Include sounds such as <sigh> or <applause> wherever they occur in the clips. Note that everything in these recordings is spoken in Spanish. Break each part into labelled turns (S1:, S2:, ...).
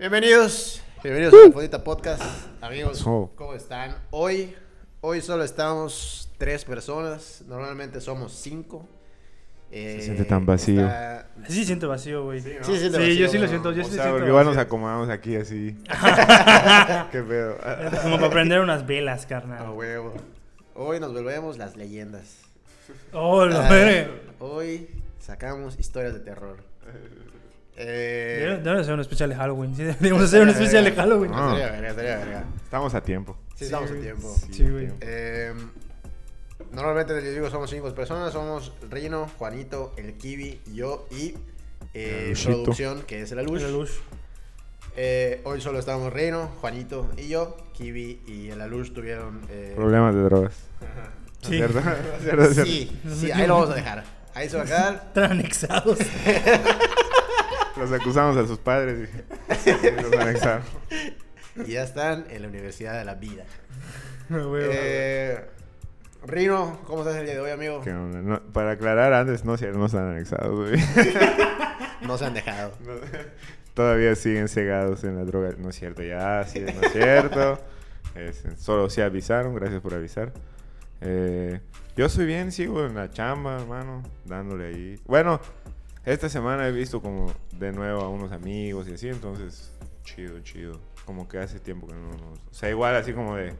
S1: Bienvenidos, bienvenidos a la Fondita Podcast. Amigos,
S2: Oh.
S1: ¿cómo están? Hoy, hoy solo estamos tres personas, normalmente somos cinco. Eh,
S2: Se siente tan vacío.
S1: está-
S3: Sí siento vacío, güey. Sí,
S1: ¿no? Sí, siento vacío,
S3: yo sí lo
S1: ¿no?
S3: siento, yo
S2: O
S3: sí
S2: sea,
S3: siento
S2: porque igual nos
S3: vacío.
S2: acomodamos aquí
S3: <laughs>
S2: así. Qué pedo.
S3: Como para prender unas velas,
S2: Ah,
S1: A
S3: carnal.
S1: Ah, huevo. Hoy nos volvemos las leyendas.
S3: Oh, la
S1: Ah,
S3: verga.
S1: Hoy sacamos historias de terror. Eh,
S3: Debemos hacer un especial de Halloween. Sí, debemos hacer un especial de Halloween.
S2: Ah.
S1: Estaría verga, estaría verga.
S2: Estamos a tiempo.
S1: Sí, estamos a tiempo.
S3: Sí, güey.
S1: Eh, normalmente les digo, somos cinco personas. Somos Rino, Juanito, el Kiwi, yo y eh,
S2: Luchito.
S1: producción, que es el Alush.
S3: La luz.
S1: Eh, hoy solo estamos Rino, Juanito y yo. Kiwi y el Alush tuvieron... eh,
S2: Problemas de drogas.
S3: Sí.
S2: ¿Cierto? <laughs> ¿Cierto?
S1: <laughs>
S2: ¿Cierto?
S1: Sí, sí, ahí lo vamos a dejar. Ahí se va a quedar.
S3: <laughs>
S2: <laughs>
S3: Están anexados.
S2: Los acusamos a sus padres y, y los anexaron.
S1: Y ya están en la Universidad de la Vida.
S3: No, güey.
S1: Eh, Rino, ¿cómo estás el día de hoy, amigo?
S2: ¿Qué onda? No, para aclarar antes, no, si no están anexados, güey.
S1: No se han
S2: <laughs>
S1: dejado.
S2: No. Todavía siguen cegados en la droga. No es cierto, ya, sí, no es
S3: <laughs>
S2: cierto. Es- solo se avisaron, gracias por avisar. Eh, yo soy bien, sigo en la chamba, hermano, dándole ahí. Bueno, esta semana he visto como de nuevo a unos amigos y así, entonces, chido, chido. Como que hace tiempo que no nos... O sea, igual así como de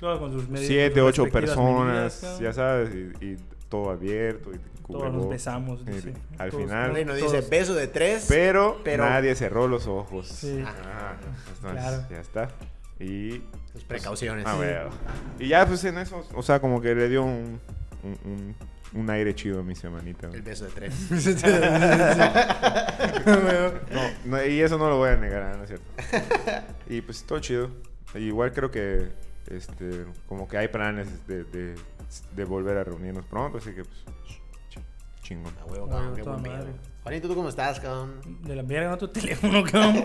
S3: Claro, con sus medidas-
S2: siete,
S3: con sus
S2: ocho
S3: respectivas
S2: personas,
S3: medidas,
S2: ya
S3: cabrón.
S2: sabes, y, y todo abierto. Y
S3: Todos
S2: cubrebocas.
S3: nos besamos.
S2: Sí,
S3: sí.
S2: eh, al
S3: Todos-
S2: final-
S1: Rino
S3: todos-
S1: dice, beso de tres.
S2: Pero,
S1: Pero-
S2: nadie cerró los ojos.
S3: Sí.
S2: Ah, entonces,
S3: Claro.
S2: ya está. Y.
S1: Sus precauciones.
S2: Ah, bueno. Y ya, pues en eso, o sea, como que le dio un, un, un- un aire chido a mi semanita.
S1: El
S2: güey.
S1: beso de tres.
S2: <laughs> No, no, y eso no lo voy a negar, ¿no
S1: <laughs>
S2: es cierto? Y pues todo chido. Y igual creo que, este, como que hay planes de, de, de volver a reunirnos pronto, así que, pues, ch- chingón.
S1: A huevo,
S3: A
S1: cabrón,
S3: huevo,
S1: qué
S3: toda
S1: buen pedo.
S3: madre.
S1: Juanito, ¿tú cómo estás, cabrón?
S3: De la mierda, no tu <laughs> teléfono, cabrón.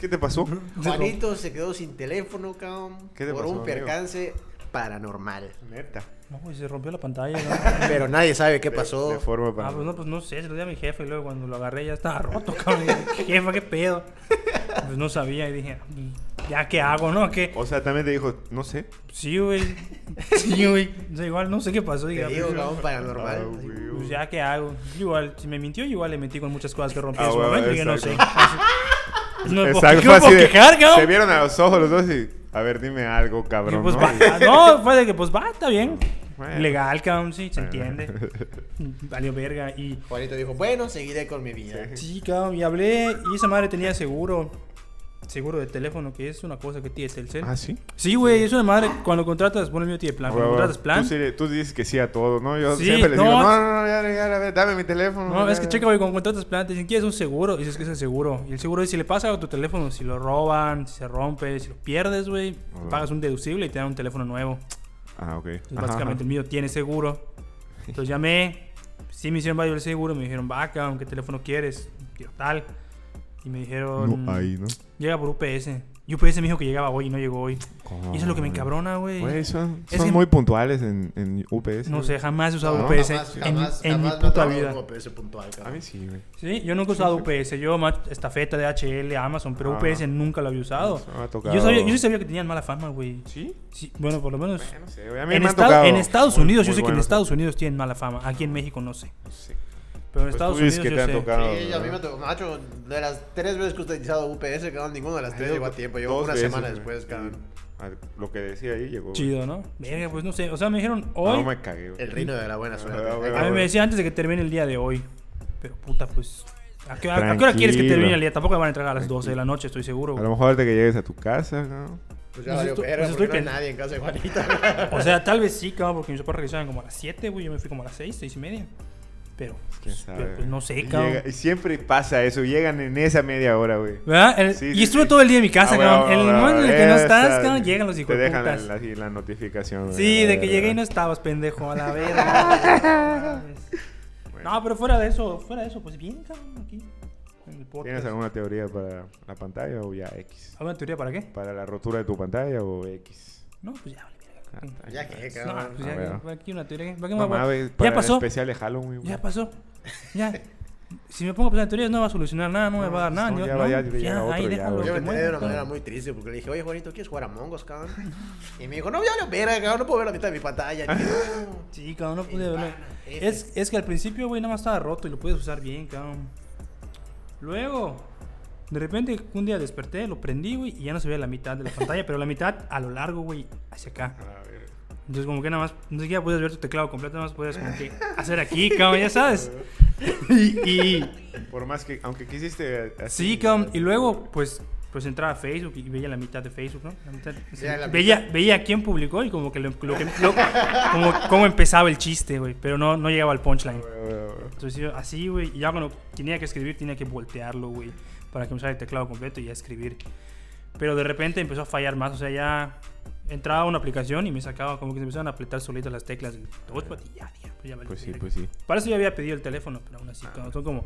S2: ¿Qué te pasó?
S1: Juanito se quedó sin teléfono, cabrón.
S2: ¿Qué te
S1: por
S2: pasó,
S1: un
S2: amigo?
S1: percance paranormal.
S2: Neta.
S3: No, güey, se rompió
S1: <laughs>
S3: la pantalla. ¿no?
S1: Pero nadie sabe qué
S2: De-
S1: pasó.
S2: De, forma para.
S3: Ah, pues no, pues no sé, se lo di a mi jefe y luego cuando lo agarré ya estaba roto, <laughs> cabrón. Jefa, qué pedo. Pues no sabía y dije, ya qué hago, ¿no? ¿Qué?
S2: O sea, también te dijo, no sé.
S3: Sí, güey. <laughs> Sí, güey. O sea, igual no sé qué pasó,
S1: Te
S3: diga.
S1: digo,
S3: pues,
S1: cabrón, paranormal.
S2: Ah, güey.
S3: pues ya qué hago. Igual, si me mintió, igual le mentí con muchas cosas que rompí
S2: Ah,
S3: en su
S2: bueno,
S3: momento y que no sé.
S2: exacto.
S3: No <laughs> me puedo,
S2: Exacto,
S3: ¿qué
S2: fue
S3: me
S2: así
S3: puedo
S2: de-
S3: quejar,
S2: Se
S3: cabrón.
S2: vieron a los ojos los dos y. A ver, dime algo,
S3: Y
S2: cabrón.
S3: pues
S2: ¿no?
S3: va,
S2: Y- <laughs>
S3: ah, no, fue de que pues va, está bien.
S2: Bueno.
S3: Legal, cabrón, sí, se entiende.
S2: <laughs> Bueno.
S3: Valió verga y...
S1: Juanito dijo, bueno, seguiré con mi vida.
S3: Sí, cabrón, y hablé y esa madre tenía seguro. Seguro de teléfono, que es una cosa que tiene Telcel.
S2: Ah, sí.
S3: Sí, güey, es una madre. Cuando contratas, bueno, el mío tiene plan. Cuando
S2: Huevo.
S3: contratas plan.
S2: Tú, sí le- tú dices que sí a todo, ¿no? Yo
S3: Sí,
S2: siempre les
S3: no.
S2: digo, no, no, no, ya, ya, ya, a ver, dame mi teléfono.
S3: No,
S2: ya,
S3: es que
S2: ya".
S3: checa, güey, cuando contratas plan, te dicen, ¿quieres un seguro? Y dices que es el seguro. Y el seguro es si le pasa algo a tu teléfono, si lo roban, si se rompe, si lo pierdes, güey,
S2: Ajá.
S3: pagas un deducible y te dan un teléfono nuevo.
S2: Ah, ok.
S3: Entonces,
S2: Ajá,
S3: básicamente el
S2: ajá.
S3: mío tiene seguro. Entonces llamé, sí me hicieron varios el seguro, me dijeron, vaca, ¿qué teléfono quieres? Quiero tal. Y me dijeron,
S2: No, ahí, ¿no?
S3: llega por UPS. Y UPS me dijo que llegaba hoy y no llegó hoy. Y eso es lo que
S2: Ah,
S3: me encabrona, eh.
S2: Güey, Pues, son,
S3: Es
S2: son
S3: que-
S2: muy puntuales en, en UPS.
S3: No sé, jamás he usado
S2: No,
S3: UPS
S1: Jamás,
S3: en,
S1: jamás,
S3: en mi
S1: jamás me ha
S3: puta
S1: tocado
S3: vida.
S1: un UPS puntual, cabrón.
S2: A mí sí, güey.
S3: Sí, yo nunca he usado UPS. Yo más estafeta de HL, Amazon, pero
S2: Ah.
S3: UPS nunca lo había usado.
S2: Eso me ha
S3: Y
S2: tocado.
S3: Yo, sabía, yo sí sabía que tenían mala fama, güey.
S2: ¿Sí?
S3: Sí, bueno, por lo menos.
S2: Eh, No sé, güey. A mí
S3: En,
S2: me han
S3: Estado-
S2: tocado
S3: en Estados
S2: muy-
S3: Unidos, yo
S2: muy
S3: sé que en
S2: buenos.
S3: Estados Unidos tienen mala fama. Aquí en México no sé.
S2: Sí.
S3: Pero en
S2: Pues
S3: Estados
S2: tú dices
S3: Unidos
S2: que
S3: yo
S2: te han
S3: sé.
S2: tocado.
S1: Sí, a mí me tocó, macho, de las tres veces que usted ha utilizado UPS, cabrón, ninguna de las
S2: Ah,
S1: tres
S2: yo
S1: llegó a tiempo. Llegó
S2: dos
S1: una
S2: veces,
S1: semana
S2: güey.
S1: después, cabrón.
S2: Ah, Lo que decía ahí llegó. güey.
S3: Chido, ¿no? Verga, pues no sé. O sea, me dijeron
S2: No,
S3: hoy.
S2: me cagué, güey.
S1: El reino de la buena suerte.
S2: Ah, bueno.
S3: A mí me decía antes de que termine el día de hoy. Pero puta, pues. ¿A qué, a- a qué hora quieres que
S2: Tranquilo.
S3: termine el día? Tampoco me van a entregar a las 12 de la noche, estoy seguro.
S2: A
S3: güey.
S2: lo mejor ahorita que llegues a tu casa, ¿no?
S1: Pues ya
S3: Pues
S1: valió
S3: esto-
S1: verga,
S3: pues
S1: porque
S3: estoy
S1: no hay
S3: pen-
S1: nadie en casa de
S3: <laughs>
S1: Juanita.
S3: O sea, tal vez sí, cabrón, porque mis papás regresaban como a las 7, güey. Yo me fui como a las 6, 6 y media. Pero,
S2: ¿Quién
S3: pues,
S2: sabe?
S3: pero, pues, no sé,
S2: Y
S3: cabrón.
S2: llega- y siempre pasa eso, llegan en esa media hora, güey.
S3: ¿Verdad? El-
S2: Sí, sí,
S3: y estuve
S2: sí.
S3: todo el día en mi casa,
S2: Ah,
S3: cabrón.
S2: bueno,
S3: en el
S2: bueno,
S3: momento en el que
S2: bueno,
S3: no
S2: esa-
S3: estás, cabrón, llegan los hijos
S2: Te
S3: de
S2: dejan
S3: putas.
S2: la, así la notificación. güey,
S3: Sí,
S2: la
S3: de que
S2: verga.
S3: llegué y no estabas, pendejo, a la verga.
S2: <laughs> Bueno,
S3: no, pero fuera de eso, fuera de eso, pues bien, cabrón, aquí. En el podcast.
S2: ¿Tienes alguna teoría para la pantalla o ya X?
S3: ¿Alguna teoría para qué?
S2: ¿Para la rotura de tu pantalla o X?
S3: No, pues ya, vale, verga.
S1: ya que,
S3: No,
S1: cabrón.
S3: pues
S2: Ah,
S3: ya,
S2: bueno.
S3: aquí una teoría. ¿para qué me
S2: No
S3: voy a-
S2: mames, para
S3: ya pasó,
S2: el especial de Halloween, güey.
S3: ya pasó. Ya. Si me pongo a pensar en teorías, no va a solucionar nada, no, me
S2: No,
S3: va a dar
S2: pues
S3: nada.
S2: no,
S3: yo-
S2: ya va-
S3: no,
S2: ya llega
S3: ya,
S2: otro,
S3: ahí
S2: ya,
S3: déjalo
S2: güey.
S3: que
S1: Yo me enteré de una
S3: muera.
S1: manera muy triste porque le dije, oye Juanito, ¿quieres jugar a Mongos, cabrón? Y me dijo, no, ya lo verá, cabrón, no puedo ver la mitad de mi pantalla. Y yo, "No".
S3: Sí, cabrón, no pude verlo.
S1: Ivana, F.
S3: Es, es que al principio, güey, nada más estaba roto y lo puedes usar bien, cabrón. Luego, de repente, un día desperté, lo prendí, güey, y ya no se veía la mitad de la pantalla, pero la mitad a lo largo, güey, hacia acá. Entonces, como que nada más, no siquiera puedes ver tu teclado completo, nada más puedes como que hacer aquí, cabrón, ya sabes. <laughs> Y, y-
S2: Por más que, aunque quisiste así.
S3: sí, cabrón, y luego, pues, pues entraba a Facebook y veía la mitad de Facebook, ¿no? La mitad-
S1: Veía la
S3: veía, veía quién publicó y como que lo, lo que- lo- como, cómo empezaba el chiste, güey, pero no, no llegaba al punchline.
S2: Güey, güey, güey.
S3: Entonces, yo, así, güey, y ya cuando tenía que escribir, tenía que voltearlo, güey, para que me salga el teclado completo y ya escribir. Pero de repente empezó a fallar más, o sea, ya entraba a una aplicación y me sacaba, como que se empezaban a apretar solitas las teclas del touchpad y ya, ya, pues ya valió
S2: Pues sí,
S3: verga.
S2: pues sí.
S3: Para eso ya había pedido el teléfono, pero aún
S1: Ah.
S3: así, cabrón, son como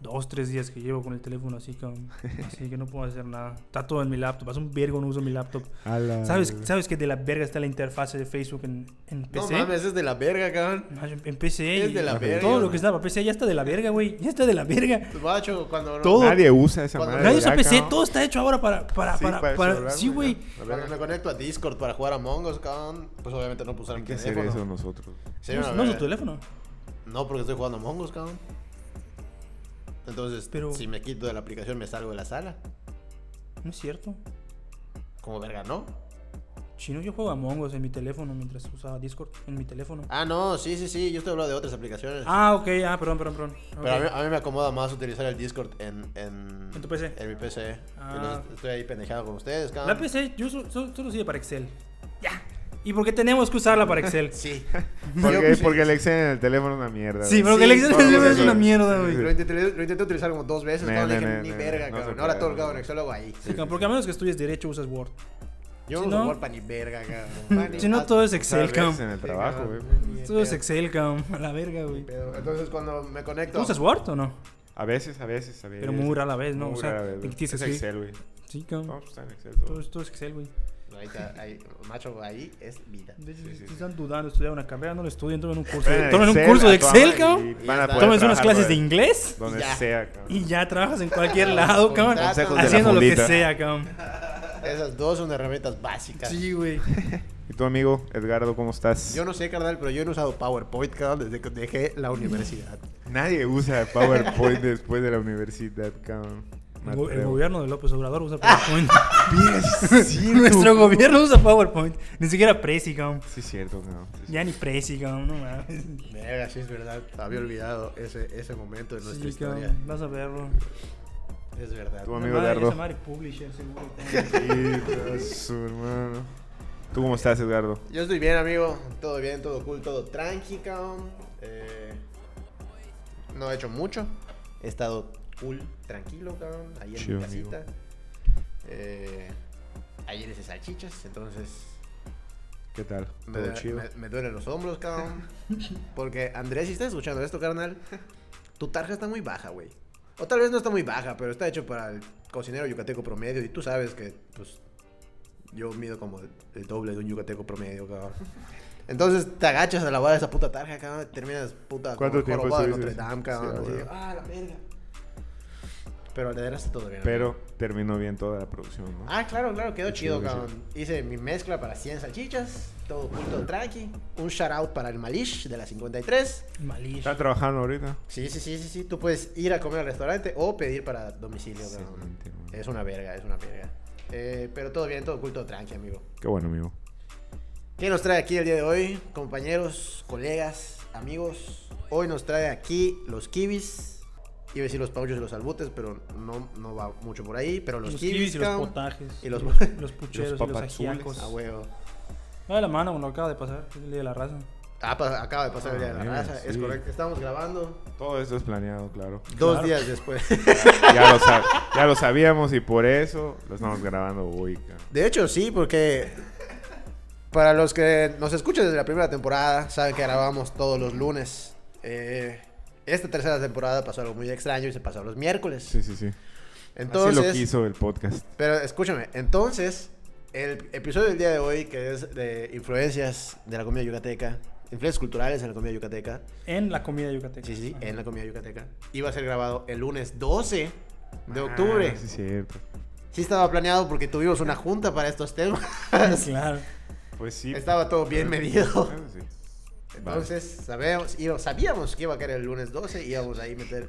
S3: dos, tres días que llevo con el teléfono así,
S1: <laughs>
S3: cabrón, así que no puedo hacer nada. Está todo en mi laptop, hace un vergo no uso mi laptop.
S1: Ah,
S3: ¿Sabes, ¿Sabes que de la verga está la interfaz de Facebook en, en
S1: No
S3: PC?
S1: mames, es de la verga, cabrón.
S3: No, yo empecé.
S1: Es
S3: y-
S1: de la
S3: y
S1: verga,
S3: Todo lo
S1: güey.
S3: que estaba PC ya está de la verga, güey. Ya está de la verga.
S1: Bacho, Pues, cuando no-
S3: Todo.
S2: Nadie usa esa
S1: Cuando-
S2: madre.
S3: Nadie usa
S2: ya,
S3: PC,
S2: cabrón.
S3: todo está hecho ahora para. para,
S2: Sí,
S3: para,
S2: para
S3: para-
S2: celular,
S3: sí, güey.
S2: ya. La
S1: Cuando me
S2: verga.
S1: conecto a Discord para jugar a Mongos, cabrón, pues obviamente no puedo usar
S2: Hay
S1: mi
S2: que hacer
S1: teléfono.
S2: eso nosotros.
S1: Sí,
S3: No,
S1: una
S3: no es tu
S1: verga.
S3: teléfono.
S1: No, porque estoy jugando a Mongos, cabrón. Entonces,
S3: Pero-
S1: si me quito de la aplicación, me salgo de la sala.
S3: No es cierto.
S1: Como verga, ¿no?
S3: Chino, yo juego a Mongos en mi teléfono mientras usaba Discord en mi teléfono.
S1: Ah, no, sí, sí, sí, yo estoy hablando de otras aplicaciones.
S3: Ah, ok, ah, perdón, perdón, perdón. Ok.
S1: Pero a mí, a mí me acomoda más utilizar el Discord en... En,
S3: ¿En tu PC?
S1: En mi PC.
S3: Ah.
S1: Entonces, estoy ahí pendejado con ustedes, cabrón.
S3: La PC, yo so- so- solo sirve para Excel. Ya. ¿Y por qué tenemos que usarla para Excel?
S1: Sí.
S2: Porque,
S1: Yo-
S2: porque el Excel en el teléfono es una mierda.
S3: pues, Sí,
S2: güey.
S3: pero que el Excel
S2: por favor,
S3: es una
S2: sí.
S3: mierda,
S2: Sí,
S3: güey.
S1: Lo intenté, lo intenté utilizar como dos veces,
S2: Ne,
S1: no,
S2: ne,
S1: dije
S2: ne,
S1: ni
S2: ne,
S1: verga,
S2: no se
S1: cabrón.
S2: puede,
S1: Ahora todo el
S2: no.
S1: cabrón Excel lo hago ahí.
S3: Sí, cabrón, Porque a menos que estudies Derecho usas Word.
S1: Yo
S3: Si
S1: no
S3: no-
S1: uso Word para ni verga, cabrón. Pa'
S3: Si
S1: ni-
S3: no, todo es
S2: Tal
S3: Excel,
S2: vez
S3: cabrón.
S2: en el trabajo,
S1: cabrón.
S2: güey.
S1: Ni
S3: Todo es
S1: pedo,
S3: Excel, cabrón. A la verga, güey.
S1: ni pedo. Entonces cuando me conecto...
S3: ¿Tú usas Word o no?
S2: A veces, a veces, a veces.
S3: Pero muy rara vez, ¿no?
S2: Muy
S3: O sea,
S2: rara vez,
S3: te
S2: güey.
S3: tienes
S2: Es
S3: que-
S2: Excel, güey.
S3: Sí, cabrón.
S2: No, pues está en Excel
S3: Todo,
S2: todo.
S3: es- todo es Excel, güey.
S1: Ahí está, ahí, macho, ahí es vida.
S3: De hecho,
S2: Sí,
S3: si-
S2: sí,
S3: si
S2: sí.
S3: están dudando de estudiar una carrera, no lo estudien, tomen un curso.
S2: Vayan
S3: De,
S2: a
S3: tomen un
S2: Excel,
S3: curso de
S2: a toda madre,
S3: Excel, cabrón.
S2: y Van a
S1: Tómense
S2: poder
S3: Tómense unas
S2: trabajar
S3: clases de
S2: donde-
S3: inglés
S2: Donde
S1: Ya.
S2: sea, cabrón.
S3: y ya trabajas en cualquier lado, cabrón.
S1: Consejos de la
S3: Haciendo lo que
S2: fundita.
S3: sea, cabrón.
S1: Esas dos son herramientas básicas.
S3: Sí, güey.
S2: ¿Y tu amigo, Edgardo, cómo estás?
S1: Yo no sé, carnal, pero yo no he usado PowerPoint, cabrón, desde que dejé la universidad.
S2: Nadie usa PowerPoint después de la universidad, cabrón.
S3: El go- El
S2: Mateo.
S3: gobierno de López Obrador usa PowerPoint.
S2: Mira,
S3: <laughs>
S2: sí es cierto.
S3: Nuestro gobierno usa PowerPoint. Ni siquiera Prezi, cabrón.
S2: Sí es cierto, cabrón. Sí es
S3: Ya ni Prezi, cabrón. No mames.
S1: Verga, sí es verdad. Había olvidado ese, ese momento de nuestra
S3: Sí,
S1: historia.
S3: cabrón. Vas a verlo.
S1: Es verdad.
S2: Tu
S3: Esa
S2: amigo
S3: madre-
S2: Dardo.
S3: Esa madre publisher, seguro.
S1: <laughs>
S3: cabrón.
S2: cierto. Su hermano. ¿Tú cómo estás, Edgardo?
S1: Yo estoy bien, amigo. Todo bien, todo cool, todo tranqui, cabrón. Eh, no he hecho mucho. He estado cool, tranquilo, cabrón. Ahí en
S2: Chido,
S1: mi
S2: amigo.
S1: casita. Eh, ayer hice salchichas, entonces
S2: ¿Qué tal?
S1: me,
S2: ¿Todo
S1: duele-
S2: chido?
S1: me- me duelen los hombros,
S2: <laughs>
S1: cabrón. Porque Andrés, si estás escuchando esto, carnal, tu tarja está muy baja, güey. O tal vez no está muy baja, pero está hecho para el cocinero yucateco promedio. Y tú sabes que, pues, yo mido como el, el doble de un yucateco promedio, cabrón. Entonces te agachas a lavar esa puta tarja, cabrón. y Terminas puta
S2: ¿Cuánto
S1: como el
S2: tiempo
S1: jorobado de Notre
S2: estuviste?
S1: Dame, cabrón.
S2: Sí,
S1: así,
S2: güey.
S1: ah, la verga. Pero adelante todo bien.
S2: Pero
S1: amigo.
S2: terminó bien toda la producción, ¿no?
S1: Ah, claro, claro, quedó
S2: Qué
S1: chido,
S2: chido,
S1: cabrón. Hice mi mezcla para 100 salchichas, todo punto tranqui. Un shout out para el Malish de la 53.
S3: Malish.
S2: ¿Están trabajando ahorita?
S1: Sí, sí, sí, sí, sí. Tú puedes ir a comer al restaurante o pedir para domicilio,
S2: Sí,
S1: cabrón.
S2: mente, man.
S1: Es una verga, es una verga. Eh, pero todo bien, todo culto tranqui, amigo.
S2: Qué bueno, amigo.
S1: ¿Qué nos trae aquí el día de hoy, compañeros, colegas, amigos? Hoy nos trae aquí los kibis. Iba a decir los pauchos y los albutes, pero no, no va mucho por ahí. Pero los,
S3: Los
S1: kibis,
S3: kiwis y los
S1: cabrón.
S3: potajes.
S1: Y los- <laughs>
S3: los pucheros y los
S2: papazules.
S1: A
S3: ajiacos.
S1: huevo.
S3: Ah, la mano, lo acaba de pasar. Es el día de la raza.
S1: Ah, pa- acaba de pasar el día de la
S2: Ah,
S1: raza, es
S2: sí.
S1: correcto. Estamos grabando
S2: Todo esto es planeado,
S1: <laughs>
S2: claro.
S1: dos días después.
S2: Ya lo, sab- ya lo sabíamos y por eso lo estamos grabando hoy, cabrón.
S1: De hecho, sí, porque para los que nos escuchan desde la primera temporada, saben que grabamos todos los lunes. Eh, esta tercera temporada pasó algo muy extraño y se pasó los miércoles.
S2: Sí, sí, sí.
S1: Entonces,
S2: Así lo quiso el podcast.
S1: pero escúchame, entonces el episodio del día de hoy, que es de influencias de la comida yucateca, influencias culturales en la comida yucateca.
S3: En la comida yucateca. Ah.
S1: Sí, sí, sí,
S3: Ajá.
S1: en la comida yucateca. Iba a ser grabado el lunes 12 de octubre.
S2: Ah, sí, es cierto.
S1: Sí estaba planeado porque tuvimos una junta para estos temas.
S3: <laughs> Claro.
S2: Pues sí.
S1: Estaba todo bien medido.
S2: Claro, sí.
S1: Entonces sabemos, iba- sabíamos que iba a caer el lunes 12 y íbamos ahí a meter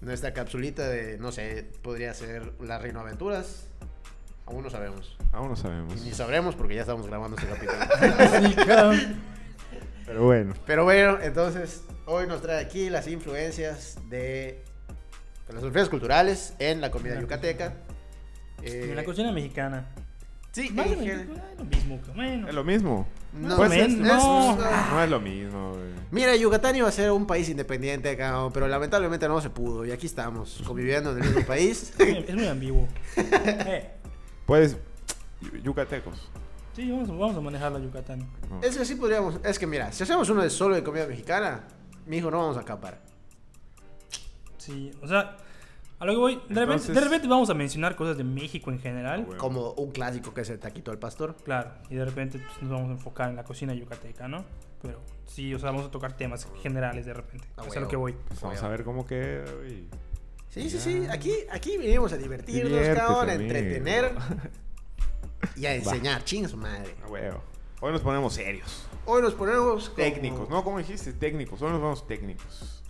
S1: nuestra capsulita de, no sé, podría ser las Rinoaventuras. Aún no sabemos.
S2: Aún no
S1: Y ni
S2: sabemos.
S1: sabremos porque ya estamos grabando este
S2: <laughs>
S1: capítulo.
S3: Sí, claro.
S2: Pero bueno.
S1: Pero bueno, entonces hoy nos trae aquí las influencias de de las influencias culturales en la comida
S3: En la
S1: yucateca.
S3: Y en
S1: Eh,
S3: la cocina mexicana.
S1: sí, en
S3: Más o
S1: general.
S3: menos, es lo mismo, que bueno.
S2: Es lo mismo.
S1: No,
S2: Pues
S1: es-
S2: es-
S3: no.
S1: es-
S2: No es lo mismo, güey.
S1: Mira, Yucatán iba a ser un país independiente, cabrón, pero lamentablemente no se pudo y aquí estamos conviviendo en el mismo país.
S2: <laughs>
S3: Es muy- Es muy
S1: <laughs>
S3: ambiguo. Eh,
S2: Pues, yucatecos.
S3: sí, vamos, vamos a manejar la Yucatán.
S2: No.
S1: Es que sí podríamos, es que mira, si hacemos uno de solo de comida mexicana, mi hijo no vamos a acampar.
S3: Sí, o sea, a lo que voy, de, repente,
S2: Entonces-
S3: de repente vamos a mencionar cosas de México en general.
S2: Ah, bueno.
S1: Como un clásico que es el taquito al pastor.
S3: Claro, y de repente pues, nos vamos a enfocar en la cocina yucateca, ¿no? Pero sí, o sea, vamos a tocar temas generales de repente.
S1: Ah,
S3: o sea,
S1: huevo.
S3: lo que voy.
S2: Pues vamos a ver cómo queda, güey.
S1: Sí, sí, sí, aquí, aquí vinimos a divertirnos,
S2: Diviértete,
S1: cabrón, a
S2: amigo.
S1: entretener
S2: <laughs>
S1: y a enseñar, chinga su madre.
S2: Ah, huevo. Hoy nos ponemos serios.
S1: Hoy nos ponemos como-
S2: Técnicos, ¿no? ¿Cómo dijiste? Técnicos. Hoy nos vamos técnicos.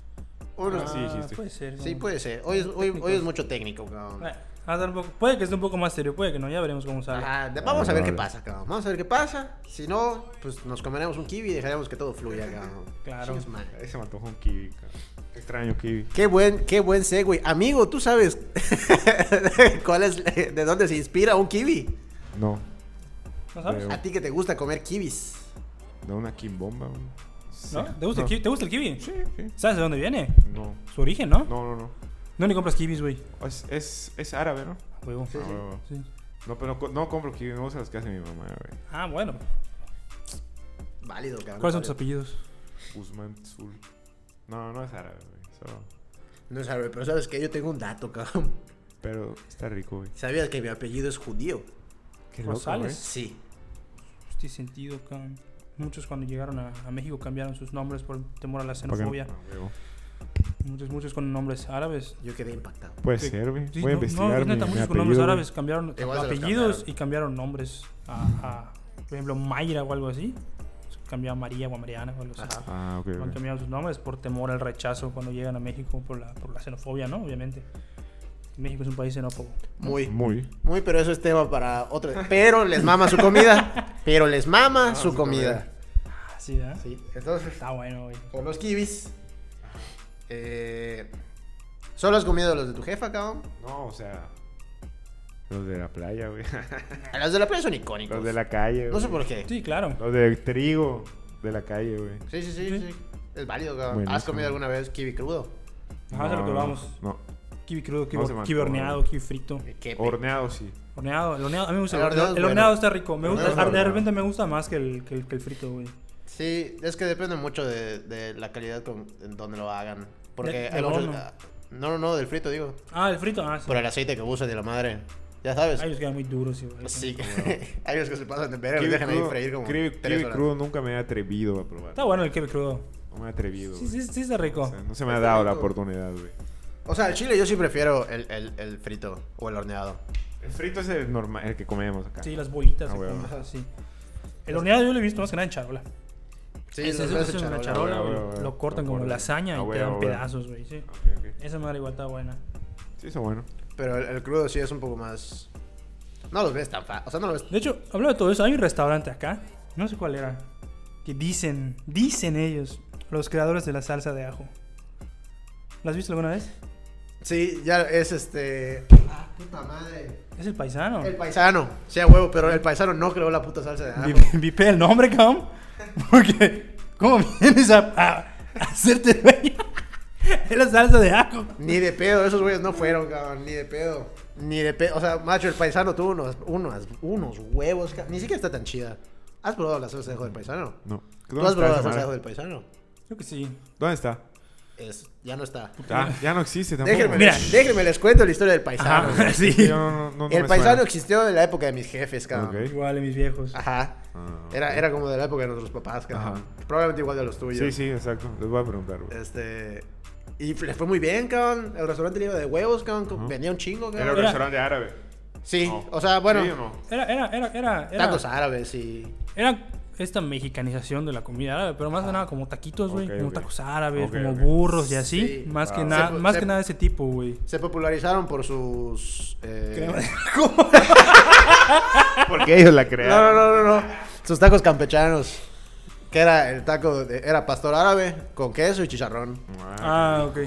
S1: Hoy nos-
S2: Ah, sí, dijiste.
S3: Puede ser.
S1: Sí,
S3: ¿no?
S1: puede ser. Hoy es, hoy, hoy es mucho técnico, cabrón.
S3: Eh, va a dar un poco- puede que esté un poco más serio, puede que no, ya veremos cómo sale.
S1: Ajá, de- vamos a ver
S2: Vale,
S1: qué
S2: vale.
S1: pasa, cabrón. Vamos a ver qué pasa. Si no, pues nos comeremos un kiwi y dejaremos que todo fluya, cabrón.
S3: Claro.
S1: Chinga su madre.
S2: Ese me antojó un kiwi, cabrón. Extraño kiwi.
S1: Qué buen, qué buen segue. Amigo, ¿tú sabes <laughs> cuál es, de dónde se inspira un kiwi?
S2: No.
S3: ¿No sabes?
S1: A ti que te gusta comer kiwis.
S2: De una kimbomba, güey. Sí.
S3: ¿No? ¿Te, gusta el
S2: No.
S3: kiwi? ¿Te gusta el kiwi?
S2: Sí, sí.
S3: ¿Sabes de dónde viene?
S2: No.
S3: Su origen, ¿no?
S2: No, no, no.
S3: ¿Dónde compras kiwis, güey?
S2: Es, es, es árabe, ¿no?
S3: Huevo.
S1: Sí,
S2: Ah,
S1: sí.
S2: huevo.
S3: Sí.
S2: No, pero no, co- no compro kiwi. Me gustan las que hace mi mamá, güey.
S3: Ah, bueno.
S1: Válido, cabrón.
S3: ¿Cuáles son tus
S1: válido.
S3: apellidos?
S2: Guzmán Tzul. No, no es árabe, güey. Solo-
S1: No sabes, pero sabes que yo tengo un dato, cabrón.
S2: Pero está rico, güey.
S1: ¿Sabías que mi apellido es judío?
S2: Qué
S3: Rosales.
S1: Sí.
S3: Este sentido, cabrón. Muchos cuando llegaron a, a México cambiaron sus nombres por temor a la
S2: güey. ¿Para qué no?
S3: xenofobia.
S2: Ah, huevo.
S3: Muchos, muchos con nombres árabes.
S1: Yo quedé impactado.
S2: Puede
S3: Sí.
S2: ser, güey.
S3: Sí,
S2: Voy a
S3: no-
S2: investigar
S3: no, es
S2: mi,
S3: neta,
S2: mi
S3: muchos con
S2: apellido,
S3: nombres
S2: güey.
S3: árabes cambiaron
S1: Igual se los
S3: apellidos
S1: cambiaron.
S3: y cambiaron nombres a, a, por ejemplo, Mayra o algo así. Se Cambiaba a María o a Mariana o algo así.
S1: Ajá.
S2: Ah, ok,
S3: Han
S2: ok.
S3: cambiado sus nombres por temor al rechazo cuando llegan a México por la, por la xenofobia, ¿no? Obviamente. México es un país xenófobo.
S1: Muy.
S2: Muy.
S1: Muy, pero eso es tema para otro. Pero les mama su comida. Pero les mama
S2: Ah,
S1: su
S2: su
S1: comida.
S3: Así, ¿verdad?
S1: Ah, Sí, entonces.
S3: Está bueno, güey.
S1: Con los kiwis. Eh, ¿Solo has comido los de tu jefa, cabrón?
S2: No, o sea. Los de la playa, güey. <laughs>
S1: Ah, Los de la playa son icónicos.
S2: Los de la calle, güey.
S1: No sé por qué.
S3: Sí, claro.
S2: Los del trigo de la calle, güey.
S1: Sí, sí, sí,
S3: Sí.
S1: sí. Es válido, cabrón.
S2: Buenísimo.
S1: ¿Has comido alguna vez kiwi crudo?
S3: Ajá, es a lo que vamos.
S2: No.
S3: Kiwi crudo, kiwi,
S2: No se me
S3: kiwi
S2: antoja,
S3: horneado,
S2: güey.
S3: kiwi frito.
S1: Eh, Qué
S2: Horneado, sí.
S3: Horneado, el horneado, a mí me gusta.
S1: El
S3: El,
S1: horneado
S3: horneado,
S1: es
S3: el
S1: bueno.
S3: horneado está rico. Me
S1: El
S3: gusta,
S1: horneado es
S3: de
S2: bueno.
S3: repente me gusta más que el, que el, que el frito, güey.
S1: Sí, es que depende mucho de, de la calidad con, en donde lo hagan. Porque
S3: De-
S1: hay
S3: del
S1: muchos-
S3: horno.
S1: ah, No, no, no, del frito, digo.
S3: Ah, el frito, ah, sí.
S1: Por el aceite que usan de la madre. Ya sabes.
S3: Ay, los quedan muy duros, igual.
S1: Sí, <laughs> hay los que se pasan de ver,
S2: Kiwi
S1: los dejan ahí
S2: crudo-
S1: freír como
S2: kiwi-
S1: tres
S2: kiwi
S1: horas.
S2: crudo nunca me he atrevido a probar.
S3: Está bueno el kiwi crudo.
S2: No me he atrevido.
S3: Sí,
S2: güey.
S3: sí, sí, está
S2: O
S3: rico.
S2: sea, no se me ha
S1: Está
S2: dado la
S1: rico.
S2: oportunidad, güey.
S1: O sea, el chile yo sí prefiero el, el, el frito o el horneado.
S2: El frito es el normal, el que comemos acá.
S3: Sí, las bolitas,
S2: Ah,
S3: y
S2: huevo.
S3: cosas así. El horneado yo lo he visto más que nada en charola.
S1: Sí,
S3: Ese-
S1: los
S3: ese
S1: ves
S3: es
S1: en charola.
S3: una charola,
S2: Ah,
S3: güey.
S2: huevo, huevo.
S3: Lo cortan
S2: Ah,
S3: como
S2: huevo.
S3: lasaña
S2: Ah,
S3: y te
S2: huevo,
S3: dan
S2: huevo.
S3: pedazos, güey. Sí.
S2: Ok, ok.
S3: Esa madre igual está buena.
S2: Sí, está bueno.
S1: Pero el, el crudo sí es un poco más. No los ves tan fácil. O sea, no los ves.
S3: De hecho, hablando de todo eso, hay un restaurante acá, no sé cuál era, que dicen, dicen ellos, los creadores de la salsa de ajo. ¿La has visto alguna vez?
S1: Sí, ya es este. Ah, puta madre.
S3: Es el paisano.
S1: El paisano. Sea huevo, pero el paisano no creó la puta salsa de ajo.
S3: Vi- Vipé el nombre, cabrón. <laughs> Porque, ¿cómo vienes a, a- a hacerte dueño de la salsa de ajo?
S1: Ni de pedo, esos güeyes no fueron, cabrón. Ni de pedo. Ni de pedo. O sea, macho, el paisano tuvo unos, unos, unos huevos, cabrón. Ni siquiera está tan chida. ¿Has probado la salsa de ajo del paisano?
S2: No.
S1: ¿Tú has probado la
S2: esa
S1: salsa de ajo
S2: madre?
S1: del paisano?
S3: Creo que sí.
S2: ¿Dónde está?
S1: es- ya no está.
S2: Ya, ya no existe tampoco.
S1: Déjenme,
S3: Mira.
S1: déjenme les cuento la historia del paisano.
S3: Ajá,
S1: güey.
S3: Ah, sí.
S2: Yo no- no- no- no
S1: el
S2: me
S1: paisano
S2: suena.
S1: existió en la época de mis jefes, cabrón.
S2: Ok.
S3: Igual, mis viejos.
S1: Ajá.
S2: Ah, ok.
S1: Era, era como de la época de nuestros papás, cabrón.
S2: Ajá.
S1: Probablemente igual de los tuyos.
S2: Sí, sí, exacto. Les voy a preguntar, güey.
S1: Este. Y le fue muy bien, cabrón. El restaurante le iba de huevos, cabrón. co- Vendía un chingo,
S2: Era un
S1: cabrón.
S3: Era-
S2: restaurante árabe.
S1: Sí,
S2: No.
S1: o sea, bueno.
S2: ¿Sí o no?
S3: Era, era, era, era, era,
S1: Tacos árabes y.
S3: era esta mexicanización de la comida árabe, pero más que nada como taquitos, güey,
S2: Ok,
S3: como
S2: ok.
S3: tacos árabes,
S2: Ok,
S3: como
S2: ok.
S3: burros y así,
S1: Sí.
S3: más que
S2: Wow.
S3: nada,
S1: Se-
S3: más
S1: se-
S3: que nada de ese tipo, güey.
S1: Se popularizaron por sus. Eh...
S2: Porque ellos la
S1: No, no,
S2: crearon.
S1: no, no, no. Sus tacos campechanos. Que era el taco. de- Era pastor árabe con queso y chicharrón.
S3: Ah,
S2: <laughs>
S3: ok.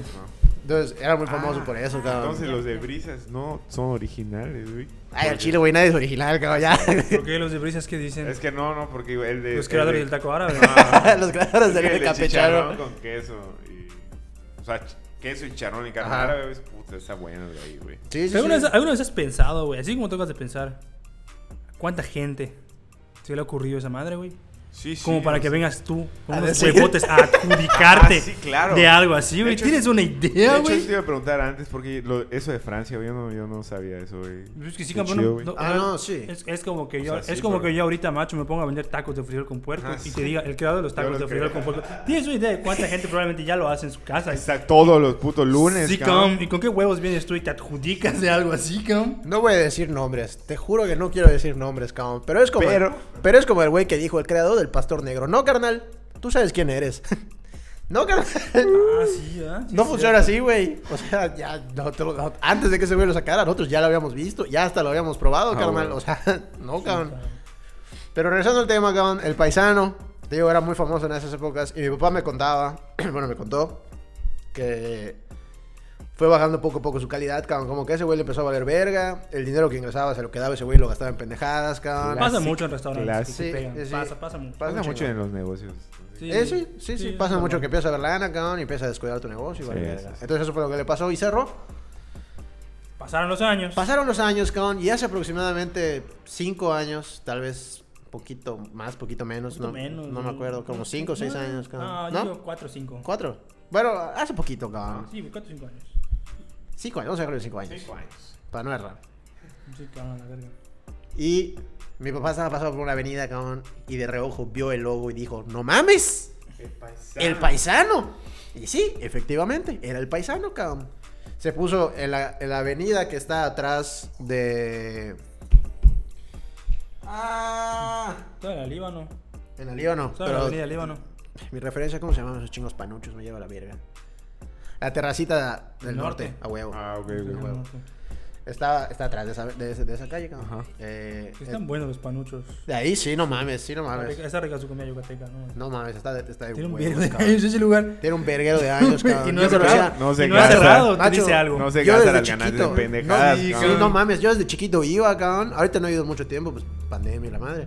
S1: Entonces, era muy famoso
S2: Ah,
S1: por eso, cabrón.
S2: Entonces los de brisas no son originales, güey.
S1: Ay, al chile, güey, nadie es original, cabrón. Ya.
S2: <laughs>
S3: Porque los de brisas que dicen
S2: Es que no, no, porque el de.
S3: los
S2: el
S3: creadores
S2: de-
S3: del
S2: <laughs>
S3: taco árabe.
S2: Ah,
S1: Los creadores
S2: es
S1: del
S2: que el de
S1: campechano.
S2: chicharrón con queso y. O sea, ch- queso y charrón y carne
S1: Ajá.
S2: árabe, güey, puta, está bueno de ahí, güey.
S1: Sí, sí,
S3: ¿Alguna,
S1: sí.
S3: Vez, alguna vez has pensado, güey? Así como tocas de pensar. ¿Cuánta gente se le ha ocurrido esa madre, güey?
S2: Sí, sí.
S3: Como para
S2: o
S3: que
S2: sea,
S3: vengas tú con
S1: A
S3: unos
S1: decir-
S3: huevotes
S2: <laughs>
S3: a adjudicarte
S2: Ah, sí, claro.
S3: de algo así,
S2: De
S3: güey.
S2: hecho,
S3: ¿Tienes una
S2: De
S3: idea,
S2: hecho,
S3: güey?
S2: eso te iba a preguntar antes porque lo- eso de Francia, güey, yo no, yo no sabía eso, güey.
S3: Es que sí,
S2: Qué
S3: campeón.
S2: chido,
S3: no-
S2: güey.
S3: no,
S1: Ah, no, sí.
S3: Es, es como que
S2: O
S3: yo,
S2: sea, sí,
S3: es como
S2: pero-
S3: que yo ahorita, macho, me pongo a vender tacos de frijol con puerco
S2: Ah, sí.
S3: y te diga, el creador de los tacos
S2: los
S3: de frijol con
S2: creo.
S3: puerco. ¿Tienes una idea de cuánta gente probablemente ya lo hace en su
S2: <laughs>
S3: casa?
S2: Está todos los putos lunes.
S3: Sí,
S2: cabrón.
S3: cabrón. ¿Y con qué huevos vienes tú y te adjudicas de algo así, cabrón?
S1: No voy a decir nombres, te juro que no quiero decir nombres, cabrón. Pero es como,
S2: Pero-
S1: El, pero es como el güey que dijo el creador del pastor negro. No, carnal, tú sabes quién eres. <laughs> no, carnal.
S3: Ah, sí, ¿ah? Sí,
S1: No
S3: sí.
S1: funciona así, güey. O sea, ya, no te lo- no- antes de que ese güey lo sacara, nosotros ya lo habíamos visto, ya hasta lo habíamos probado,
S2: Ah,
S1: carnal.
S2: bueno.
S1: O sea, <laughs> no, cabrón.
S3: Ah.
S1: Pero regresando al tema, cabrón, el paisano, te digo, era muy famoso en esas épocas. Y mi papá me contaba, <clears throat> bueno, me contó, que fue bajando poco a poco su calidad, cabrón. Como que ese güey le empezó a valer verga. El dinero que ingresaba se lo quedaba ese güey y lo gastaba en pendejadas, cabrón.
S2: Claro.
S3: Pasa
S2: Clásico,
S3: mucho en restaurantes. que te
S1: clásico.
S3: pegan.
S1: Sí, sí.
S3: Pasa, pasa mucho.
S1: Pasa
S2: Pasa
S1: un
S2: mucho
S1: chingo.
S2: en los negocios.
S1: Eh, sí, sí, sí, pasa mucho que empieza a ver lana, cabrón, y empieza a descuidar tu negocio. y
S2: Sí,
S1: vale
S2: sí,
S1: verga.
S2: sí.
S1: Entonces eso fue lo que le pasó y cerró.
S3: Pasaron los años.
S1: Pasaron los años, cabrón, y hace aproximadamente 5 años, tal vez poquito más, poquito menos,
S3: Poquito
S1: no,
S3: menos,
S1: no me
S3: güey.
S1: acuerdo, como 5 o 6
S3: No,
S1: años, cabrón.
S3: No, Ah, yo
S1: ¿No?
S3: digo 4 o 5.
S1: ¿Cuatro? Bueno, hace poquito, cabrón.
S3: Sí, 4 o 5 años.
S1: Cinco años, vamos a dejarlo en cinco años.
S2: años.
S1: Para no errar.
S3: Sí, cabrón, la verga.
S1: Y mi papá estaba pasando por una avenida, cabrón, y de reojo vio el logo y dijo, no mames,
S2: El paisano.
S1: el paisano. Y sí, efectivamente, era el paisano, cabrón. Se puso en la, en la avenida que está atrás de... Ah.
S3: Toda la Líbano.
S1: En la Líbano.
S3: Toda la
S1: Pero
S3: avenida Líbano.
S1: mi referencia, ¿cómo se llaman esos chingos panuchos? Me lleva la verga. La terracita del
S3: Del
S1: norte,
S3: norte.
S1: a huevo.
S2: Ah, ok,
S3: Sí,
S2: güey.
S3: no,
S1: huevo.
S3: sí.
S1: Está, está atrás de esa, de ese- de esa calle, cabrón.
S2: Ajá.
S1: Eh,
S3: Que Están
S1: eh,
S3: buenos los panuchos.
S1: de ahí sí, no mames, sí, no mames.
S3: Está rica su comida yucateca, ¿no?
S1: No mames, está de, está de
S3: Tiene un
S1: huevos,
S3: vergo de
S1: cabrón.
S3: años ese lugar.
S1: Tiene un verguero de
S3: <laughs>
S1: años, cabrón.
S3: Y no
S1: Yo
S3: es
S1: conocía-
S3: cerrado.
S2: No se
S3: y no es
S2: gasta.
S3: cerrado, te
S1: Macho,
S3: dice algo.
S2: No se
S1: Yo
S2: gasta
S1: desde
S2: las ganas de
S1: chiquito,
S2: pendejadas.
S1: no, sí,
S2: ¿no?
S1: sí, no mames, yo desde chiquito iba, cabrón. Ahorita no he ido mucho tiempo, pues pandemia y la madre.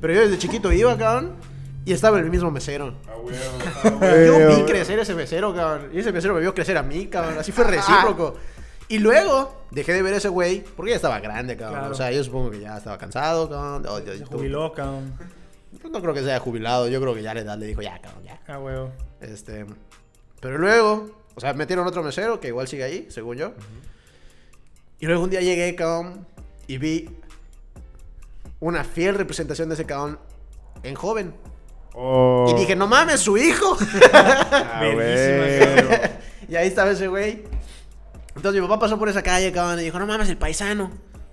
S1: Pero yo desde chiquito iba, cabrón. Y estaba el mismo mesero.
S2: Ah, huevo, ah, huevo.
S3: Eh,
S1: Yo
S2: Huevo,
S1: vi
S2: huevo.
S1: crecer ese mesero, cabrón. Y ese mesero me vio crecer a mí, cabrón. Así fue recíproco. Y luego dejé de ver a ese güey porque ya estaba grande, cabrón.
S3: Claro.
S1: O sea, yo supongo que ya estaba cansado, cabrón. No, yo-
S3: Se
S1: yo-
S3: jubiló, cabrón.
S1: pues no creo que se haya jubilado. Yo creo que ya la edad le dijo, ya, cabrón, ya.
S3: Ah, huevo.
S1: Este. Pero luego, o sea, metieron otro mesero que igual sigue ahí, según yo. Y luego un día llegué, cabrón, y vi una fiel representación de ese cabrón en joven.
S2: Oh.
S1: Y dije, no mames, su hijo. <laughs>
S2: Ah, <laughs>
S3: Verguísima,
S2: huevo.
S1: y ahí estaba ese güey. Entonces mi papá pasó por esa calle, cabrón, y dijo, no mames, el paisano.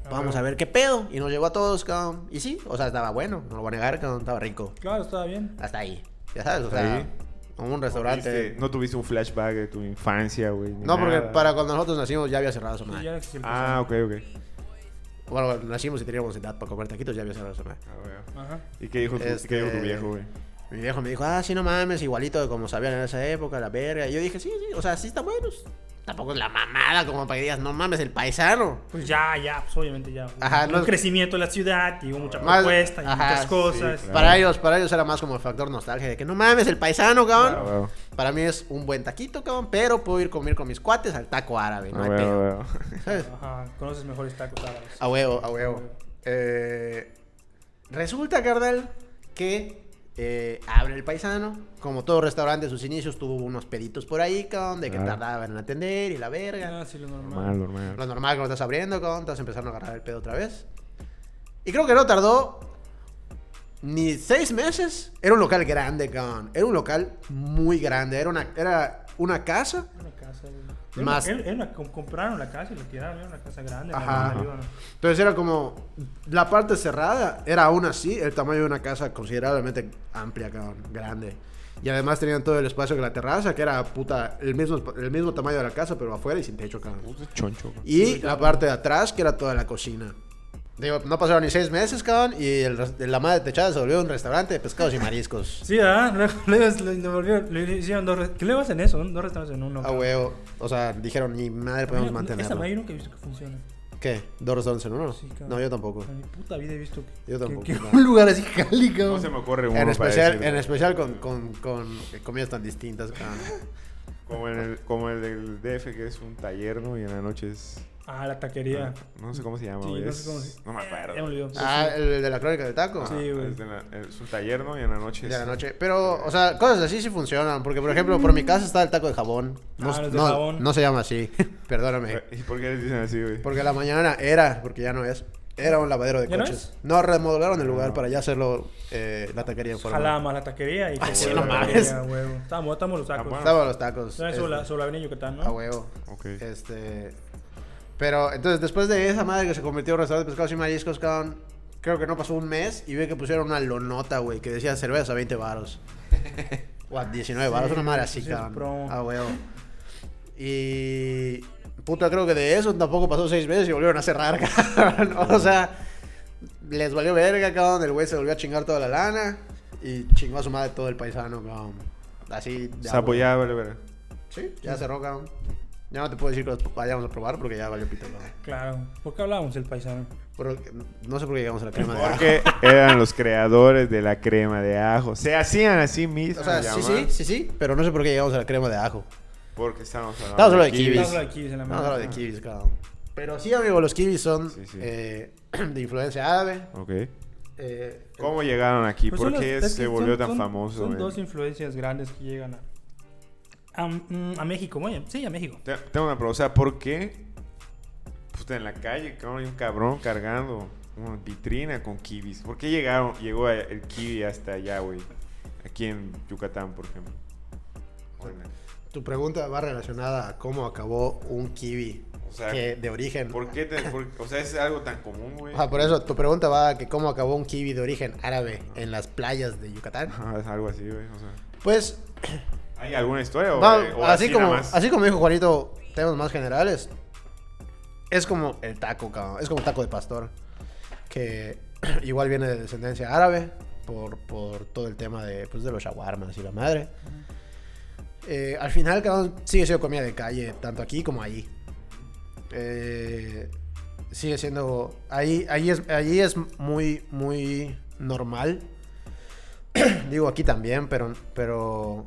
S1: Vamos a ver qué pedo. Y nos llevó a todos, cabrón. Y sí, o sea, estaba bueno, no lo voy a negar, cabrón, estaba rico.
S3: Claro, estaba bien.
S1: Hasta ahí. Ya sabes, o
S2: Hasta
S1: sea,
S2: ahí.
S1: un
S2: Viste,
S1: restaurante.
S2: No tuviste un flashback de tu infancia, güey. ni
S1: No, porque
S2: nada.
S1: para cuando nosotros nacimos ya había cerrado su
S3: Sí,
S1: madre.
S3: ya existía el
S2: Ah, ok, ok.
S1: Bueno, cuando nacimos y teníamos edad para comer taquitos, ya había cerrado esa madre.
S2: Ah, huevo.
S3: pasado. Ajá.
S2: ¿Y qué dijo tu,
S1: Este-
S2: qué dijo tu viejo, güey?
S1: Mi viejo me dijo, ah, sí, no mames, igualito de como sabían en esa época, la verga. Y yo dije, sí, sí, o sea, sí están buenos. Tampoco es la mamada como para que digas, no mames, el paisano.
S3: Pues ya, ya, pues obviamente ya.
S1: Ajá,
S3: un
S1: no es-
S3: crecimiento de la ciudad y hubo mucha
S1: Más-
S3: propuesta y
S1: ajá,
S3: muchas
S1: sí,
S3: cosas.
S2: claro.
S1: Para ellos, para ellos era más como el factor nostalgia de que no mames, el paisano, cabrón.
S2: Ah, huevo.
S1: Para mí es un buen taquito, cabrón, pero puedo ir a comer con mis cuates al taco árabe, no
S2: Ah,
S1: hay
S2: huevo,
S1: pedo.
S2: huevo. <laughs>
S1: ¿Sabes?
S3: Ajá, conoces mejores tacos
S1: Ah,
S3: árabes.
S1: A huevo, a huevo. Eh, resulta, carnal, que Eh, abre el paisano. Como todo restaurante, sus inicios tuvo unos peditos por ahí, con de que
S2: Claro.
S1: tardaban en atender y la verga.
S3: Ah, sí, lo
S2: Normal,
S3: normal.
S2: normal.
S1: Lo normal que lo estás abriendo, con todos empezaron a agarrar el pedo otra vez. Y creo que no tardó ni seis meses. Era un local grande, con. Era un local muy grande. Era una, era una casa.
S3: Una casa, güey. Era
S1: Más-
S3: una- era una- com- compraron la casa y la tiraron, era una casa grande. la
S1: Ajá.
S3: mandaron arriba.
S1: Entonces era como. La parte cerrada era aún así el tamaño de una casa considerablemente amplia, cabrón, grande. Y además tenían todo el espacio de la terraza, que era puta, el mismo, el mismo tamaño de la casa, pero afuera y sin techo, cabrón.
S2: Puto choncho. güey.
S1: Y la parte de atrás, que era toda la cocina. Digo, no pasaron ni seis meses, cabrón, y el res- la madre techada se volvió un restaurante de pescados y mariscos.
S3: Sí, ah, <laughs> luego, luego es- lo, lo volvieron- lo hicieron dos. re- ¿Qué le vas en eso? Dos restaurantes en uno.
S1: A Ah, huevo. O sea, dijeron, ni madre podemos
S3: Esta
S1: mantenerlo.
S3: madre yo nunca he visto que funcione.
S1: ¿Qué? ¿Dos restaurantes en uno?
S3: Sí, cabrón.
S1: No, yo tampoco.
S3: En mi puta vida he visto que,
S1: Yo
S3: que-
S1: tampoco,
S3: que
S1: no.
S3: <laughs> un lugar así jali, cabrón.
S2: No se me ocurre uno
S1: En
S2: para
S1: especial,
S2: decir,
S1: en especial con, con, con comidas tan distintas, Ah, cabrón.
S2: Como, en el, como el del DF, que es un taller, ¿no? Y en la noche es...
S3: Ah, la taquería.
S2: No sé cómo se llama,
S3: Sí,
S2: güey.
S3: no
S2: es-
S3: sé cómo se-
S2: no me acuerdo.
S3: Ya me olvidó.
S1: Ah, el de la crónica del taco.
S2: Ajá,
S3: Sí, güey.
S2: es, de la- es un taller, ¿no? Y en la noche
S1: De
S2: es...
S1: la noche. Pero, o sea, cosas así sí funcionan. Porque, por ejemplo, por mi casa está el taco de jabón. No,
S3: Ah, los de
S1: no,
S3: jabón.
S1: no se llama así. <laughs> Perdóname.
S2: Eh, ¿Y por qué les dicen así, güey?
S1: Porque la mañana era, porque ya no es. Era un lavadero de
S3: ¿Ya no Ah,
S1: coches. No, remodelaron el lugar
S2: No.
S1: para ya hacerlo eh, la taquería en forma.
S3: Jalaba más la taquería y
S1: Ah, sí,
S3: la
S1: no mames.
S3: taquería, huevo. Estamos, estamos los
S2: Ah,
S3: tacos.
S2: bueno.
S1: Estaban los tacos.
S3: No, es sobre, la,
S1: este,
S3: sobre la avenida Yucatán, ¿no?
S1: A huevo.
S2: Ok.
S1: Este. Pero entonces, después de esa madre que se convirtió en restaurante de pescados y mariscos, cabrón, creo que no pasó un mes y vi que pusieron una lonota, güey, que decía cerveza a 20 varos. o a 19 varos,
S3: Sí,
S1: una madre así,
S3: sí, es
S1: cabrón.
S3: promo.
S1: A huevo. Y. Puta, creo que de eso tampoco pasó seis meses y volvieron a cerrar, <laughs> cabrón. O sea, les valió verga, cabrón. El güey se volvió a chingar toda la lana y chingó a su madre todo el paisano, cabrón. Así. de a
S2: Sapo
S1: huevo.
S2: pues ya, vale, vale.
S1: Sí, ya cerró, cabrón. Ya no te puedo decir que los vayamos a probar porque ya valió pito, cabrón.
S3: Claro. ¿Por qué hablábamos del paisano?
S1: Pero, no sé por qué llegamos a la crema de ajo.
S2: Porque <laughs> eran los creadores de la crema de ajo. Se hacían así mismos.
S1: O sea, sí, sí, sí, sí, pero no sé por qué llegamos a la crema de ajo.
S2: Porque estábamos hablando.
S1: Estamos hablando de kiwis.
S3: Estamos hablando de kiwis en la
S1: No,
S3: mano.
S1: no, de kiwis, cabrón. Pero sí, amigo, los kiwis son
S2: Sí, sí.
S1: eh, <clears throat> de influencia árabe.
S2: Ok.
S1: eh,
S2: ¿Cómo llegaron aquí?
S3: Pues
S2: ¿Por
S3: son
S2: qué
S3: las- es
S2: se
S3: que
S2: volvió
S3: son-
S2: tan
S3: son-
S2: famoso?
S3: Son
S2: güey?
S3: dos influencias grandes que llegan a, a, mm, a México, muy- sí, a México. <clears throat>
S2: Te- Tengo una pregunta. O sea, ¿por qué? Puta, en la calle, cabrón, hay un cabrón cargando una vitrina con kiwis. ¿Por qué llegaron, llegó el kiwi hasta allá, güey? Aquí en Yucatán, por ejemplo. O en la-
S1: tu pregunta va relacionada a cómo acabó un kiwi
S2: O sea,
S1: que de origen.
S2: ¿Por qué? te- por- o sea, es algo tan común, güey.
S1: O sea, Ah, por eso tu pregunta va a que cómo acabó un kiwi de origen árabe en las playas de Yucatán.
S2: Ajá, es algo así, güey. O sea,
S1: Pues
S2: ¿Hay alguna historia o, eh,
S1: No,
S2: o
S1: así, como,
S2: nada más?
S1: así como dijo Juanito, temas más generales. Es como el taco, cabrón. Es como taco de pastor. Que <clears throat> igual viene de descendencia árabe. Por, por todo el tema de, pues, de los shawarmas y la madre. Eh, al final, cabrón, sigue siendo comida de calle, tanto aquí como allí. Eh, sigue siendo. Ahí, ahí, es, ahí es muy, muy normal. <clears throat> Digo aquí también, pero, pero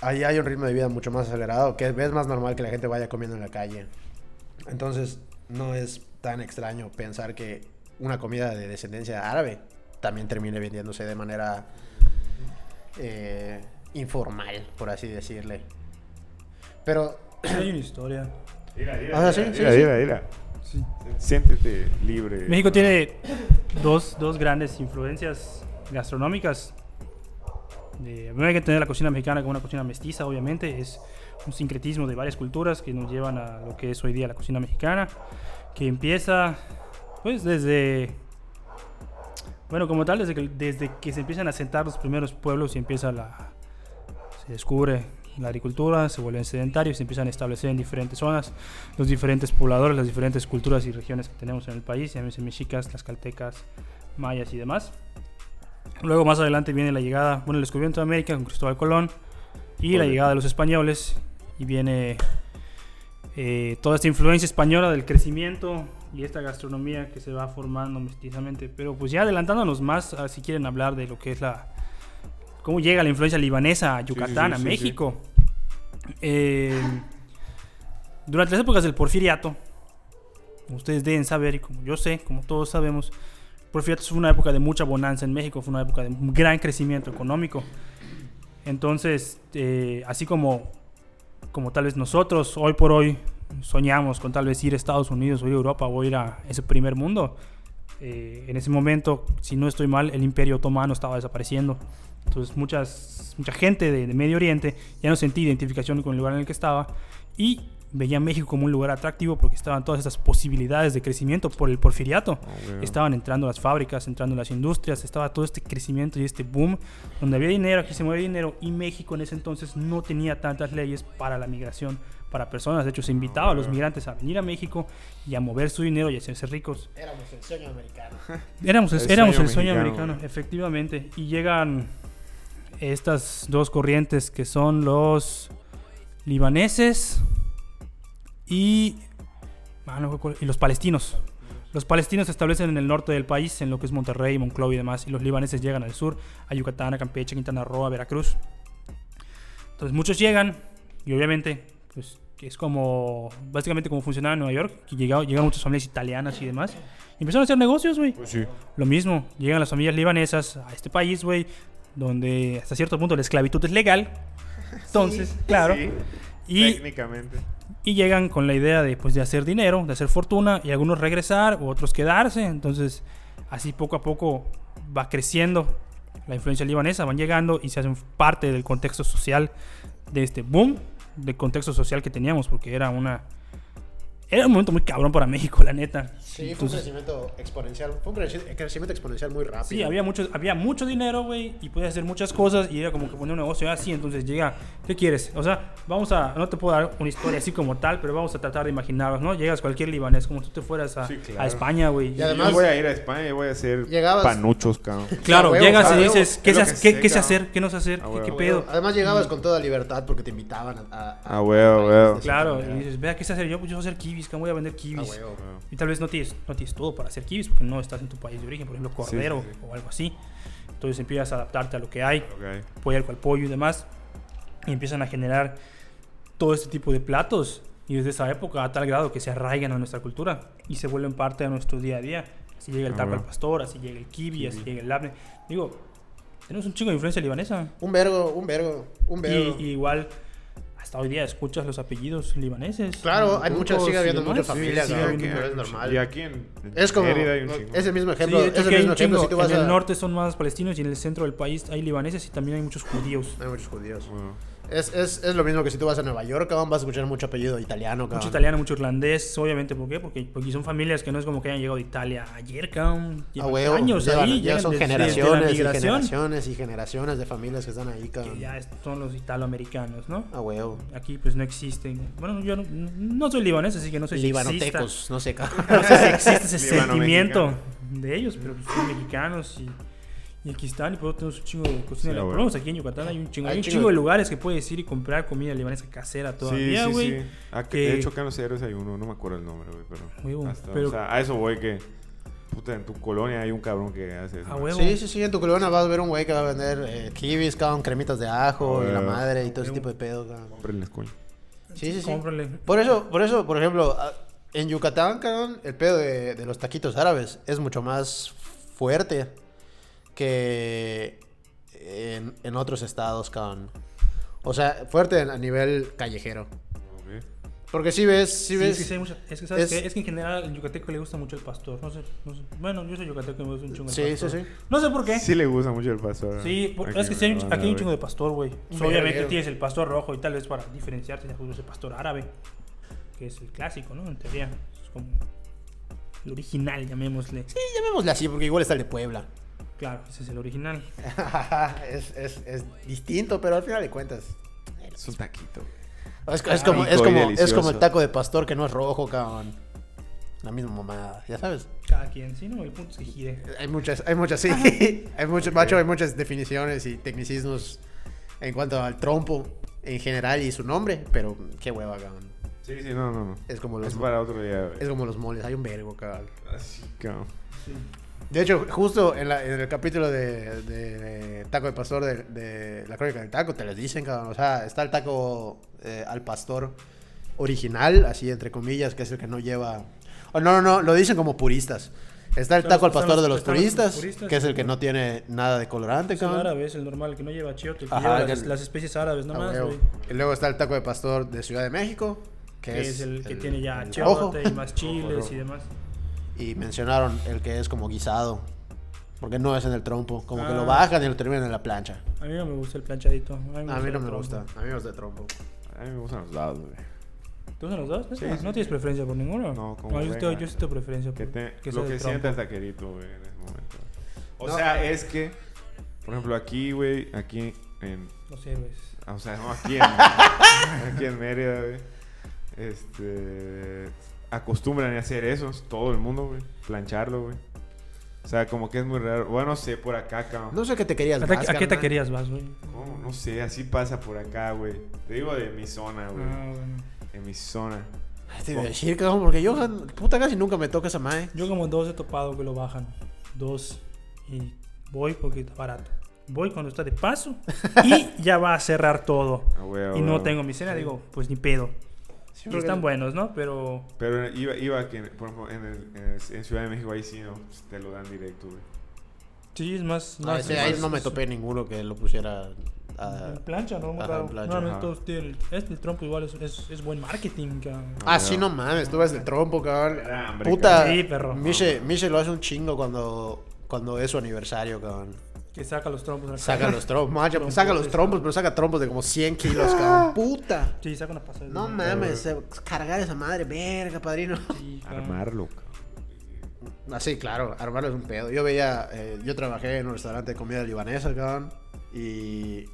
S1: ahí hay un ritmo de vida mucho más acelerado, que es más normal que la gente vaya comiendo en la calle. Entonces, no es tan extraño pensar que una comida de descendencia árabe también termine vendiéndose de manera eh, informal, por así decirle. Pero,
S3: Sí, hay una historia.
S2: Dila, dila,
S1: Ah, sí,
S2: dila,
S1: sí,
S2: dila,
S1: sí.
S2: dila, dila.
S3: Sí.
S2: Siéntete libre.
S3: México tiene dos, dos grandes influencias gastronómicas. Eh, no hay que tener la cocina mexicana como una cocina mestiza, obviamente. Es un sincretismo de varias culturas que nos llevan a lo que es hoy día la cocina mexicana, que empieza, pues, desde. Bueno, como tal, desde que, desde que se empiezan a sentar los primeros pueblos y empieza la. Se descubre la agricultura, se vuelven sedentarios, se empiezan a establecer en diferentes zonas los diferentes pobladores, las diferentes culturas y regiones que tenemos en el país, llámese mexicas, tlaxcaltecas, mayas y demás. Luego más adelante viene la llegada, bueno, el descubrimiento de América con Cristóbal Colón y la
S2: Correcto.
S3: llegada de los españoles y viene eh, toda esta influencia española del crecimiento y esta gastronomía que se va formando mestizamente. Pero pues ya adelantándonos más, ah, si quieren hablar de lo que es la... cómo llega la influencia libanesa a
S2: sí,
S3: Yucatán,
S2: sí,
S3: a
S2: sí, sí.
S3: México. Eh, durante las épocas del porfiriato, como ustedes deben saber y como yo sé, como todos sabemos, Por fíjate, fue una época de mucha bonanza en México, fue una época de un gran crecimiento económico. Entonces, eh, así como, como tal vez nosotros hoy por hoy soñamos con tal vez ir a Estados Unidos o ir a Europa o ir a ese primer mundo, eh, en ese momento, si no estoy mal, el imperio otomano estaba desapareciendo. Entonces muchas, mucha gente de, de Medio Oriente ya no sentía identificación con el lugar en el que estaba y veía a México como un lugar atractivo porque estaban todas estas posibilidades de crecimiento por el porfiriato.
S2: Obvio.
S3: Estaban entrando las fábricas, entrando las industrias, estaba todo este crecimiento y este boom. Donde había dinero, aquí se mueve dinero y México en ese entonces no tenía tantas leyes para la migración para personas. De hecho, se invitaba a los
S2: Obvio.
S3: migrantes a venir a México y a mover su dinero y a hacerse ricos.
S1: Éramos el sueño americano.
S3: Éramos el,
S2: El
S3: éramos
S2: sueño
S3: el sueño
S2: americano,
S3: americano,
S2: güey.
S3: efectivamente. Y llegan estas dos corrientes que son los libaneses y, ah, no, recuerdo- y los palestinos. Los palestinos se establecen en el norte del país, en lo que es Monterrey, Monclova y demás, y los libaneses llegan al sur, a Yucatán, a Campeche, Quintana Roo, a Veracruz. Entonces muchos llegan y obviamente pues, es como, básicamente como funcionaba en Nueva York, que llegaba- llegaban muchas familias italianas y demás, y empezaron a hacer negocios, güey.
S2: Pues sí.
S3: Lo mismo, llegan las familias libanesas a este país, güey, donde hasta cierto punto la esclavitud es
S1: <laughs>
S3: legal. Entonces, claro.
S2: Sí,
S3: Y,
S2: técnicamente.
S3: y llegan con la idea de, pues, de hacer dinero, de hacer fortuna, y algunos regresar, u otros quedarse. Entonces, así poco a poco va creciendo la influencia libanesa, van llegando y se hacen parte del contexto social de este boom, del contexto social que teníamos, porque era una... Era un momento muy cabrón para México, la neta.
S1: Sí, fue un
S3: Entonces-
S1: crecimiento exponencial. Fue un creci- crecimiento exponencial muy rápido.
S3: Sí, había mucho, había mucho dinero, güey, y podías hacer muchas cosas y era como que poner un negocio así, entonces llega, ¿qué quieres? O sea, vamos a, no te puedo dar una historia así como tal, pero vamos a tratar de imaginarlos, ¿no? Llegas cualquier libanés, como tú te fueras a,
S2: Sí, claro.
S3: a España, güey.
S1: Y además-
S2: yo voy a ir a España y voy a hacer
S1: Llegabas-
S2: panuchos, cabrón.
S3: Claro,
S1: A huevo,
S3: llegas
S1: a
S3: y
S1: huevo.
S3: dices, ¿qué,
S2: Es lo
S3: se-
S2: que
S3: qué-
S2: sé,
S3: qué se
S2: cabrón.
S3: hacer? ¿Qué no se hacer?
S2: A
S3: ¿Qué, qué
S2: huevo.
S3: pedo?
S1: Además llegabas con toda libertad porque te invitaban a...
S2: A huevo,
S1: países
S2: huevo.
S1: de cierta
S3: Claro, y
S1: manera.
S3: dices, vea, ¿qué se hacer? Yo, pues, yo voy a hacer kiwis, que voy a vender
S1: A
S3: kiwis.
S1: huevo.
S2: Ah,
S3: Y tal vez no tienes, no tienes todo para hacer kiwis porque no estás en tu país de origen, por ejemplo, cordero
S2: sí, sí.
S3: o algo así. Entonces empiezas a adaptarte a lo que hay.
S2: Ok.
S3: pollo al cual pollo y demás. Y empiezan a generar todo este tipo de platos. Y desde esa época, a tal grado que se arraigan a nuestra cultura y se vuelven parte de nuestro día a día. Así llega el
S2: Ah,
S3: taco al
S2: bueno.
S3: pastor, así llega el kibi, así llega el labne. Digo, tenemos un chico de influencia libanesa.
S1: Un vergo, un vergo, un
S3: Y,
S1: vergo.
S3: y igual, hasta hoy día escuchas los apellidos libaneses.
S1: Claro, hay
S3: turcos
S1: muchas, sigue
S3: y
S1: habiendo
S3: demás.
S1: muchas familias,
S3: Sí,
S1: ¿no?
S3: sigue
S1: que-
S3: habiendo-
S1: pero es normal.
S2: Y aquí en, en
S1: es como...
S2: Mérida hay un chingo.
S1: Es el mismo
S3: Sí,
S1: ejemplo.
S3: de hecho
S1: es
S3: que
S1: el
S3: hay un
S1: mismo ejemplo. Si
S3: chingo.
S1: tú vas
S3: en el
S1: a-
S3: norte son más palestinos y en el centro del país hay libaneses y también hay muchos judíos.
S1: Hay muchos judíos.
S3: Ah.
S2: Bueno,
S1: Es, es, es lo mismo que si tú vas a Nueva York, cabrón, vas a escuchar mucho apellido italiano, cabrón.
S3: Mucho italiano, mucho irlandés, obviamente, ¿por qué? Porque, porque son familias que no es como que hayan llegado de Italia ayer, cabrón. Llevan
S1: A Ah, huevo.
S3: años
S1: llevan-
S3: ahí,
S1: ya
S3: llegan
S1: son
S3: desde- desde la
S1: generaciones y
S3: migración,
S1: generaciones y generaciones de familias que están ahí,
S3: Que
S1: cabrón.
S3: ya es- son los italoamericanos, ¿no?
S1: A huevo.
S3: Aquí pues no existen. Bueno, yo no, no soy libanés, así que no soy sexista.
S1: Libanotecos, no sé, cabrón.
S3: <laughs> No sé si existe
S2: <laughs>
S3: ese sentimiento
S2: Libano-mexicano.
S3: de ellos, pero pues, son mexicanos y, y aquí están y por otro tenemos un chingo de cocina.
S2: Sí,
S3: por
S2: güey.
S3: lo menos aquí en Yucatán hay un chingo,
S1: Hay
S3: hay un
S1: chingo
S3: chingo de
S1: de-
S3: lugares que puedes ir y comprar comida libanesa casera
S2: sí,
S3: todavía,
S2: sí,
S3: güey.
S2: sí. Ah, que-
S3: que-
S2: De hecho, acá en los héroes hay uno, no me acuerdo el nombre, güey, pero.
S3: Huevo,
S2: hasta-
S3: pero-
S2: O sea, a eso, güey, que. Puta, en tu colonia hay un cabrón que hace eso.
S3: A huevo.
S1: Sí, sí, sí, en tu colonia vas a ver un güey que va a vender eh, kiwis, cabrón, cremitas de ajo y la
S2: Ah,
S1: madre y todo ese tipo de pedo, cabrón.
S2: Cómprenles, coño.
S1: Sí, sí, sí.
S3: Cómprale.
S1: Por eso, por eso, por ejemplo, a- en Yucatán, cabrón, el pedo de, de los taquitos árabes es mucho más fuerte que en, en otros estados, cabrón. O sea, fuerte a nivel callejero.
S2: Ok.
S1: Porque si ves, si
S3: Sí,
S1: ves...
S3: es, que sí hay mucha- es que, ¿sabes
S1: es-
S3: qué? Es que en general al yucateco le gusta mucho el pastor. No sé, no sé. Bueno, yo soy yucateco y me gusta un chingo el
S1: Sí,
S3: pastor.
S1: sí, sí.
S3: No sé por qué.
S2: Sí, le gusta mucho el pastor.
S3: Sí, por-
S2: Aquí
S3: es que sí hay un-
S2: en
S3: aquí hay un
S2: Guadalajara,
S3: chingo de pastor, güey.
S1: Un
S3: Obviamente
S1: verguero.
S3: tienes el pastor rojo y tal vez para diferenciarte tienes el pastor árabe, que es el clásico, ¿no? En teoría. Es como el original, llamémosle.
S1: Sí, llamémosle así, porque igual está el de Puebla.
S3: Claro, ese es el original.
S1: <laughs> es, es, es distinto, pero al final de cuentas...
S2: Es un taquito.
S1: Es, es como, es,
S2: Rico y
S1: como, es como
S2: delicioso.
S1: el taco de pastor que no es rojo, cabrón. La misma mamada, ya sabes.
S3: Cada quien, sí, ¿no? El punto es que gire.
S1: Hay muchas, hay muchas, sí. <laughs> hay muchos, macho, hay muchas definiciones y tecnicismos en cuanto al trompo en general y su nombre, pero qué hueva, cabrón.
S2: Sí, sí, no, no, no.
S1: Es como los,
S2: Es para otro día,
S1: es
S2: güey.
S1: como los moles, hay un vergo, cabrón.
S2: Así, cabrón.
S1: De hecho, justo en, la- en el capítulo de, de- de Taco de Pastor de, de la crónica del taco, te les dicen, cabrón. O sea, está el taco eh, al pastor original, así entre comillas, que es el que no lleva. Oh, no, no, no, lo dicen como puristas. Está el
S3: Están
S1: taco al
S3: los- están
S1: pastor de
S3: los-
S1: los
S3: están los
S1: turistas,
S3: turistas,
S1: que es el que
S3: ajá.
S1: no tiene nada de colorante,
S3: Es el
S1: cabrón.
S3: árabe, es el normal, el que no lleva chiote, el que
S1: Ajá,
S3: lleva
S1: el que-
S3: las, las especies árabes
S1: Ah,
S3: nomás,
S1: huevo.
S3: güey.
S1: Y luego está el taco de pastor de Ciudad de México, que,
S3: Que es el que tiene ya
S1: el rojo.
S3: chiote
S1: <laughs>
S3: y más chiles
S2: rojo.
S3: y demás.
S1: Y mencionaron el que es como guisado, porque no es en el trompo, como que
S3: Ah.
S1: lo bajan y lo terminan en la plancha.
S3: A mí no me gusta el planchadito. A mí,
S1: A mí
S3: el
S1: no me
S3: trompo.
S1: gusta, a mí me gusta el trompo.
S2: A mí me gustan los dados, güey.
S3: ¿Tú son los dos? ¿Neta?
S2: Sí,
S3: ¿No
S2: sí.
S3: tienes preferencia por ninguno?
S2: No, como
S3: yo, sí tengo,
S2: venga.
S3: yo sí tengo preferencia
S2: Que
S3: por
S2: te-
S3: sea
S2: lo que
S3: de
S2: sienta el
S3: trompo.
S2: taquerito, güey, en ese momento. O
S1: No.
S2: sea, es que, por ejemplo, aquí, güey, aquí en.
S3: No sé, güey.
S2: ah, O sea, no, aquí en, <laughs> aquí en Mérida, güey. Este. Acostumbran a hacer eso, todo el mundo, güey. Plancharlo, güey. O sea, como que es muy raro. Bueno, no sé, por acá, cabrón.
S1: No sé qué te querías
S3: ¿A,
S1: más,
S3: ta- a qué
S1: carnal.
S3: taquerías vas, güey?
S2: ¿Cómo? No sé, así pasa por acá, güey. Te digo de mi zona,
S3: Ah,
S2: güey.
S3: bueno.
S2: En mi zona.
S1: Ay, Te iba a Este, decir, cabrón, porque yo ja- puta casi nunca me toca esa madre.
S3: Yo como dos he topado que lo bajan. Dos. Y voy porque está barato. Voy cuando está de paso
S2: <laughs>
S3: y ya va a cerrar todo.
S2: Ah, güey, ah,
S3: Y
S2: güey, ah,
S3: no
S2: güey.
S3: tengo mi cena, digo, pues ni pedo. Y
S1: porque-
S3: están buenos, ¿no? Pero
S2: Pero iba, iba que, por ejemplo, en, el- en el- en Ciudad de México ahí sí no, pues, te lo dan directo, güey.
S3: sí, es más...
S2: Ah,
S1: No,
S3: más-
S1: ese, ahí
S3: más-
S1: no me topé ninguno que lo pusiera a...
S3: En plancha, ¿no? Muy
S1: Ajá,
S3: raro.
S1: en plancha,
S3: Normalmente
S2: ajá.
S3: todos tienen- Este, el trompo igual es, es- es buen marketing, cabrón.
S1: Ah, sí, no mames, tú ves el trompo, cabrón.
S2: Era hambre,
S1: Puta,
S3: cabrón. Sí, perro.
S1: Miche, Miche lo hace un chingo cuando, cuando es su aniversario, cabrón.
S3: Que saca los trompos. de la
S1: Saca
S3: caja.
S1: los trompos, macho, pues
S3: Trompos,
S1: saca los
S3: sí. Ah.
S1: trompos, pero saca trompos de como 100 kilos, cabrón. Puta.
S3: <laughs> Sí, saca una pasada.
S1: No mames, eh, cargar esa madre, verga, padrino.
S3: Sí, cabrón.
S2: Armarlo, cabrón.
S1: Así, Ah, claro, armarlo es un pedo. Yo veía, eh, yo trabajé en un restaurante de comida libanesa, cabrón. Y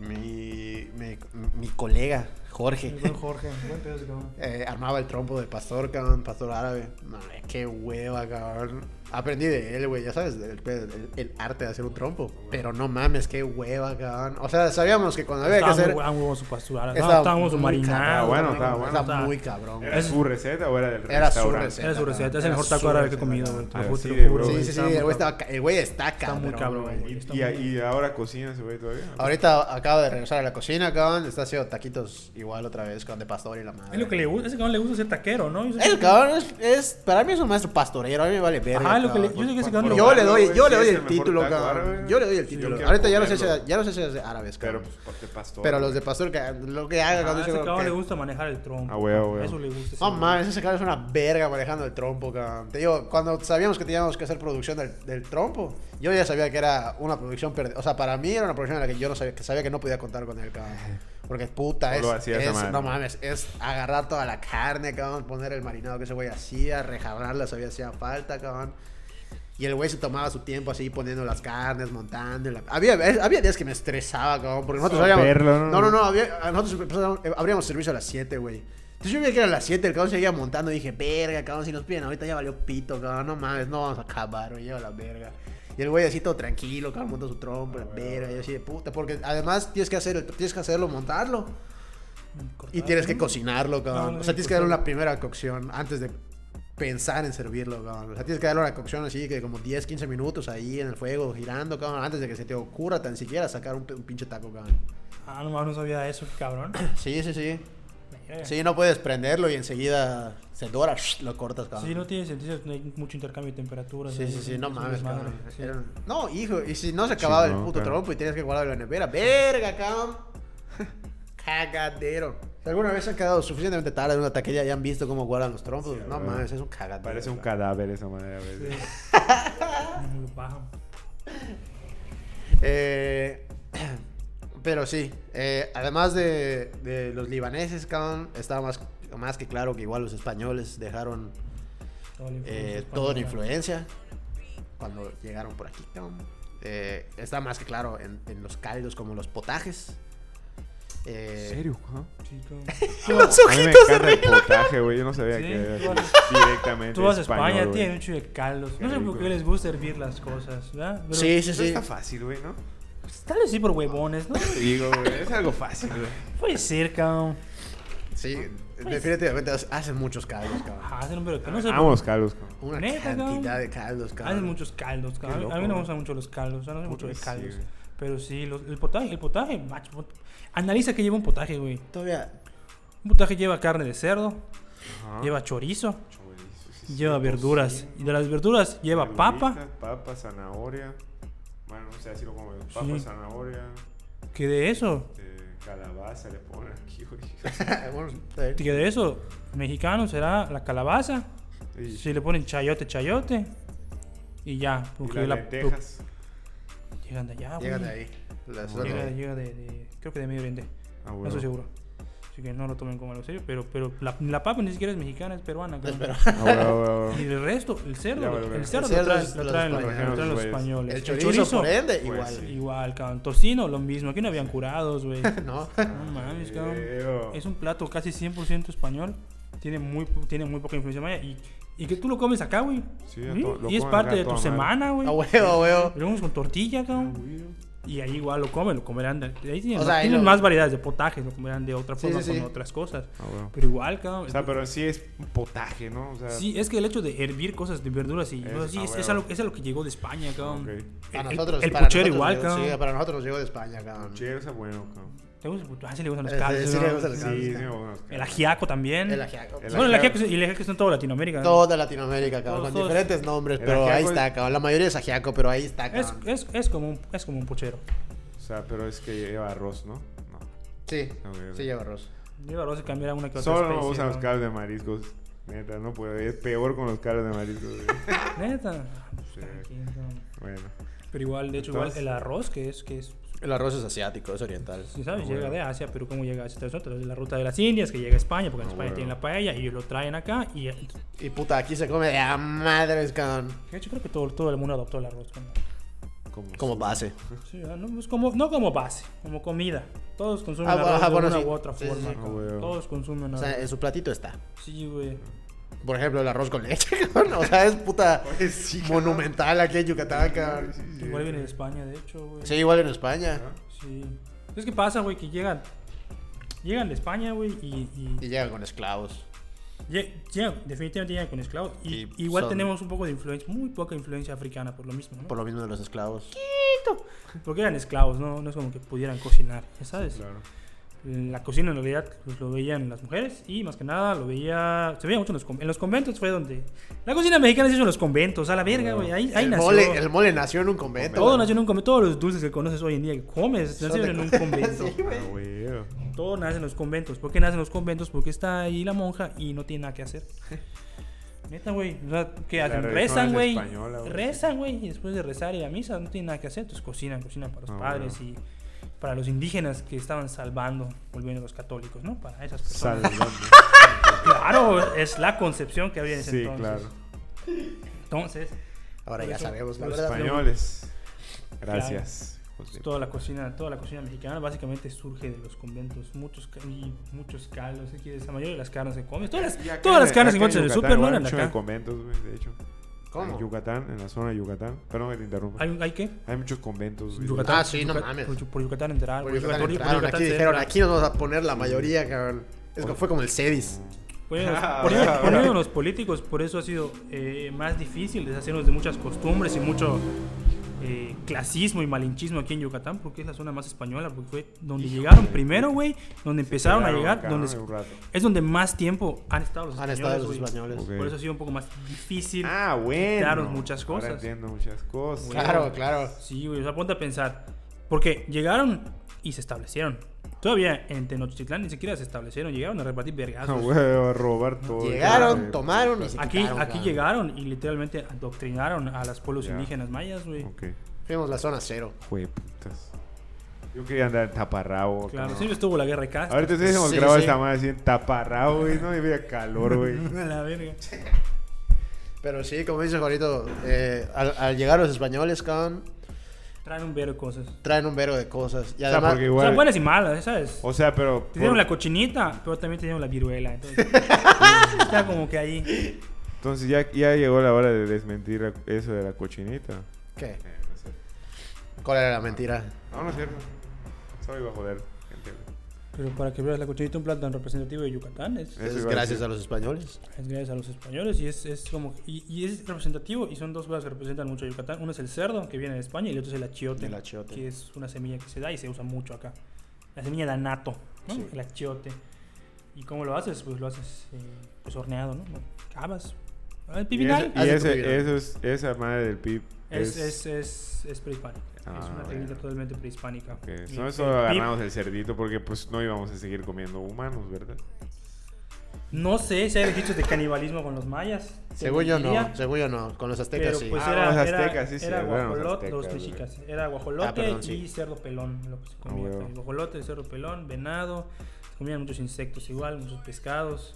S1: mi, mi, mi colega, Jorge,
S3: El buen Jorge. Buen pedo, ese cabrón.
S1: <laughs> eh, armaba el trompo de pastor, cabrón, pastor árabe. No, qué hueva, cabrón. Aprendí de él, güey, ya sabes, el, pedo, el- el arte de hacer un trompo. Pero no mames, qué hueva, cabrón. O sea, sabíamos que cuando había que
S3: Estaba muy
S1: hacer...
S3: guau, huevo su pastura.
S1: estaba
S3: Estaba, estábamos
S1: muy
S3: marinado.
S1: cabrón,
S2: bueno,
S1: güey,
S2: estaba bueno.
S1: Estaba
S3: Estaba-
S1: muy cabrón.
S2: ¿Era
S3: Es-
S2: su receta o era del
S1: Era su
S2: restaurante?
S1: receta.
S3: Era su receta. Es el
S1: Era
S3: mejor
S1: su
S3: taco árabe que he
S1: receta,
S3: comido,
S1: cabrón.
S3: güey. Te
S2: Ah,
S3: lo juro,
S2: sí,
S3: te lo juro,
S2: güey.
S1: Sí, sí,
S3: güey.
S1: sí,
S3: Estaba muy
S1: el güey,
S3: cabrón.
S1: estaba ca- el güey está
S3: Está muy
S1: cabrón,
S3: cabrón,
S1: güey.
S3: güey.
S2: Y, y- y ahora cocina ese güey todavía.
S1: Ahorita acaba de regresar a la cocina, cabrón. Está haciendo taquitos igual otra vez con de pastor y la madre.
S3: Es lo que le gusta. Ese cabrón le gusta ser taquero, ¿no? Yo sé
S1: El
S3: que-
S1: cabrón es, es- Para mí es un maestro pastorero. A mí me vale verga.
S3: Ajá, lo que le-
S1: cabrón.
S3: yo sé que ese
S2: Por-
S3: cabrón
S2: por-
S1: Yo le doy,
S2: güey,
S1: yo
S2: sí
S1: le doy
S2: es
S1: el
S2: el mejor
S1: título,
S2: taco
S1: cabrón.
S2: árabe.
S1: Yo le doy el
S2: Sí, yo
S1: título.
S2: quiero
S1: Ahorita ya no sé si
S2: comerlo.
S1: ya no sé si es de árabes,
S2: Pero
S1: cabrón.
S2: pues, porque pastor.
S1: Pero, los de pastor, que- lo que haga
S3: Ah,
S1: cuando
S3: ese
S1: dice,
S3: cabrón
S1: que-
S3: le gusta manejar el trompo.
S2: Ah, güey, ah, güey.
S3: Eso le gusta. ese
S1: No
S3: güey.
S1: mames, ese cabrón es una verga manejando el trompo, cabrón. Te digo, cuando sabíamos que teníamos que hacer producción del, del trompo, yo ya sabía que era una producción perdida. O sea, para mí era una producción en la que yo no sabía que, sabía que no podía contar con él, cabrón. Porque puta,
S2: No
S1: es,
S2: lo hacía esa
S1: es-
S2: madre.
S1: no mames, es agarrar toda la carne, cabrón, poner el marinado que ese güey hacía, rejabarla, sabía hacía falta, cabrón. Y el güey se tomaba su tiempo así poniendo las carnes, montando. y la- Había, eh, había días que me estresaba, cabrón, porque nosotros
S2: Solo
S1: habíamos...
S2: verlo, ¿no?
S1: No, no, no, había- a nosotros empezábamos- eh, abríamos servicio a las 7, güey. Entonces yo veía que era a las 7, el cabrón seguía montando y dije, verga, cabrón, si nos piden ahorita ya valió pito, cabrón, no mames, no vamos a acabar, güey, lleva la verga. Y el güey así todo tranquilo, cabrón, monta su trompo, la verga, y así de puta, porque además tienes que, hacer, el- tienes que hacerlo, montarlo, y
S3: Cortar,
S1: tienes que
S3: ¿no?
S1: cocinarlo,
S3: Ah, No,
S1: cabrón.
S3: no,
S1: O sea,
S3: no,
S1: tienes que darle
S3: no.
S1: una primera cocción antes de pensar en servirlo, cabrón. O sea, tienes que darle una cocción así que como 10, 15 minutos ahí en el fuego, girando, cabrón, antes de que se te ocurra tan siquiera sacar un, pe- un pinche taco, cabrón.
S3: Ah, no mames, no sabía eso,
S1: <clears throat>
S3: cabrón.
S1: Sí, sí, sí.
S3: Verga.
S1: Sí, no puedes prenderlo y enseguida se dora, sh, lo cortas, cabrón.
S3: Sí, no tiene sentido, no hay mucho intercambio de temperaturas.
S1: Sí,
S3: ahí,
S1: sí, sí, no
S3: es un
S1: mames,
S3: desmadre,
S1: cabrón.
S3: sí.
S1: Era- No, hijo, y si no se acababa
S2: Sí,
S1: el
S2: no,
S1: puto
S2: claro.
S1: trompo y tenías que guardarlo en la nevera, verga, cabrón. <laughs> Cagadero. Si alguna vez se han quedado suficientemente tarde en una taquería y han visto cómo guardan los trompos,
S2: Sí,
S1: no
S2: güey.
S1: mames, es un cagadero.
S2: Parece un
S1: cagadero.
S2: cadáver esa madre a veces.
S3: Me lo bajan.
S1: Eh, <clears throat> pero sí, eh, además de, de los libaneses, cabrón, estaba más, más que claro que igual los españoles dejaron
S3: Todo la influencia
S1: eh, todo en
S3: española.
S1: influencia cuando llegaron por aquí. cabrón. Eh, está más que claro en, en los cálidos como los potajes. Eh,
S2: ¿En serio, cabrón?
S3: Sí,
S1: <laughs>
S3: cabrón.
S1: Los
S2: A mí me
S1: ojitos de
S2: encanta el potaje, güey. Yo no sabía
S3: Sí,
S2: que era
S3: tú vas-
S2: directamente
S3: Tú vas a
S2: español,
S3: España,
S2: güey.
S3: tienen mucho de caldos. No sé por qué
S2: ridículo.
S3: les gusta hervir las cosas, ¿verdad? Pero-
S1: Sí, sí,
S2: Eso
S1: sí.
S2: está fácil, güey, ¿no?
S3: pues, tal vez sí por huevones, ¿no?
S2: Te digo, güey. Es algo fácil, güey.
S3: Puede ser, cabrón.
S1: Sí,
S3: pues.
S1: definitivamente hacen muchos caldos, cabrón.
S3: Ajá, hacen un pero que no sé.
S2: Vamos, Carlos, cabrón.
S1: Una
S3: Neta, cabrón.
S1: cantidad de caldos,
S3: por-
S1: cabrón.
S3: Hacen muchos caldos, cabrón.
S2: Qué loco,
S3: a mí no me
S2: güey.
S3: gustan mucho los caldos, o sea, no sé
S2: Puta
S3: mucho de
S2: que sí,
S3: caldos.
S2: güey.
S3: pero sí, los- el potaje, el potaje, macho. pot- Analiza que lleva un potaje, güey.
S1: Todavía <laughs>
S3: Un potaje lleva carne de cerdo,
S2: Ajá.
S3: lleva chorizo,
S2: Chorizo, sí, pues,
S3: Lleva verduras. Y de las verduras lleva papa,
S2: verdurita, Papa, zanahoria. Bueno, no sé, así lo como. yo. Papa,
S3: Sí.
S2: zanahoria,
S3: que de eso,
S2: este, calabaza le ponen aquí,
S3: <laughs>
S2: güey.
S1: Bueno, está bien.
S3: que de eso, mexicano será la calabaza.
S2: Y,
S3: Si le ponen chayote, chayote. Y ya,
S2: y
S3: porque
S2: las
S3: la-
S2: lentejas.
S3: Llegan de allá, güey.
S1: Llega de ahí. Las
S2: Bueno.
S3: Llega,
S1: otras-
S3: llega de, de- Creo que de Medio Oriente.
S2: Ah,
S3: No estoy
S2: bueno.
S3: seguro. Así que no lo tomen como algo serio. Pero, pero la, la papa ni siquiera es mexicana, es peruana. creo.
S2: Ah, bueno, bueno,
S3: Y
S2: bueno.
S3: el resto, el
S2: Ya,
S3: cerdo.
S2: bueno,
S3: el
S2: bueno.
S3: cerdo
S1: El cerdo
S3: lo traen,
S1: es
S3: lo
S1: los
S3: traen los,
S1: españoles.
S3: lo traen los
S2: Los
S3: españoles.
S1: El chorizo, por ende,
S2: Pues,
S1: igual.
S2: sí.
S3: Igual, cabrón. Tocino, lo mismo. Aquí no habían
S1: <laughs>
S3: curados, güey.
S1: No.
S3: No mames, cabrón.
S2: Diego.
S3: ah, Es un plato casi 100% español. Tiene muy, po- tiene muy poca influencia maya. Y, y que tú lo comes acá, güey.
S2: Sí,
S3: Sí,
S2: a to- lo
S3: ¿Mm? Y es
S2: comen
S3: parte
S2: acá
S3: de tu
S2: toda madre. Ah,
S3: semana, <laughs> güey.
S1: A huevo, a huevo.
S3: Lo comemos con tortilla, cabrón.
S2: Güey.
S3: Y ahí igual lo comen, lo comerán. De, ahí tienen,
S1: O
S3: más,
S1: sea, ahí
S3: tienen
S1: lo-
S3: más variedades de potajes, lo comerán de otra
S1: Sí,
S3: forma
S1: sí, sí.
S3: con otras cosas.
S2: Ah, bueno.
S3: Pero igual, cabrón.
S2: O sea, pero sí es un potaje, ¿no? O sea,
S3: Sí, es que el hecho de hervir cosas de verduras y
S2: Es-
S3: cosas así,
S2: ah,
S3: es,
S2: bueno.
S3: es a lo, es a lo que llegó de España, cabrón.
S2: Ok.
S1: Para
S3: El- el-
S1: nosotros,
S3: el
S1: para
S3: puchero
S1: nosotros
S3: igual,
S1: llegó-
S3: cabrón.
S1: Sí, para nosotros nos llegó de España, cabrón.
S2: Chile está bueno, cabrón.
S3: ¿Te gusta el puto? Ah, sí le gustan los
S1: Eh,
S3: caldos.
S1: sí, sí,
S3: ¿no?
S1: le gustan los
S2: Sí,
S1: caldos,
S2: sí,
S1: cabrón.
S2: bueno, los
S3: El
S2: caldos.
S3: ajiaco también.
S1: El ajiaco.
S2: El
S3: bueno, el
S2: ajiaco.
S3: ajiaco es- y el ajiaco está en toda Latinoamérica. ¿no?
S1: Toda Latinoamérica, cabrón.
S3: Todos,
S1: con
S3: todos.
S1: diferentes nombres,
S2: El
S1: pero ahí
S2: ajiaco es-
S1: está, cabrón. La mayoría es ajiaco, pero ahí está,
S3: Es,
S2: Ah.
S1: cabrón.
S3: es, es, como un, es como un puchero.
S2: O sea, pero es que lleva arroz, ¿no? No.
S1: Sí,
S2: Ah, Ok, ok.
S1: sí lleva arroz.
S3: Yo ahora se cambiará una que otra
S2: Solo no
S3: especie,
S2: usan los
S3: ¿no?
S2: caldos de mariscos. Neta, no puedo. Es peor con los caldos de mariscos.
S3: <laughs>
S2: güey.
S3: Neta.
S2: Sí.
S3: Cada quien, cabrón.
S2: Bueno.
S3: Pero igual, de hecho,
S2: Entonces-
S3: igual el arroz, que es, que es
S1: El arroz es asiático, es oriental.
S3: Sí, ¿sabes?
S2: Ah,
S3: llega
S2: bueno.
S3: de Asia, pero ¿cómo llega a Asia? Nosotros, la ruta de las Indias, que llega a España, porque en
S2: Ah,
S3: España
S2: bueno.
S3: tienen la paella, y ellos lo traen acá, y... eh, De
S1: Y puta, aquí se come de a madres, cabrón.
S3: hecho, creo que todo, todo el mundo adoptó el arroz.
S2: <laughs>
S3: como-
S1: Como base.
S3: Sí, ah, no, es como, no como base, como comida. Todos consumen
S1: Ah,
S3: arroz
S1: ajá,
S3: de
S1: bueno,
S3: una
S1: sí.
S3: u otra
S1: Sí, sí,
S3: forma.
S1: sí.
S3: como-
S2: Ah, bueno.
S3: Todos consumen
S1: O
S3: arroz.
S1: sea, en su platito está.
S3: sí, güey.
S1: Por ejemplo, el arroz con leche, <laughs> cabrón. O sea, es puta
S2: Oye, sí, cabrón.
S1: monumental aquí en Yucatán, cabrón.
S3: Igual viene de España, de hecho, güey.
S1: Sí, igual en España.
S3: Sí. Es que pasa, güey, que llegan... Llegan de España, güey, y- y
S1: Y llegan con esclavos.
S3: Lle- Llegan, definitivamente llegan con esclavos. Y,
S1: Y
S3: igual
S1: son-
S3: tenemos un poco de influencia, muy poca influencia africana por lo mismo, ¿no?
S1: Por lo mismo de los esclavos.
S3: Porque eran esclavos, ¿no? No es como que pudieran cocinar, ya sabes.
S2: Claro.
S3: La cocina en realidad pues, lo veían las mujeres y más que nada lo veía... Se veía mucho en los, con- en los conventos, fue donde... La cocina mexicana se hizo en los conventos, a la verga, güey. Ahí, ahí
S1: el,
S3: nació.
S1: mole, el mole nació en un convento.
S3: Todo
S1: güey.
S3: nació en un convento, todos los dulces que conoces hoy en día que comes
S1: Son
S3: nacieron
S1: de-
S3: en un convento.
S1: <laughs> Sí, güey.
S2: Ah, güey.
S3: Pues, Todo nace en los conventos. ¿Por qué nace en los conventos? Porque está ahí la monja y no tiene nada
S2: <laughs>
S3: que hacer. Neta, güey. O sea, ¿qué
S2: La
S3: hacen?
S2: religión
S3: Rezan,
S2: es
S3: güey.
S2: española, güey.
S3: Rezan, güey. Y después de rezar y la misa no tienen nada que hacer. Entonces cocinan, cocinan para los
S2: Ah,
S3: padres y para los indígenas que estaban salvando, volviendo a los católicos, ¿no? Para esas personas.
S2: Saludable.
S3: Claro, es la concepción que había en ese
S2: Sí,
S3: entonces.
S2: claro.
S3: Entonces,
S1: Ahora
S3: Por
S1: ya
S3: eso,
S1: sabemos, la
S2: Los
S1: verdad.
S2: españoles. Gracias. Pues, José.
S3: toda la cocina, toda la cocina mexicana básicamente surge de los conventos, muchos ca- y muchos caldos, aquí la mayoría de las carnes se comen, todas
S2: Y
S3: las,
S2: acá
S3: todas las carnes que
S2: acá
S3: encuentras en el
S2: Yucatán,
S3: super no
S2: igual
S3: eran
S2: hay
S3: de
S2: un chingo de
S3: acá.
S2: conventos, güey, de hecho. En
S1: ¿Cómo?
S2: Yucatán, en la zona de Yucatán. Perdón que te interrumpa.
S3: ¿Hay, hay qué?
S2: Hay muchos conventos, güey.
S1: Yucatán. Ah, sí, no
S3: Yucat-
S1: mames.
S3: Por, por Yucatán entrar.
S1: Por Yucatán
S3: por
S1: entraron,
S3: Yucatán
S1: aquí
S3: se
S1: dijeron,
S3: entra.
S1: aquí nos vamos a poner la mayoría, cabrón. Es que fue como el Cedis.
S3: Pues,
S1: <laughs>
S3: Por ello los-
S2: Ah,
S3: por ello-
S2: ahora,
S3: por ello
S2: ahora.
S3: los políticos, por eso ha sido eh, más difícil deshacernos de muchas costumbres y mucho eh, clasismo y malinchismo aquí en Yucatán, porque es la zona más española, porque fue donde
S2: Híjole,
S3: llegaron
S2: güey.
S3: primero, güey, donde empezaron a
S2: Llegaron
S3: llegar,
S2: acá,
S3: donde
S2: ¿no? un rato.
S3: es donde más tiempo han estado los
S1: Han
S3: españoles.
S1: estado los
S3: güey.
S1: españoles.
S2: Ok.
S3: Por eso ha sido un poco más difícil.
S2: Ah, bueno.
S3: Quitaron muchas cosas.
S2: Ahora entiendo muchas cosas.
S3: Güey.
S1: Claro, claro.
S3: Sí, güey, o sea, ponte a pensar. Porque llegaron y se establecieron. Todavía en Tenochtitlán ni siquiera se establecieron, llegaron a repartir
S2: <laughs> Ah,
S3: vergazos.
S2: güey, <laughs> a robar todo.
S1: Llegaron,
S2: Eh,
S1: tomaron y se
S3: Aquí,
S1: quitaron,
S3: aquí
S1: cabrón.
S3: llegaron y literalmente adoctrinaron a los pueblos
S2: Ya.
S3: indígenas mayas, güey.
S2: Ok.
S1: Fuimos la zona cero.
S2: Jue putas. Yo quería andar en taparrabo.
S3: Claro,
S2: cabrón.
S3: siempre estuvo la guerra de castas.
S2: Ahorita ustedes hemos
S1: Sí,
S2: grabado
S1: sí.
S2: esta madre así en taparrabo, güey, ¿no? Y veía calor,
S3: <laughs>
S2: güey.
S3: A la verga.
S1: Pero sí, como dice Juanito, eh, al, al llegar los españoles, cabrón,
S3: Traen un vero de cosas.
S1: traen un vero de cosas. Y
S2: O sea,
S1: además,
S2: porque
S3: O sea,
S2: igual-
S3: buenas y malas, ¿sabes?
S2: O sea, pero.
S3: Te dieron
S2: por-
S3: la cochinita, pero también te dieron la
S2: <laughs>
S3: viruela. Entonces, está como que ahí.
S2: Entonces ya, ya llegó la hora de desmentir la- eso de la cochinita.
S1: ¿qué?
S2: Eh, no sé.
S1: ¿Cuál era la mentira?
S2: No, no es cierto. Solo iba a joder, gente. güey.
S3: Pero para que veas la cochinita, un plato tan representativo de Yucatán, es,
S2: Eso
S1: Es
S2: iba a
S1: gracias
S2: decir.
S1: a los españoles.
S3: Es gracias a los españoles y es, es como y, y es representativo y son dos cosas que representan mucho a Yucatán. Uno es el cerdo que viene de España y el otro es el achiote,
S1: El achiote.
S3: que es una semilla que se da y se usa mucho acá. La semilla de anato, ¿no?
S1: Sí.
S3: el achiote. ¿Y cómo lo haces? Pues lo haces eh, pues horneado, ¿no? Cavas, El
S2: Y,
S3: pibinal
S2: eso- y
S1: Ah, sí,
S2: ese-
S1: prohibido.
S2: eso es- esa madre del pib
S3: es, es, es, es prehispánica.
S2: Ah,
S3: es una
S2: bueno.
S3: técnica totalmente prehispánica.
S2: que es-
S3: Y
S2: No
S3: el
S2: solo
S3: pib-
S2: agarramos el cerdito porque pues no íbamos a seguir comiendo humanos, ¿verdad?
S3: No sé si hay registros de canibalismo con los mayas.
S1: Según yo
S3: Entendería,
S1: no, según yo no. Con los aztecas
S3: Pero
S1: sí.
S3: pues
S2: Ah,
S3: era,
S2: los
S3: era-
S2: aztecas, sí, sí,
S3: era
S2: eran los
S3: guajolote, los
S2: aztecas, güey. Ah,
S3: mexicas. Era guajolote
S1: Ah, perdón,
S3: y
S1: sí.
S3: cerdo pelón. Lo que se comía.
S2: huevo.
S3: guajolote, cerdo pelón, venado. Se comían muchos insectos igual, muchos pescados.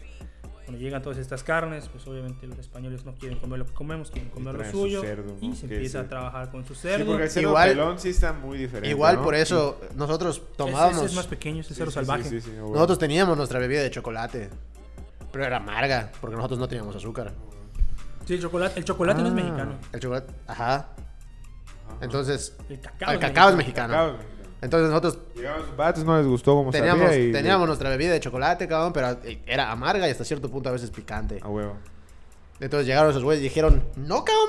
S3: Cuando llegan todas estas carnes, pues obviamente los españoles no quieren comer lo que comemos, quieren comer lo
S2: traen su
S3: suyo.
S2: cerdo,
S3: y
S2: ¿no?
S3: se
S2: Que
S3: empieza
S2: sí.
S3: a trabajar con su
S2: Sí,
S3: cerdo.
S2: porque el cerdo
S1: Igual-
S2: pelón sí está muy diferente.
S1: Igual
S2: ¿no?
S1: por eso nosotros
S3: Ese-
S1: tomábamos.
S3: ese es más pequeño, ese
S2: Sí,
S3: cerdo
S2: sí, sí,
S3: salvaje.
S2: sí, sí, güey.
S1: Nosotros teníamos nuestra bebida de chocolate. Pero era amarga, porque nosotros no teníamos azúcar.
S3: Sí, el chocolate, el chocolate no es
S2: Ah.
S3: mexicano.
S1: El chocolate, ajá. Entonces,
S3: El cacao.
S1: el
S3: es
S1: cacao es
S3: mexicano.
S1: mexicano.
S2: Claro, claro.
S1: Entonces nosotros
S2: Llegaron sus vatos, no les gustó como
S1: teníamos,
S2: sabía y...
S1: teníamos nuestra bebida de chocolate, cabrón, pero eh, era amarga y hasta cierto punto a veces picante.
S2: A huevo.
S1: Entonces llegaron esos güeyes y dijeron, no, cabrón,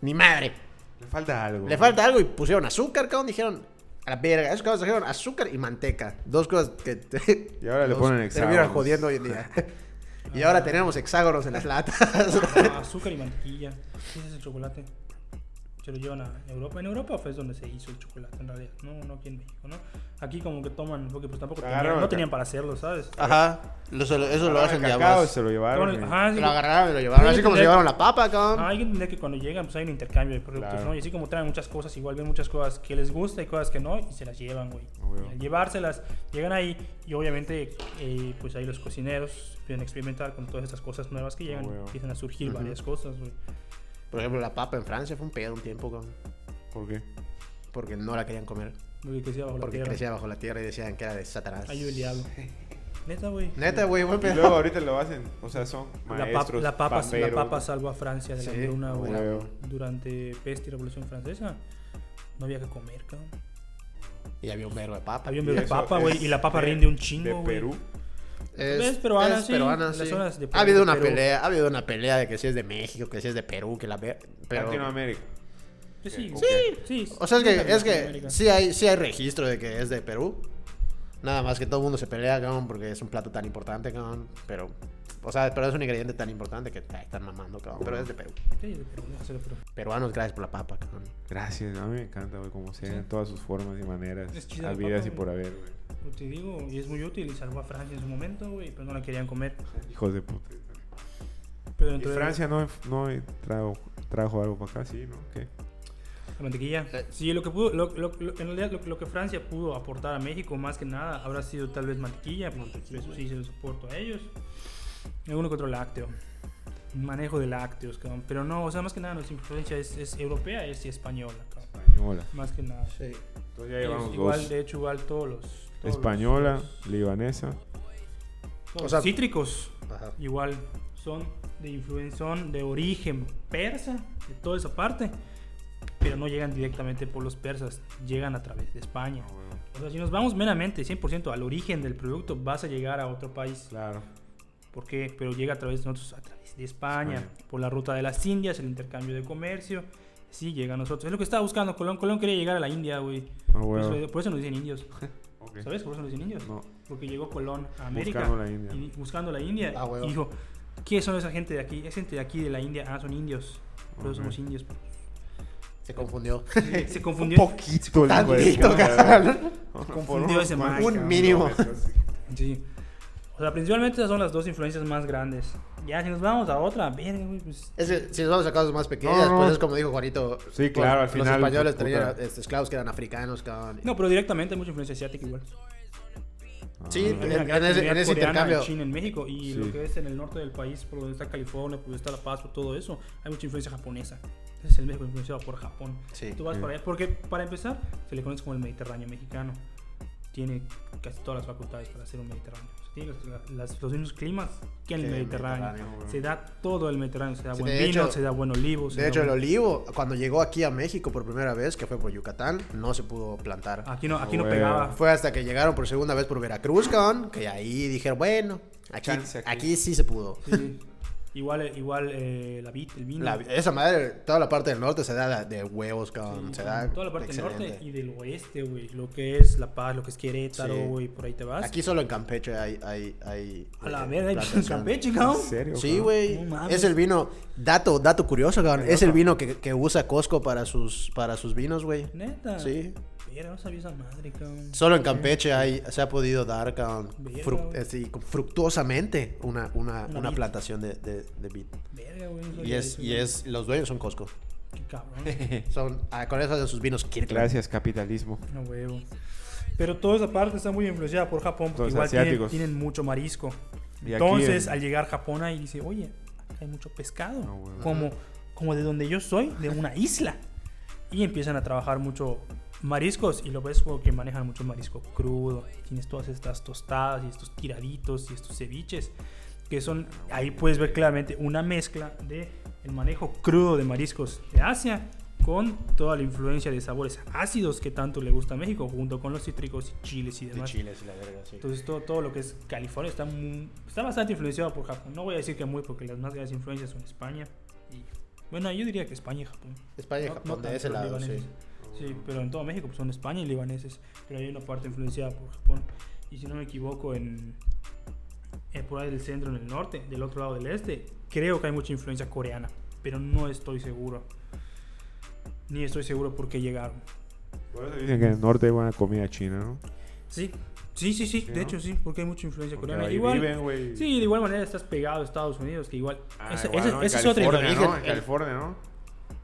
S1: ni madre.
S2: Le falta algo.
S1: Le falta algo y pusieron azúcar, cabrón, dijeron, a la verga. Esos cabrones trajeron azúcar y manteca. Dos cosas que te,
S2: Y ahora
S1: <laughs>
S2: le
S1: nos
S2: ponen hexágonos.
S1: terminan jodiendo hoy en
S2: <laughs>
S1: día. y ahora tenemos hexágonos en las latas.
S3: Ah, <laughs> azúcar y mantequilla. Ese es el chocolate. Se lo llevan a Europa. En Europa fue donde se hizo el chocolate, en realidad. No, no aquí en México, ¿no? Aquí como que toman, porque pues tampoco
S2: Agarraron
S3: tenían,
S2: el
S3: no
S2: ca-
S3: tenían para hacerlo, ¿sabes?
S1: Ajá. Eso, lo- eso lo
S2: Ah,
S1: hacen de
S2: cacao
S1: aguas.
S2: se lo llevaron.
S3: Toman-
S2: y-
S3: ajá, Ah, sí.
S1: Lo agarraron y lo llevaron.
S3: Sí,
S1: Así como se
S3: entender-
S1: llevaron la papa,
S3: Ah,
S1: cabrón.
S3: hay que entender que cuando llegan pues hay un intercambio de productos,
S2: Claro.
S3: ¿no? Y así como traen muchas cosas, igual ven muchas cosas que les gusta y cosas que no, y se las llevan, güey.
S2: Ah, güey.
S3: Y al llevárselas, llegan ahí y obviamente eh, pues ahí los cocineros pueden experimentar con todas estas cosas nuevas que llegan,
S2: güey.
S3: empiezan a surgir
S1: Ujú.
S3: varias cosas, güey.
S1: Por ejemplo, la papa en Francia fue un pedo un tiempo, cabrón.
S2: ¿Por qué?
S1: Porque no la querían comer.
S3: Porque crecía bajo la
S1: Porque
S3: tierra.
S1: crecía bajo la tierra y decían que era de Satanás.
S3: Ayuda el diablo. <laughs> Neta, güey.
S1: Neta, güey, buen
S2: Y
S1: pedo.
S2: luego ahorita lo hacen, o sea, son
S3: La, pap-
S2: maestros,
S3: la papa, la
S2: paperos.
S3: papa salvó a Francia de la
S1: Sí,
S3: hambruna, güey.
S2: güey.
S3: Durante peste y revolución francesa. No había que comer, cabrón.
S1: Y había un verbo de papa.
S3: Había un
S2: Y
S3: bebé
S2: eso
S3: papa, güey.
S2: es
S3: Y la papa
S2: de-
S3: rinde un
S2: De
S3: chingo, güey.
S2: Perú.
S1: Es,
S3: Es peruana,
S1: es
S3: sí,
S1: peruana,
S3: las
S1: sí.
S3: zonas de Perú,
S1: ha habido una
S3: Perú.
S1: pelea, ha habido una pelea de que si es de México, que si es de Perú, que la ver- pero
S2: Latinoamérica.
S3: Pues sí,
S2: Ok.
S3: sí, sí.
S1: O sea, es que, es
S3: Latinoamérica.
S1: que sí hay, sí hay registro de que es de Perú. Nada más que todo el mundo se pelea, cabrón, porque es un plato tan importante, cabrón. Pero, o sea, pero es un ingrediente tan importante que ay, están mamando, cabrón. Pero es de Perú.
S3: Sí, de Perú, no, se lo juro.
S1: Peruanos, gracias por la papa, cabrón.
S2: Gracias, a mí me encanta, güey, como sea, en todas sus formas y maneras,
S3: Es chida la
S2: habidas
S3: papa,
S2: y por haber, güey.
S3: Yo Te digo, y es muy útil. Y salvó a Francia en su momento, güey. Pero no la querían comer.
S2: Hijos de puta.
S3: Pero
S2: Y
S3: dentro de-
S2: Francia no, no trajo, trajo algo para acá, sí, ¿no? ¿Qué?
S3: La mantequilla.
S1: Eh.
S3: Sí, lo que pudo, lo, lo- lo- en realidad lo, lo que Francia pudo aportar a México más que nada habrá sido tal vez mantequilla, pues, eso sí se lo soporto a ellos. Y Uno que otro lácteo. Manejo de lácteos, cabrón. Pero no, o sea, más que nada nuestra influencia es, es europea es, y española, cabrón.
S2: Española.
S3: Más que nada.
S1: Sí.
S2: Entonces ya
S3: Ellos
S2: llevamos
S3: igual,
S2: dos.
S3: de hecho, igual todos los... todos los-
S2: Española, libanesa.
S3: todos
S1: O sea-
S3: los cítricos,
S1: Ajá.
S3: igual, son de influen- son de origen persa, de toda esa parte. Pero no llegan directamente por los persas, llegan a través de España. O sea, si nos vamos meramente 100% al origen del producto, vas a llegar a otro país.
S2: Claro.
S3: ¿Por qué? Pero llega a través de nosotros, a través de España,
S2: España.
S3: por la ruta de las Indias, el intercambio de comercio. Sí, llega a nosotros. Es lo que estaba buscando Colón. Colón quería llegar a la India, güey.
S2: Ah,
S3: Por,
S2: huevo.
S3: eso- por eso nos dicen indios.
S2: Ok.
S3: Pues, ¿Sabes? Por eso nos dicen indios.
S2: No,
S3: Porque llegó Colón a América.
S2: buscando la India.
S3: Y buscando la India.
S1: Ah, huevo.
S3: y dijo, ¿qué son esa gente de aquí? Es gente de aquí, de la India. Ah, son indios. Por eso
S2: Ok.
S1: <laughs>
S3: somos indios.
S1: Se
S2: <laughs>
S1: confundió.
S3: Se confundió.
S2: poquito, el hijo de
S1: Tantito,
S2: puta.
S1: cabrón.
S3: Confundió
S2: Por
S3: ese
S2: unos
S3: man,
S2: cuantos
S1: Un mínimo.
S2: kilómetros.
S3: Sí. O sea, principalmente esas son las dos influencias más grandes. Ya, si nos vamos a otra, verga, güey, pues.
S1: Es que si nos vamos a cosas más pequeñas,
S2: No, no.
S1: pues es como dijo Juanito.
S2: Sí, claro, al final,
S1: Los españoles
S2: puta.
S1: tenían este, esclavos que eran africanos, cabrón.
S3: No, pero directamente hay mucha influencia asiática igual.
S1: Sí,
S2: Ah.
S1: En- en ese- en ese
S3: Coreana,
S1: intercambio.
S3: China, en México y
S2: Sí.
S3: lo que es en el norte del país, por donde está California, por donde está La Paz, por todo eso, hay mucha influencia japonesa. Entonces el México influenciado por Japón.
S1: Sí.
S3: Tú vas
S2: Sí.
S3: para allá, porque para empezar, se le conoce como el Mediterráneo mexicano. Tiene casi todas las facultades para ser un Mediterráneo. O sea, tiene los, las- los mismos climas que en el
S1: Que el
S3: Mediterráneo.
S1: Mediterráneo,
S3: Se da todo el Mediterráneo. Se da
S1: Sí,
S3: buen
S1: de
S3: vino,
S1: hecho-
S3: se da buen olivo. se
S1: De
S3: da
S1: hecho, el
S3: buen-
S1: olivo, cuando llegó aquí a México por primera vez, que fue por Yucatán, no se pudo plantar.
S3: Aquí no, aquí no
S2: Huevo.
S3: pegaba.
S1: Fue hasta que llegaron por segunda vez por Veracruz, cabrón, que ahí dijeron, bueno, aquí,
S2: Chance aquí.
S1: aquí sí se pudo.
S3: Sí. Igual, eh, igual eh, la vid, el vino.
S1: La- esa madre, toda la parte del norte se da de, de huevos, cabrón.
S3: Sí,
S1: se da.
S3: toda la parte del norte
S1: excelente.
S3: y del oeste, güey. Lo que es La Paz, lo que es Querétaro,
S1: Sí.
S3: güey. Por ahí te vas.
S1: Aquí solo en Campeche hay. hay, hay
S3: a la
S1: eh,
S3: verga, hay en
S1: plantaciones.
S3: Campeche,
S2: ¿En
S3: cabrón.
S2: serio?
S1: Sí,
S2: cabrón?
S1: güey.
S3: No mames.
S1: es el vino. Dato, dato curioso, cabrón.
S2: Qué
S1: Es el
S2: loco.
S1: vino que, que usa Costco para sus, para sus vinos, güey.
S3: Neta.
S1: Sí.
S3: Mira, no sabía esa madre, cabrón.
S1: Solo en Campeche hay, se ha podido dar, cabrón,
S3: Verga,
S1: fruc-
S3: güey.
S1: así, con- fructuosamente una, una,
S3: Una
S1: una
S3: vid.
S1: plantación de, de, de vid.
S3: Verga, güey. no
S1: Y
S3: sabía
S1: es,
S3: eso,
S1: y
S3: güey.
S1: es, los dueños son Costco.
S3: Qué cabrón.
S1: <laughs> Son, ah, con eso hacen sus vinos Kirkland.
S2: Gracias, capitalismo.
S3: No huevo. Pero toda esa parte está muy influenciada por Japón, porque
S2: Los
S3: igual tienen,
S2: asiáticos.
S3: tienen mucho marisco.
S2: Y aquí
S3: Entonces,
S2: en-
S3: al llegar a Japón ahí dice, oye, acá hay mucho pescado.
S2: No, huevo.
S3: como, como de donde yo soy, de una isla. Y empiezan a trabajar mucho mariscos y lo ves como que manejan mucho marisco crudo. Tienes todas estas tostadas y estos tiraditos y estos ceviches. Que son, ahí puedes ver claramente una mezcla de el manejo crudo de mariscos de Asia con toda la influencia de sabores ácidos que tanto le gusta a México, junto con los cítricos y chiles y
S1: De
S3: demás.
S1: chiles y la verga, sí.
S3: Entonces todo, todo lo que es California está, mu- está bastante influenciado por Japón. No voy a decir que muy, porque las más grandes influencias son España. Y, bueno, yo diría que España y Japón.
S1: España y
S3: No- no
S1: Japón, de
S3: tanto
S1: ese
S3: los
S1: lado, sí.
S3: libaneses. Sí, pero en todo México pues, son España y libaneses. Pero hay una parte influenciada por Japón. Y si no me equivoco, en, en por ahí del centro, en el norte, del otro lado del este, creo que hay mucha influencia coreana. Pero no estoy seguro. Ni estoy seguro por qué llegaron.
S2: Por eso dicen que en el norte hay buena comida china, ¿no?
S3: Sí, sí, sí, sí.
S2: Sí,
S3: de
S2: ¿no?
S3: hecho, sí, porque hay mucha influencia
S2: Porque
S3: coreana.
S2: ahí
S3: Igual,
S2: viven, güey.
S3: Sí, de igual manera estás pegado a Estados Unidos, que igual.
S2: Ah,
S3: esa
S2: igual,
S3: esa-
S2: ¿no? En
S3: esa es otra
S2: California,
S1: historia.
S2: ¿no? En California, ¿no?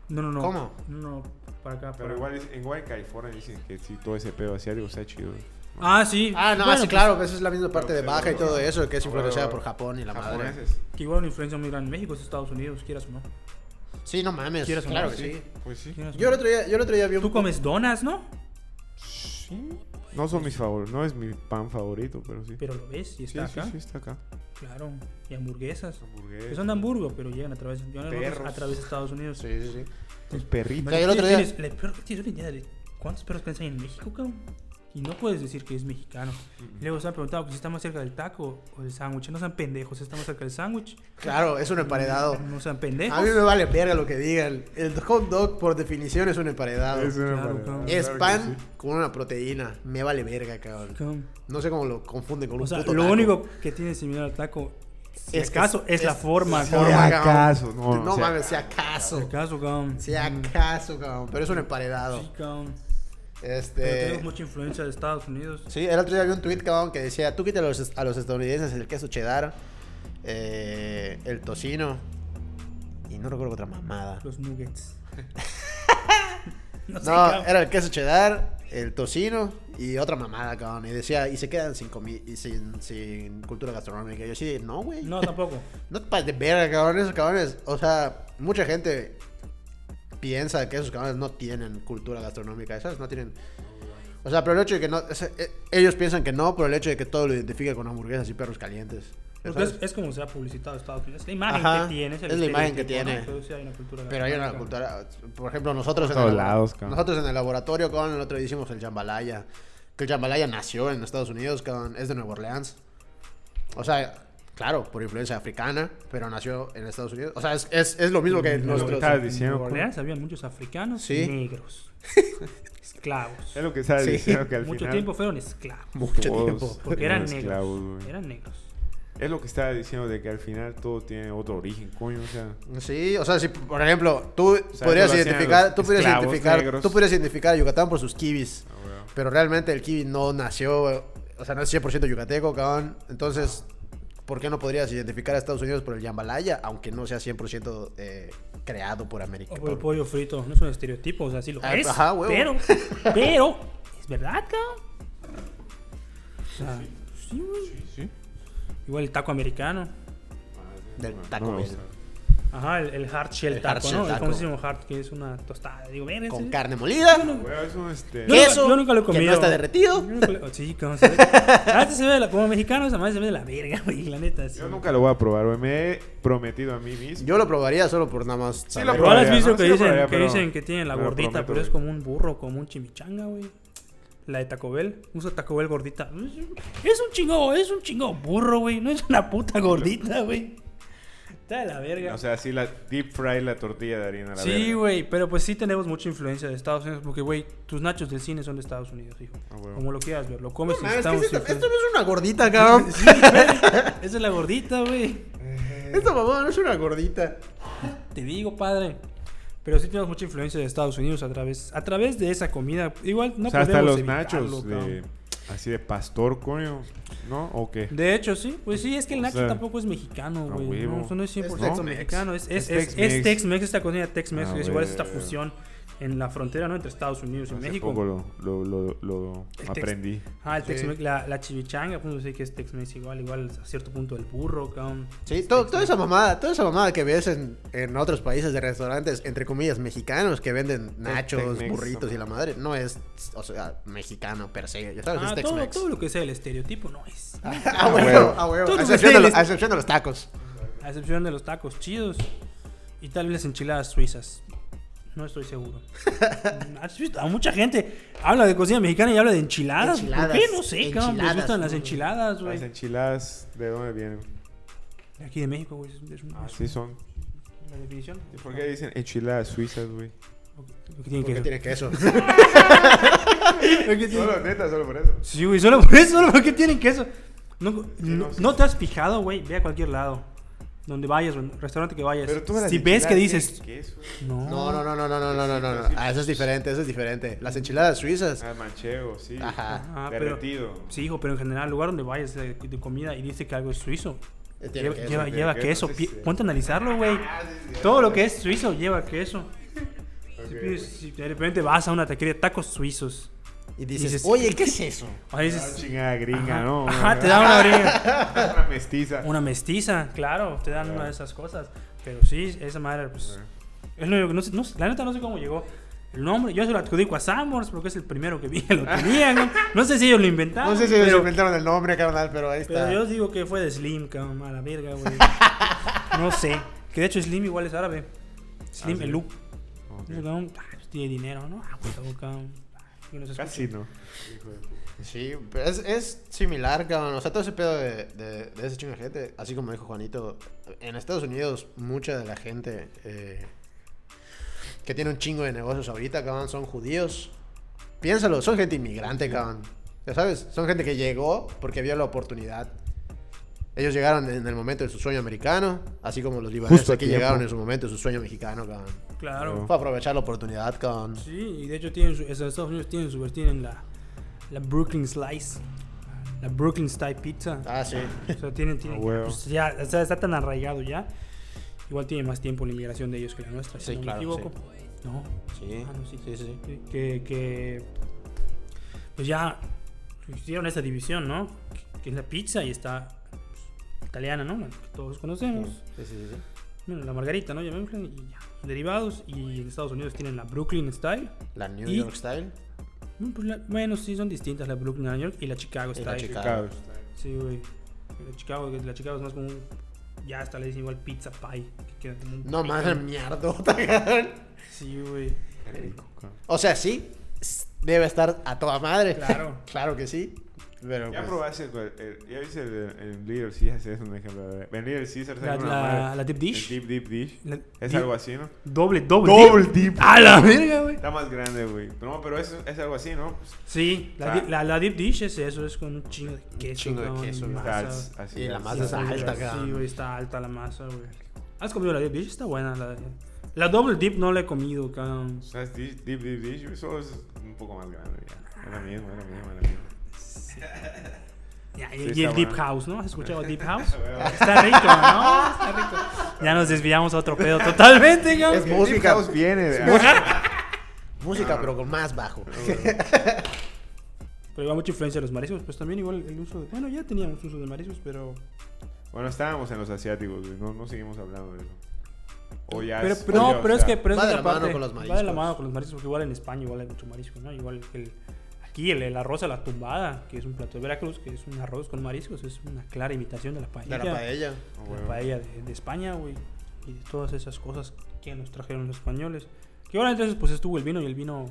S3: No, no, no.
S1: ¿Cómo?
S3: No, no, para acá. para
S2: Pero igual, es- igual en California dicen que sí, todo ese pedo asiático está chido.
S3: acá. Ah, sí.
S1: Ah, no,
S3: Bueno,
S1: sí,
S3: pues,
S1: claro, esa es la misma parte de
S2: Pero
S1: baja y
S2: seguro,
S1: todo
S2: ¿no?
S1: eso, que es
S2: Ahora,
S1: influenciada
S2: ahora,
S1: por Japón y la madre.
S2: Japoneses.
S3: Que igual una influencia muy grande en México es Estados Unidos, quieras o no.
S1: Sí, no mames,
S3: ¿Quieres
S1: claro
S3: un-
S1: que sí.
S2: Pues sí.
S3: Quieras o
S1: Yo el
S3: no.
S1: otro día, yo el otro día vi un...
S3: Tú comes donas, ¿no?
S2: Sí. No son mis favoritos, no es mi pan favorito, pero sí.
S3: Pero lo ves y
S2: sí,
S3: está
S2: sí,
S3: acá.
S2: sí, está acá.
S3: Claro. Y hamburguesas.
S2: Hamburguesas.
S3: Que son de Hamburgo, pero llegan a través, llegan a
S2: Perros.
S3: a través de Estados Unidos.
S1: Sí, sí, sí.
S2: Los perritos.
S1: sea, yo el otro día-
S3: tienes- la peor- tienes una idea de cuántos perros piensan en México, cabrón? Y no puedes decir que es mexicano. Y Luego se han preguntado que si está más cerca del taco o del sándwich. No sean pendejos, está más cerca del sándwich.
S1: Claro, es un emparedado.
S3: No sean
S1: A mí
S3: pendejos.
S1: me vale verga lo que digan. El hot dog, por definición, es un emparedado.
S2: Es,
S1: Es,
S2: una
S3: Claro,
S2: maravilla,
S3: cabrón.
S2: claro que
S1: pan
S2: sí.
S1: con una proteína. Me vale verga, cabrón.
S3: Cabrón.
S1: No sé cómo lo confunden con un
S3: O sea,
S1: puto
S3: lo
S1: taco.
S3: único que tiene similar al taco, si
S1: Es que
S3: acaso, es,
S1: es-
S3: la forma.
S1: Sí,
S2: Por
S3: cabrón.
S1: ya.
S2: acaso,
S1: No,
S2: no. o sea,
S1: mames, si
S3: Si
S1: acaso.
S3: acaso, cabrón. Mm,
S1: Si acaso, cabrón. Pero es un emparedado.
S3: Sí, cabrón. Pero
S1: Este.
S3: tenemos mucha influencia de Estados Unidos.
S1: Sí, el otro día vi un tweet, cabrón, que decía: Tú quítale a los, a los estadounidenses el queso cheddar, eh, el tocino. Y no recuerdo otra mamada. <laughs>
S3: Los nuggets. <laughs> no sé,
S1: No,
S3: cabrón.
S1: era el queso cheddar, el tocino y otra mamada, cabrón. Y decía, y se quedan sin comi y sin, sin cultura gastronómica. Y yo así, no, güey. <laughs>
S3: No, tampoco.
S1: No te pases de verga, cabrón. Esos cabrones, o sea, mucha gente piensa que esos cabrones no tienen cultura gastronómica. Esas no tienen. O sea, pero el hecho de que no. o sea, eh, ellos piensan que no, pero el hecho de que todo lo identifica con hamburguesas y perros calientes.
S3: Porque
S1: ¿sabes?
S3: es, es como se ha publicitado Estados Unidos. Es la imagen
S1: Ajá,
S3: que tiene. el
S1: es la imagen que
S3: estereotipo,
S1: tiene.
S3: ¿no? Pero sí hay una cultura
S1: Pero hay una
S3: gastronómica.
S1: cultura, por ejemplo, nosotros en,
S2: todos
S1: el, labo-
S2: lados, cabrón.
S1: nosotros en el laboratorio, con el otro día hicimos el jambalaya. Que el jambalaya nació en Estados Unidos, cabrón, es de Nueva Orleans. O sea, claro, por influencia africana, pero nació en Estados Unidos. O sea, es, es, es lo mismo que
S2: lo que
S1: nosotros.
S2: estabas
S3: En
S2: diciendo.
S3: Nueva
S2: pues.
S3: Orleans habían muchos africanos
S1: Sí. <laughs>
S3: negros. esclavos.
S2: Es lo que estabas
S1: Sí.
S2: diciendo que al
S3: Mucho
S2: final.
S3: tiempo fueron esclavos.
S2: Mucho
S1: tiempo.
S3: Porque eran negros.
S2: esclavos, güey.
S3: Eran negros.
S2: Es lo que estaba diciendo de que al final todo tiene otro origen, coño. O sea,
S1: Sí, o sea, si por ejemplo, tú
S2: sea,
S1: podrías
S2: eso lo hacían
S1: identificar,
S2: los
S1: tú podrías
S2: esclavos
S1: identificar,
S2: negros.
S1: tú podrías identificar a Yucatán por sus kibis, pero realmente el kibi no nació, o sea, no es 100% yucateco, cabrón. Entonces, ¿por qué no podrías identificar a Estados Unidos por el jambalaya, aunque no sea 100% eh, creado por América?
S3: O por el pollo frito. No es un estereotipo, o sea, sí lo
S1: Ah,
S3: es.
S1: ajá, huevo. <laughs>
S3: Pero, pero, es verdad, cabrón. O sea, sí, güey.
S2: sí, sí.
S3: Igual el taco americano.
S1: Del Taco
S2: me
S1: Bell.
S2: gusta.
S3: Ajá, el, el hard shell
S1: El
S3: taco,
S1: hard shell
S3: ¿no? El
S1: taco.
S3: famosísimo hard, que es una tostada. Digo, ven,
S1: Con
S3: ese-
S1: carne molida,
S2: Güey, es un este.
S3: Yo nunca-
S1: queso,
S3: yo nunca lo he
S1: que
S3: comido.
S1: no está
S3: Yo
S1: derretido.
S3: nunca le- Sí,
S1: <laughs>
S3: cabrón, se ve- Ah, este se ve de la- como mexicano, esa madre se ve de la verga, güey, la neta. sí.
S2: Yo nunca lo voy a probar, güey. Me he prometido a mí mismo.
S1: Yo lo probaría solo por nada más.
S2: Sí, lo
S1: saber.
S3: Pero ahora has
S2: probaría,
S3: visto
S2: ¿no?
S3: que,
S2: Sí lo
S3: dicen,
S2: probaría,
S3: que
S2: pero-
S3: dicen que tienen la
S2: pero
S3: gordita,
S2: prometo,
S3: pero es
S2: güey.
S3: como un burro, como un chimichanga, güey. La de Taco Bell, usa Taco Bell gordita. Es un chingo, es un chingo burro, güey. No es una puta gordita, güey. Está de la verga.
S2: O sea, así la deep fry la tortilla de harina. a La
S3: sí,
S2: verga.
S3: güey, pero pues sí tenemos mucha influencia de Estados Unidos, porque, güey, tus nachos del cine son de Estados Unidos, hijo.
S2: Ah, huevo.
S3: Como lo quieras ver, lo comes
S1: No,
S3: en
S1: mames, ¿qué
S3: Estados
S1: es esto,
S3: Unidos.
S1: esto no es una gordita, cabrón.
S3: <laughs> Sí, güey, esa es la gordita, güey.
S1: Esta mamada no es una gordita.
S3: Te digo, padre. Pero sí tenemos mucha influencia de Estados Unidos a través, a través de esa comida. Igual no
S2: o sea, hasta
S3: podemos
S2: los
S3: evitarlo,
S2: nachos de,
S3: cabrón.
S2: así de pastor, coño. ¿No? ¿O qué?
S3: De hecho, sí. Pues sí, es que el
S2: O
S3: nacho
S2: sea,
S3: tampoco es mexicano,
S2: a
S3: güey.
S2: huevo.
S3: No, eso no es 100%
S1: Tex-Mex.
S3: mexicano. Es,
S2: Es
S3: es, es-
S2: Tex-Mex.
S3: es Tex-Mex, esta cocina Tex-Mex.
S2: Ah,
S3: que es igual es esta
S2: güey.
S3: fusión en la frontera, ¿no? Entre Estados Unidos y
S2: Hace
S3: México.
S2: poco lo, lo, lo, lo
S3: El tex-
S2: aprendí.
S3: Ah, el
S1: Sí.
S3: Tex-Mex, la, la chivichanga, pues no sé qué es Tex-Mex igual, igual a cierto punto el burro, cabrón.
S1: Sí, to- toda esa mamada, toda esa mamada que ves en, en otros países de restaurantes, entre comillas, mexicanos, que venden nachos,
S2: Tex-Mex,
S1: burritos y
S2: ajá.
S1: la madre, no es, o sea, mexicano per se, ya sabes,
S3: Ah,
S1: es
S3: todo,
S1: Tex-Mex.
S3: todo
S1: <laughs>
S3: lo que sea el estereotipo no es.
S1: A
S2: huevo.
S1: huevo, a huevo.
S3: Todo
S1: A
S3: lo
S1: excepción
S3: que
S1: de lo-
S3: sea
S1: a excepción de los tacos.
S3: A excepción de los tacos chidos y tal vez las enchiladas suizas. No
S2: <laughs>
S3: estoy seguro. ¿Has visto? A mucha gente habla de cocina mexicana y habla de enchiladas.
S1: Enchiladas,
S3: ¿Por qué? No sé, cabrón. Les
S1: enchiladas,
S3: gustan las
S1: güey.
S3: enchiladas,
S2: Las
S3: güey.
S2: enchiladas, ¿de dónde vienen?
S3: De Aquí de México, güey. Es, es una,
S2: Así son.
S3: una definición.
S2: Ah, ¿Y por qué dicen enchiladas suizas,
S3: <laughs>
S2: güey?
S3: Lo que tiene
S1: Porque
S3: que
S1: tiene
S3: <laughs>
S1: queso.
S2: Solo, neta, solo por eso.
S3: Sí, güey, solo por eso, <laughs> solo porque tienen queso. No, no,
S2: no sé.
S3: no te has fijado, güey, ve a cualquier lado. Donde vayas, güey, restaurante que vayas.
S2: Pero tú a las
S3: si ves que
S2: enchiladas
S3: dices,
S2: tienen queso.
S3: no,
S1: No, no, no, no, no, no, no, no, no. Ah, eso es diferente, eso es diferente. Las enchiladas suizas.
S2: Ah, manchego, sí.
S1: Ajá.
S3: Ah, pero,
S2: Derretido.
S3: sí, hijo, pero en general, lugar donde vayas de, de comida y dice que algo es suizo,
S1: Tiene
S3: lleva,
S1: queso.
S3: lleva,
S2: tiene
S3: lleva
S2: queso,
S3: queso.
S2: sí,
S3: pie-
S2: sí.
S3: Ponte a analizarlo, güey. Todo lo que es suizo lleva queso. Si pides- si de repente vas a una taquería de tacos suizos.
S1: Y dices,
S3: dices,
S1: oye, ¿qué es eso?
S3: Ahí
S1: Ah,
S2: Es
S3: dices,
S2: Ah, chingada gringa,
S3: ajá,
S2: ¿no?
S3: ajá, te da una briga.
S2: una
S3: <laughs>
S2: mestiza.
S3: Una mestiza, claro, te dan
S2: Claro.
S3: una de esas cosas. Pero sí, esa madre, pues. Es lo único que no sé, no sé- la neta no sé cómo llegó el nombre. Yo se lo adjudico a Samors porque es el primero que vi <laughs> que lo tenía, ¿no? No sé si ellos lo inventaron.
S1: No sé si ellos
S3: pero,
S1: inventaron el nombre, carnal, pero ahí
S3: pero
S1: está.
S3: yo digo que fue de Slim, cabrón, a la verga, güey. No sé. Que de hecho Slim igual es árabe. Slim,
S2: Ah, sí.
S3: el Lu.
S2: Ok.
S3: Ese cabrón, ah, pues tiene dinero, ¿no? Ah, pues, oh, cabrón. Ah, que nos escucha.
S2: Casi no.
S1: Sí, pero es, es similar, cabrón. O sea, todo ese pedo de, de, de ese chingo de gente, así como dijo Juanito, en Estados Unidos mucha de la gente eh, que tiene un chingo de negocios ahorita, cabrón, son judíos. Piénsalo, son gente inmigrante, cabrón. Ya sabes, son gente que llegó porque vio la oportunidad. Ellos llegaron en el momento de su sueño americano, así como los libaneses
S2: Justo a
S1: que
S2: tiempo.
S1: llegaron en su momento de su sueño mexicano, cabrón.
S3: Claro.
S1: Fue aprovechar la oportunidad, cabrón.
S3: Sí, y de hecho tienen su, es- Estados Unidos tienen su tienen la, la Brooklyn Slice, la Brooklyn Style Pizza.
S1: Ah, sí.
S3: O sea, tienen, tienen
S2: Ah, huevo.
S3: pues, ya, o sea, está tan arraigado ya. Igual tiene más tiempo la inmigración de ellos que la nuestra, si
S1: Sí,
S3: no
S1: claro,
S3: me equivoco. No,
S1: Sí,
S3: Ah, no, sí.
S1: sí, sí.
S3: que, que pues ya hicieron esa división, ¿no? Que, que es la pizza y está pues, italiana, ¿no? La que todos conocemos.
S1: Sí, sí, sí, sí.
S3: Bueno, la margarita, ¿no? Llamémosla y ya. Derivados y en Estados Unidos tienen la Brooklyn Style.
S1: La New
S3: Y-
S1: York Style.
S3: Mm, pues la- bueno, sí, son distintas la Brooklyn, New York y la Chicago
S1: Y la
S3: Style.
S1: Chicago.
S2: Claro.
S3: Sí, güey. La Chicago, la Chicago es más como un- Ya hasta le dicen igual pizza pie. Que queda como un
S1: No
S3: pico.
S1: mames, <laughs> mierdota, cabrón.
S3: Sí, güey.
S2: Rico, cabrón.
S1: O sea, sí, s- debe estar a toda madre.
S3: Claro.
S1: <laughs> claro que sí. Pero
S2: Ya
S1: pues,
S2: probaste, güey, el- ya viste el, el Little Caesars, es un ejemplo. ¿verdad? En Little Caesars hay
S3: La,
S2: una
S3: la-
S2: madre-
S3: la Deep Dish.
S2: el Deep Deep Dish.
S3: La-
S2: Es
S3: di-
S2: algo así, ¿no?
S3: Doble, doble.
S2: Double
S3: dip.
S2: dip.
S3: A la verga, güey.
S2: Está más grande, güey. No, pero es, es algo así, ¿no? Pues,
S3: Sí, la,
S2: Ah.
S3: di- la, la Deep Dish es eso, es con un chingo de queso.
S1: chingo de
S3: cabrón,
S1: queso, güey.
S3: masa.
S2: está así.
S1: Y la
S2: así.
S1: masa es
S3: Sí, güey,
S1: alta,
S3: Sí,
S1: cabrón.
S3: güey, está alta la masa, güey. ¿Has comido la Deep Dish? Está buena. La, la Double Dip no la he comido, cabrón.
S2: O sea, es Deep Deep Deep Dish, güey, solo es un poco más grande, ya. Es la misma, es la misma, es la misma.
S3: <laughs> Ya,
S2: Sí,
S3: y, y
S2: está
S3: el Deep
S2: buena.
S3: House, ¿no? ¿Has escuchado Deep House?
S2: huevo.
S3: Está rico, ¿no? Está rico. Ya nos desviamos a otro pedo totalmente,
S1: Es
S3: cabrón.
S2: Deep
S1: música.
S2: House viene de- Ah.
S1: música, pero con más bajo. <laughs>
S3: Pero igual mucha influencia de los mariscos, pues también igual el uso de... Bueno, ya teníamos uso de mariscos, pero...
S2: Bueno, estábamos en los asiáticos, güey. No, no seguimos hablando de eso. O ya
S3: pero
S2: es-
S3: pero-
S2: o
S3: no,
S2: ya, o
S3: pero es
S2: sea,
S3: que... Pero es
S1: va de
S3: otra
S1: la mano
S3: parte,
S1: con los
S3: Va de la
S1: mariscos.
S3: mano con los mariscos, porque igual en España igual hay mucho marisco, ¿no? Igual que el... Aquí el, el arroz a la tumbada, que es un plato de Veracruz, que es un arroz con mariscos, es una clara imitación de la paella.
S1: De la paella.
S2: a
S3: la
S2: oh, huevo.
S3: paella de, de España, güey. Y de todas esas cosas que nos trajeron los españoles. Que ahora entonces pues estuvo el vino y el vino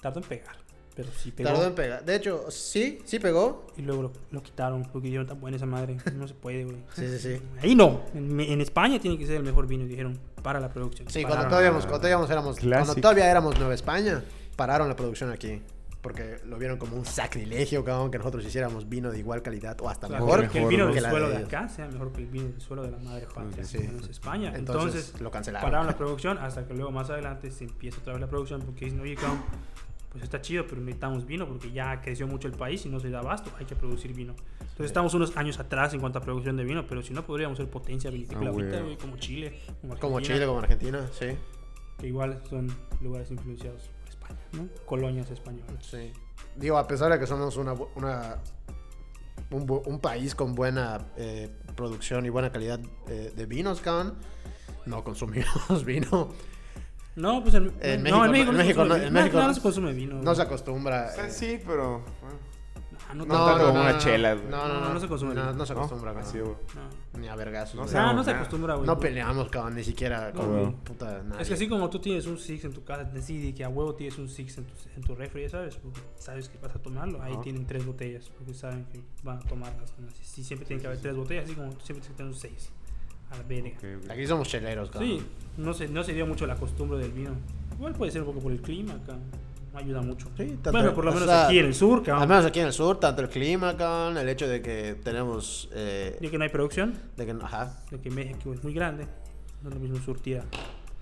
S3: tardó en pegar. Pero sí pegó.
S1: Tardó en pegar. De hecho, sí, sí pegó.
S3: Y luego lo, lo quitaron porque dijeron tan buena esa madre. No se puede, güey.
S1: Sí, sí, sí.
S3: Ahí no. En, en España tiene que ser el mejor vino, dijeron. Para la producción.
S1: Sí, cuando
S3: Pararon.
S1: todavía, éramos- cuando todavía éramos, cuando
S2: Clásico.
S1: todavía éramos Nueva España, pararon la producción aquí. Porque lo vieron como un sacrilegio, cabrón, que nosotros hiciéramos vino de igual calidad o hasta
S3: O sea,
S1: mejor.
S3: que el vino
S2: mejor,
S1: que
S3: del
S1: la
S3: suelo
S1: de
S3: de
S1: ellos.
S3: acá sea mejor que el vino del suelo de la madre patria.
S1: Sí.
S3: menos España.
S1: Entonces,
S3: Entonces,
S1: lo cancelaron.
S3: pararon
S1: <laughs>
S3: la producción hasta que luego más adelante se empieza otra vez la producción porque dicen, oye, cabrón, pues está chido, pero necesitamos vino porque ya creció mucho el país y no se da abasto, hay que producir vino. Entonces estamos unos años atrás en cuanto a producción de vino, pero si no podríamos ser potencia viticola
S2: Ah, güey.
S3: ahorita, güey, como Chile, como,
S1: Como
S3: Argentina,
S1: Chile, como Argentina, sí.
S3: que igual son lugares influenciados por España, ¿no? Colonias españolas.
S1: Sí. Digo, a pesar de que somos una, bu- una- un, bu- un país con buena eh, producción y buena calidad eh, de vinos, cabrón, no consumimos <laughs> vino.
S3: No, pues en,
S1: En
S3: no,
S1: México- en México
S3: no,
S1: no-
S3: se
S1: en
S3: consume vino.
S1: México
S3: no,
S1: no-
S3: se consume vino.
S1: No se
S3: güey.
S1: acostumbra.
S2: O sea,
S1: eh,
S2: sí, pero. bueno,
S3: Ah, no,
S2: no
S3: tanto.
S2: tanto como una chela, güey.
S1: No, no, no,
S3: No, no se consume
S1: No,
S3: vino.
S1: no se
S2: ¿no?
S1: acostumbra, cabrón.
S2: Así, güey.
S3: No.
S1: Ni a vergazos.
S2: No
S1: güey.
S2: se
S3: Ah, no se
S2: nada.
S3: acostumbra, güey.
S1: No peleamos, cabrón, ni siquiera
S3: No,
S1: con
S2: Ah, güey.
S1: puta nadie.
S3: Es que así como tú tienes un six en tu casa, decidí que a huevo tienes un six en tu, en tu refri, ya sabes, porque sabes que vas a tomarlo. Ahí
S2: Ajá.
S3: tienen tres botellas, porque saben que van a tomarlas. ¿no? Así, sí, siempre tiene que haber tres botellas, así como tú siempre tienes que tener un seis. A la verga.
S2: Ok, ok.
S1: Aquí somos cheleros, cabrón.
S3: Sí, no se, no se dio mucho la costumbre del vino. Igual puede ser un poco por el clima acá. No ayuda mucho.
S1: Sí, tanto-
S3: bueno, por lo
S1: o
S3: menos
S1: sea,
S3: aquí en el sur,
S1: Al
S3: cabrón.
S1: menos aquí en el sur, tanto el clima, cabrón, el hecho de que tenemos. eh,
S3: Ya que no hay producción,
S1: de que, ajá,
S3: de que México es muy grande, no es lo mismo surtir a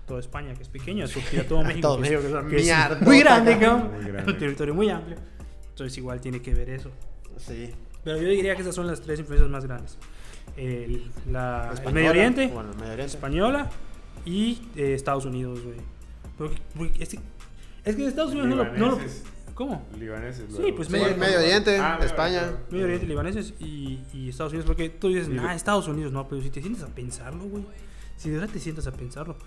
S3: toda España, que
S1: <laughs>
S3: es pequeño, surtir a todo México.
S1: todo
S3: que es-
S1: México, que es una
S3: es
S1: mierda.
S3: muy grande, cabrón.
S2: Muy grande.
S3: Un territorio muy amplio. Entonces igual tiene que ver eso.
S1: Sí.
S3: Pero yo diría que esas son las tres influencias más grandes. El,
S2: Ah,
S3: la, el
S1: Española,
S3: Medio Oriente,
S1: Bueno, el Medio Oriente.
S3: española y eh, Estados Unidos, güey. Porque- porque Es, que- es que en Estados Unidos no lo, no lo-
S2: Libaneses.
S3: ¿Cómo?
S2: Libaneses.
S3: Sí,
S2: luego.
S3: pues,
S1: Sí,
S3: Medio-
S1: Medio Oriente,
S2: Ah, Medio
S1: España.
S2: Oriente.
S3: Medio Oriente, libaneses y, y Estados Unidos, porque tú dices,
S2: Y-
S3: nah, Estados Unidos no, pero si te sientas a pensarlo, güey, si de verdad te sientas a pensarlo,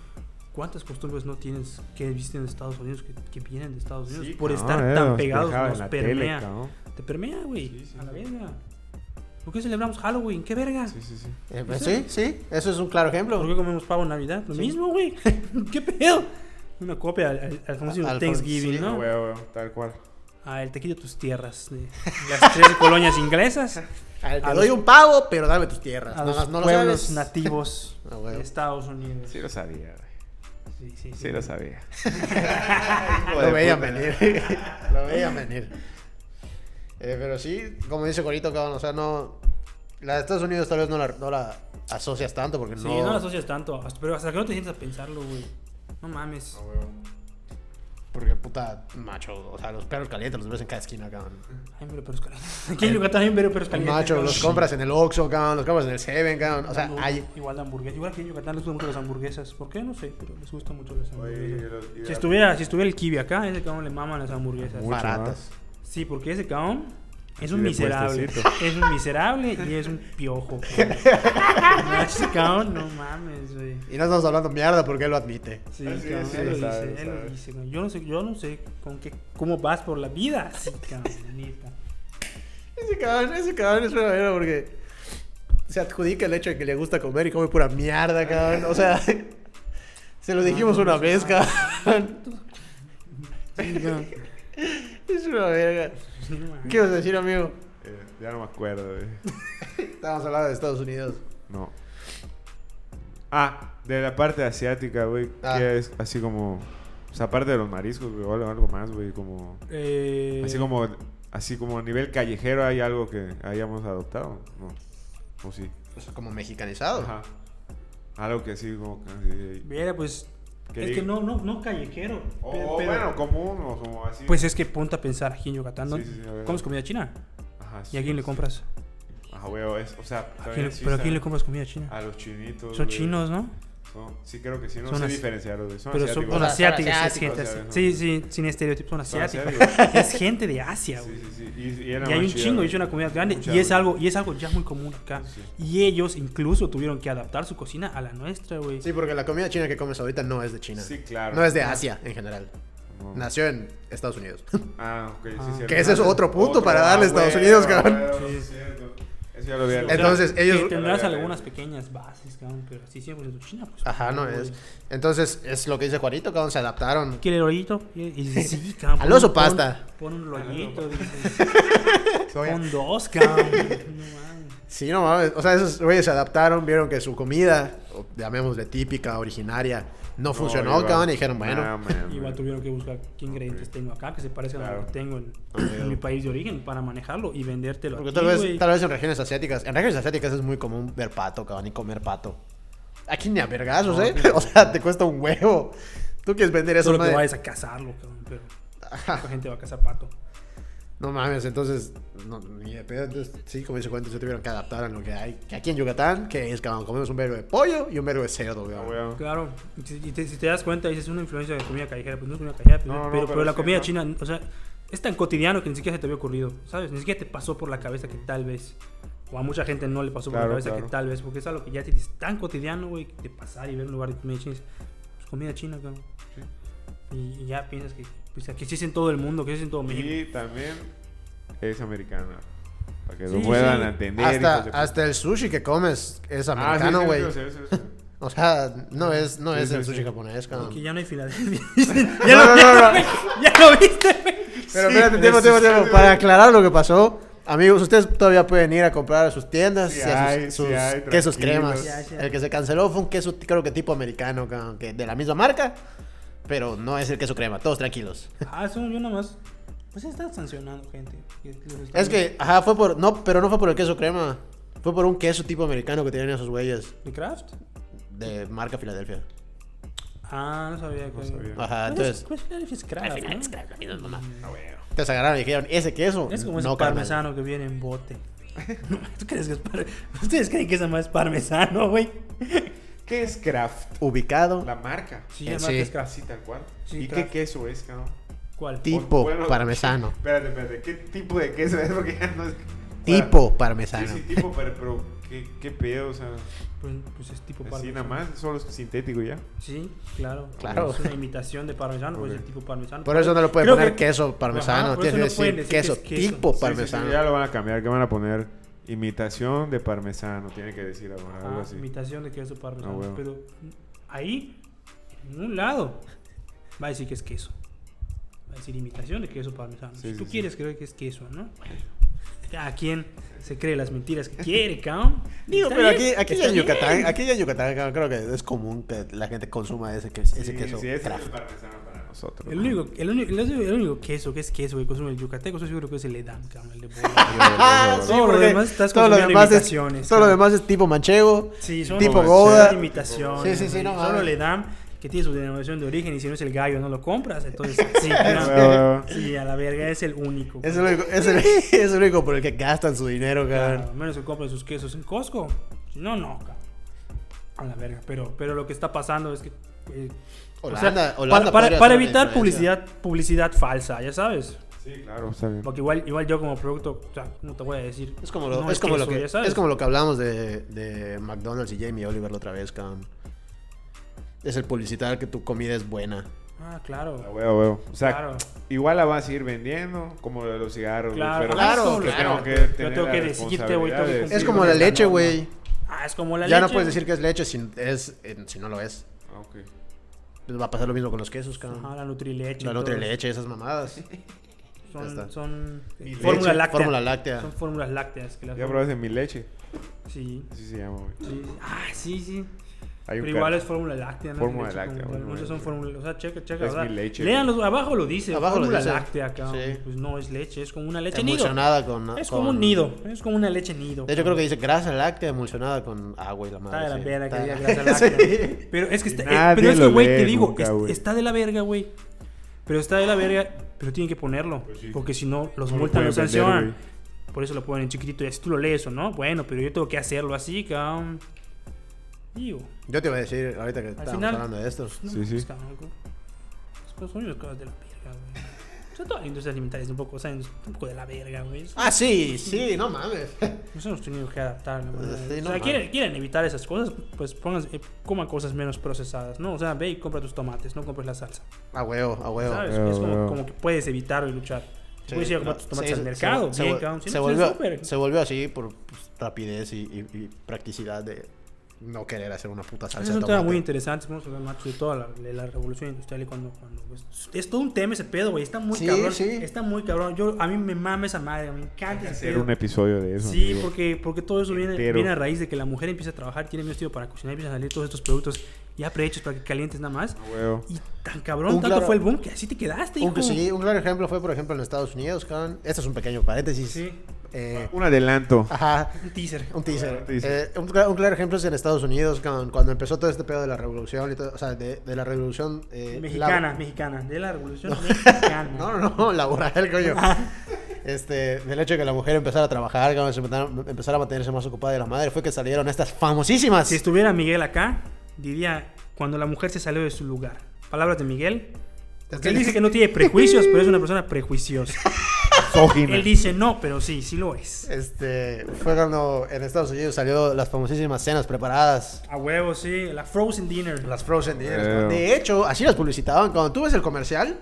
S3: ¿cuántas costumbres no tienes que viste en Estados Unidos, que, que vienen de Estados Unidos,
S2: Sí,
S3: por
S2: cabrón,
S3: estar
S2: eh,
S3: tan
S2: nos
S3: pegados,
S2: dejaba en
S3: nos
S2: la tele,
S3: permea?
S2: cabrón.
S3: te permea, güey,
S2: Sí, sí,
S3: a la
S2: sí.
S3: verga. ¿Por qué celebramos Halloween? ¿Qué verga?
S2: Sí, sí, sí.
S1: Eh, pues sí, sí, eso es un claro ejemplo.
S3: ¿Por qué comemos pavo en Navidad? Lo
S1: Sí.
S3: mismo,
S2: <laughs>
S3: güey, ¿qué pedo? Una copia al, al- al famoso
S1: Al- al-
S3: Thanksgiving,
S1: sí,
S3: ¿no?
S2: Huevo, huevo, tal cual.
S3: Ah, el te quito tus tierras, de las tres <laughs> colonias inglesas.
S1: Al- te
S3: a
S1: Ah, doy
S3: los-
S1: un pago, pero dame tus tierras.
S3: a
S1: Nada más
S3: los
S1: no lo
S3: pueblos
S1: sabes.
S3: nativos
S1: <laughs> Ah,
S3: de
S1: huevo.
S3: Estados Unidos.
S2: Sí lo sabía, güey.
S3: Sí, sí,
S2: Sí lo <laughs> sabía. Hijo
S1: <laughs>
S2: de
S1: lo veían
S2: puta.
S1: venir. <laughs> lo veían venir. Eh, pero sí, como dice Corito, cabrón, o sea, no. La de Estados Unidos tal vez no la, no la asocias tanto porque
S3: Sí,
S1: no.
S3: no, lo asocias tanto. hasta- Pero hasta que no te sientas a pensarlo, güey. No mames.
S2: Ah, huevo.
S1: Porque puta macho, o sea, los perros calientes los ves en cada esquina, cabrón.
S3: Ay, pero peros calientes. <laughs> Aquí en Yucatán hay pero peros
S1: Los
S3: calientes.
S1: machos
S3: cabrón.
S1: los compras en el Oxxo, cabrón, los compras en el Seven, cabrón. O sea,
S3: Dando
S1: hay.
S3: Igual de hamburguesas. Igual aquí en Yucatán les gustan mucho las hamburguesas. ¿Por qué? No sé, pero les gustan mucho las
S2: Oye, y
S3: hamburguesas.
S2: los- y
S3: Si
S2: la-
S3: estuviera, si estuviera el kiwi acá, ese cabrón le maman las hamburguesas.
S2: Mucho,
S1: baratas.
S3: Sí, porque ese cabrón es
S2: Así
S3: un
S2: de
S3: miserable.
S2: puestecito.
S3: Es un miserable y es un
S1: <laughs>
S3: piojo. güey. No, ese cabrón, no mames, güey.
S1: Y no estamos hablando mierda porque él lo admite.
S3: Sí,
S2: Ah, sí,
S3: cabrón,
S2: sí,
S3: él
S2: lo
S3: lo
S2: sabe,
S3: dice, él
S2: lo
S3: lo
S2: sabe.
S3: dice, güey. Yo no sé, yo no sé con qué, cómo vas por la vida. <laughs> Sí, cabrón, neta.
S1: Ese cabrón, ese cabrón es una verga porque se adjudica el hecho de que le gusta comer y come pura mierda, cabrón. O sea, <laughs> se lo dijimos una vez, cabrón.
S3: Sí, cabrón.
S1: Es una verga.
S3: <laughs> Sí, no mames.
S1: ¿Qué vas a decir, amigo?
S2: Eh, ya no me acuerdo, güey.
S1: Estábamos hablando de Estados Unidos.
S2: No. Ah, de la parte asiática, güey.
S1: Ah.
S2: Que es así como. O sea, aparte de los mariscos, güey, o algo algo más, güey. Como.
S3: Eh,
S2: Así como. Así como a nivel callejero hay algo que hayamos adoptado. No. O sí.
S1: O sea, como mexicanizado.
S2: Ajá. Algo que así como. que así-
S3: Mira, pues.
S2: ¿Qué
S3: es
S2: digo?
S3: que no, no, no callejero.
S2: O
S3: pe- pero-
S2: bueno, común o como así.
S3: Pues es que ponte a pensar aquí en Yucatán. ¿no?
S2: Sí, sí, sí, a ver.
S3: ¿Comes comida china?
S2: Ajá, pues,
S3: ¿Y a quién le compras?
S2: Ajá, güey, o es. O sea,
S3: ¿A
S2: también
S3: quién le-
S2: así está- Ah,
S3: ¿Pero a
S2: pues,
S3: quién le compras comida china?
S2: A los chinitos.
S3: Son
S2: güey.
S3: chinos, ¿no?
S2: Son- sí, creo que sí. No
S3: Son
S2: sé
S3: as-
S2: diferenciarlos, güey. Son
S3: Pero son,
S2: asiáticos.
S3: son
S1: O sea, son
S3: asiáticos, es
S1: asiáticos,
S3: gente
S2: o sea,
S3: asi-
S2: son-
S3: Sí, sí, sin estereotipos, son
S2: Son
S3: asiáticos.
S2: asiáticos.
S3: es gente de Asia, güey.
S2: Sí, sí, sí. Y, y, era
S3: Y hay
S2: más
S3: un
S2: chida,
S3: chingo, y
S2: güey.
S3: es una comida grande.
S2: Mucha,
S3: y, es
S2: güey.
S3: algo, y es algo ya muy común acá.
S2: Sí.
S3: Y ellos incluso tuvieron que adaptar su cocina a la nuestra, güey.
S1: Sí, porque la comida china que comes ahorita no es de China.
S2: Sí, claro.
S1: No es de Asia en general.
S2: No.
S1: Nació en Estados <laughs> Unidos.
S2: Ah, ok, sí,
S3: Ah.
S2: cierto.
S1: Que ese es otro punto para
S2: ah,
S1: darle a Estados
S2: güey,
S1: Unidos,
S2: ah,
S1: cabrón.
S2: güey,
S3: Sí.
S2: sí, cierto. Es ya lo vieron.
S1: Entonces, ellos-
S3: que tendrás algunas pequeñas bases, cabrón, pero si siempre es de China, pues.
S1: Ajá, no
S3: güey.
S1: es. Entonces, es lo que dice Juanito, cabrón, se adaptaron.
S3: ¿Quiere el rollito? Y, y
S1: <laughs>
S3: dice, sí, cabrón.
S1: Al oso
S3: pon-
S1: pasta.
S3: Pon un
S1: <laughs>
S3: rollito, dices.
S2: Soy-
S3: Pon dos, cabrón. No mames.
S1: Sí, no mames. O sea, esos güeyes se adaptaron, vieron que su comida, o llamémosle típica, originaria, no, funcionó,
S2: iba-
S1: cabrón, y dijeron, bueno.
S2: Nah, Ah, man,
S3: <laughs> Igual
S2: man.
S3: tuvieron que buscar qué ingredientes tengo acá que se parezcan a
S2: Claro.
S3: lo que tengo en, en mi país de origen para manejarlo y vendértelo.
S1: Porque
S3: aquí,
S1: tal vez,
S3: güey.
S1: tal vez en regiones asiáticas, en regiones asiáticas es muy común ver pato, cabrón, y comer pato. Aquí ni a vergazos,
S3: No,
S1: ¿eh?
S3: aquí
S1: <laughs>
S3: no.
S1: O sea, te cuesta un huevo. Tú quieres vender eso,
S3: Solo que
S1: madre.
S3: vayas a cazarlo, cabrón. Pero la gente va a cazar pato.
S1: No mames, entonces, no, ni de pedo. Entonces, sí, como dice Juanito, se tuvieron que adaptar a lo que hay. Que aquí en Yucatán, que es, cabrón, comemos un verbo de pollo y un verbo de cerdo,
S2: Ah,
S1: cabrón.
S2: weón.
S3: Claro, y si y te, si te das cuenta, dices una influencia de comida callejera, pues no es comida callejera, pues,
S2: No, no,
S3: pero,
S2: pero
S3: pero la
S2: sí,
S3: comida
S2: ajá.
S3: china, o sea, es tan cotidiano que ni siquiera se te había ocurrido, ¿sabes? Ni siquiera te pasó por la cabeza que tal vez, o a mucha gente no le pasó por
S2: Claro,
S3: la cabeza
S2: claro.
S3: que tal vez, porque es algo que ya tienes tan cotidiano, güey, que de pasar y ver un lugar de comida china, es, pues comida china, cabrón. Y, y ya piensas que, pues aquí sí es en todo el mundo, que sí es en todo México.
S2: Y también es americana. Para que
S3: Sí,
S2: lo puedan
S3: sí.
S2: atender.
S1: Hasta,
S2: hijos de-
S1: hasta el sushi que comes es
S2: Ah, sí,
S1: americano,
S2: sí,
S1: güey.
S2: sí, sí, sí, sí.
S1: O sea, no es, no
S2: Ah, Sí,
S1: es
S2: sí,
S1: el
S2: sí.
S1: sushi japonés, cabrón.
S3: Porque ya no hay Filadelfia. <laughs>
S1: No, no, no,
S2: <laughs>
S1: no.
S3: ya lo viste, güey.
S1: <laughs> Pero
S2: Sí,
S1: espérate, tiempo,
S2: sí,
S1: tiempo,
S2: sí,
S1: tiempo.
S2: sí,
S1: Para
S2: güey.
S1: aclarar lo que pasó, amigos, ustedes todavía pueden ir a comprar a sus tiendas
S2: Sí
S1: y a sus,
S2: hay,
S1: sus
S2: sí hay,
S1: quesos cremas.
S2: tranquilos.
S3: Sí hay, sí hay.
S1: El que se canceló fue un queso, creo que tipo americano, cabrón, que de la misma marca, pero no es el queso crema. Todos tranquilos.
S3: Ah, eso yo nada más. Pues está sancionando gente. que- que los está-
S1: Es que, ajá, fue por. No, pero no fue por el queso crema. Fue por un queso tipo americano que tienen esos güeyes
S3: ¿De Kraft?
S1: de marca Filadelfia.
S3: Ah, no sabía. que-
S1: Ajá,
S2: sabía.
S3: Pero
S1: Ah, entonces.
S3: es- pues, Filadelfia es Kraft, ¿no?
S2: Ah, weón.
S1: Te agarraron y dijeron, ese queso.
S3: Es como ese
S1: no, carnal".
S3: parmesano que viene en bote. <laughs> ¿Tú crees que es par- ¿Ustedes creen que esa más es parmesano, güey?
S2: ¿Qué es Kraft?
S1: Ubicado
S2: La marca.
S3: Sí,
S1: Eh,
S3: la
S1: sí.
S3: marca es Kraft.
S2: Así tal cual.
S3: Sí,
S2: ¿Y
S3: Kraft.
S2: qué queso es, cabrón?
S3: ¿Cuál?
S1: tipo
S2: Bueno,
S1: parmesano.
S2: Espérate, espérate. ¿Qué tipo de queso es? <laughs> Porque ya no es.
S1: Tipo
S2: O sea,
S1: parmesano.
S2: Sí, sí, tipo, pero, pero ¿qué, qué pedo, o sea,
S3: Pues, pues es tipo
S2: así
S3: parmesano.
S2: nada más, solo es sintético ya.
S3: Sí, claro.
S1: Claro.
S3: Es una imitación de parmesano, pues
S2: Ok.
S3: es tipo parmesano.
S1: Por eso no le pueden
S3: Creo
S1: poner
S3: que-
S1: queso parmesano.
S3: Ajá, por
S1: Tienes que
S3: eso no
S1: decir,
S3: pueden decir que
S1: queso,
S3: es queso.
S1: tipo
S3: Sí, sí, sí,
S1: parmesano.
S2: Sí, sí, ya lo van a cambiar, que van a poner imitación de parmesano, tiene que decir ahora, algo
S3: Ah,
S2: así.
S3: imitación de queso parmesano.
S2: Ah, bueno.
S3: Pero ahí, en un lado, va a decir que es queso. Va a decir imitación de queso parmesano.
S2: Sí,
S3: si
S2: sí,
S3: tú
S2: sí.
S3: quieres creer que es queso, ¿no? Cada quien se cree las mentiras que quiere, cabrón.
S1: Digo,
S3: Está
S1: pero
S3: bien,
S1: aquí, aquí
S3: está
S1: ya en
S3: bien.
S1: Yucatán, aquí ya en Yucatán cabrón, creo que es común que la gente consuma ese, que- ese
S2: Sí,
S1: queso.
S2: sí, ese es
S1: Kraft.
S2: el parmesano para nosotros.
S3: El único, el, único, el único- el único queso que es queso que consume el yucateco, yo creo que es el edam, cabrón, el de bola.
S1: Ah, sí,
S3: Todo lo
S1: porque
S3: demás estás
S1: todo lo
S3: consumiendo
S1: demás es,
S3: imitaciones,
S1: todo lo
S3: cabrón.
S1: demás es tipo manchego.
S3: Sí, son
S1: Tipo
S3: son
S1: Gouda.
S3: imitaciones.
S1: Sí, sí, sí, no
S3: ¿no?
S1: mames.
S3: Solo le dan que tiene su denominación de origen y si no es el gallo no lo compras.
S1: <laughs>
S3: Entonces, sí,
S2: Huevo,
S3: claro.
S2: huevo.
S3: sí a la verga es el único.
S1: Es el, único, es,
S3: <laughs>
S1: el, <laughs> es el único por el que gastan su dinero,
S3: Claro,
S1: cabrón.
S3: al menos que compren sus quesos en Costco. Si no, no, cabrón. A la verga. Pero, pero lo que está pasando es que. eh, o sea,
S1: Holanda-
S3: para-
S1: Holanda
S3: para,
S1: podría
S3: para
S1: ser una
S3: evitar
S1: influencia.
S3: publicidad, publicidad falsa, ya sabes.
S2: Sí, claro, está bien.
S3: Porque igual, igual yo como producto, o sea, no te voy a decir.
S1: Es como lo,
S3: no
S1: es como
S3: queso,
S1: lo que
S3: ya sabes.
S1: es como lo que hablamos de, de McDonald's y Jamie Oliver la otra vez, cabrón. Es el publicitar que tu comida es buena.
S3: Ah, claro.
S2: Ah, huevo, huevo. O sea,
S3: Claro.
S2: igual la vas a seguir vendiendo, como lo de los cigarros. güey,
S3: Claro,
S2: pero
S1: claro,
S2: yo tengo
S1: claro.
S2: que
S3: Yo tengo
S2: tener
S3: que
S2: la
S3: decirte, güey, tengo que
S2: responsabilidad de-
S1: Es
S3: Sí,
S1: como
S3: no
S1: la
S3: es la
S1: leche,
S3: norma.
S1: güey.
S3: Ah, es como la
S1: Ya no
S3: leche,
S1: puedes
S3: güey.
S1: decir que es leche si, es, eh, si no lo es.
S2: Ah, ok.
S1: Va a pasar lo mismo con los quesos, cabrón.
S3: Ajá, la Nutrileche.
S1: La
S3: y todo.
S1: Nutrileche, leche, esas mamadas. Ya está.
S3: Son, son eh,
S2: Y
S3: fórmula
S1: Leche,
S3: láctea.
S1: Fórmula láctea.
S3: Son fórmulas lácteas que las
S2: Ya probaste mi leche.
S3: Sí,
S2: Así se llama, güey.
S3: sí. Ah, sí, sí.
S2: Hay un
S3: Pero igual
S2: car-
S3: es fórmula láctea. ¿no?
S2: Fórmula
S3: Leche
S2: láctea,
S3: como tal.
S2: bueno,
S3: Muchas son
S2: bueno.
S3: fórmulas. O sea, checa, checa.
S2: Es
S3: o sea,
S2: mi leche,
S3: Léanlos, abajo lo dice.
S1: Abajo lo
S3: fórmula
S1: dice.
S3: láctea, cabrón.
S1: Sí.
S3: Pues no es leche, es como una leche nido.
S1: Emulsionada con.
S3: Es
S1: con-
S3: como un nido. Es como una leche nido.
S1: De hecho, creo
S3: cabrón.
S1: que dice grasa láctea emulsionada con agua y la madre.
S3: Está de la
S1: sí.
S3: verga que
S1: Está-
S3: diga grasa
S1: <laughs>
S3: láctea.
S1: Sí.
S3: Pero es que está.
S2: Y
S3: eh,
S2: nadie
S3: pero es que,
S2: lo
S3: güey,
S2: ve
S3: te digo,
S2: nunca,
S3: es-
S2: güey.
S3: está de la verga, güey. Pero está de la verga, pero tienen que ponerlo.
S2: Pues sí.
S3: Porque si no, los
S2: No lo
S3: multan,
S2: pueden
S3: los
S2: vender,
S3: sancionan.
S2: güey.
S3: Por eso lo ponen en chiquitito. Y así tú lo lees o no. Bueno, pero yo tengo que hacerlo así, cabrón. Digo.
S1: Yo te iba a decir ahorita que estábamos
S3: final-
S1: hablando de esto.
S3: No,
S2: Sí, sí.
S3: pues, cabrón, güey. Las cosas son las cosas de la verga, güey. O sea, toda la industria alimentaria es un poco, o sea, es un poco de la verga, güey.
S1: Ah, sí, sí, no mames.
S3: Nos hemos tenido que adaptar. la verdad.
S1: Sí, no
S3: o sea,
S1: mames.
S3: quieren, quieren evitar esas cosas, pues pongan, eh, coman cosas menos procesadas, ¿no? O sea, ve y compra tus tomates, no compres la salsa.
S1: A huevo, a huevo.
S3: ¿Sabes? Pues,
S2: Huevo,
S3: es como,
S2: huevo.
S3: como que puedes evitar y luchar.
S1: Sí,
S3: puedes ir a comprar
S1: no,
S3: tus tomates
S1: sí,
S3: al
S1: se-
S3: mercado,
S1: se-
S3: bien,
S1: se-
S3: cabrón. Si
S1: se
S3: no, pues, en el
S1: volvió,
S3: súper.
S1: se volvió así por pues, rapidez y, y- y practicidad de no querer hacer una puta salsa
S3: Ese es
S1: de
S3: un tema
S1: tomate.
S3: muy interesante, vamos a hablar más de toda la, de la revolución industrial y cuando, cuando pues, es todo un tema ese pedo, güey, está muy
S1: Sí,
S3: cabrón,
S1: sí.
S3: está muy cabrón, yo, a mí me mama esa madre, me encanta ese
S2: Hacer
S3: pedo.
S2: un episodio de eso.
S3: Sí,
S2: amigo.
S3: porque, porque todo eso viene,
S2: Entero.
S3: viene a raíz de que la mujer empieza a trabajar, tiene menos tiempo para cocinar, empiezan a salir todos estos productos ya prehechos para que calientes nada más.
S2: A Ah, huevo.
S3: Y tan cabrón,
S1: Un
S3: tanto
S1: claro-
S3: fue el boom que así te quedaste, hijo.
S1: Un, sí, un claro ejemplo fue, por ejemplo, en Estados Unidos, cabrón. Este es un pequeño paréntesis.
S3: Sí,
S1: Eh,
S2: Un adelanto.
S1: ajá,
S3: un teaser.
S1: un teaser.
S2: Un teaser.
S1: Eh, un, cla- un claro ejemplo es en Estados Unidos, cabrón, cuando empezó todo este pedo de la revolución y todo, o sea, de, de la revolución... eh,
S3: Mexicana,
S1: lab-
S3: mexicana, de la revolución mexicana.
S1: <laughs> No, no, no, laboral, coño. Este, del hecho de que la mujer empezara a trabajar, cabrón, se empezaron- empezara a mantenerse más ocupada de la madre, fue que salieron estas famosísimas.
S3: Si estuviera Miguel acá, diría cuando la mujer se salió de su lugar. Palabras de Miguel. Porque él dice que no tiene prejuicios, pero es una <laughs> persona prejuiciosa.
S2: Sógina.
S3: <laughs> Él dice no, pero sí, sí lo es.
S1: Este, fue cuando en Estados Unidos salió las famosísimas cenas preparadas.
S3: A huevo, sí. La Frozen Dinner.
S1: Las Frozen Dinners.
S2: Eh.
S1: ¿no? De hecho, así las publicitaban. Cuando tú ves el comercial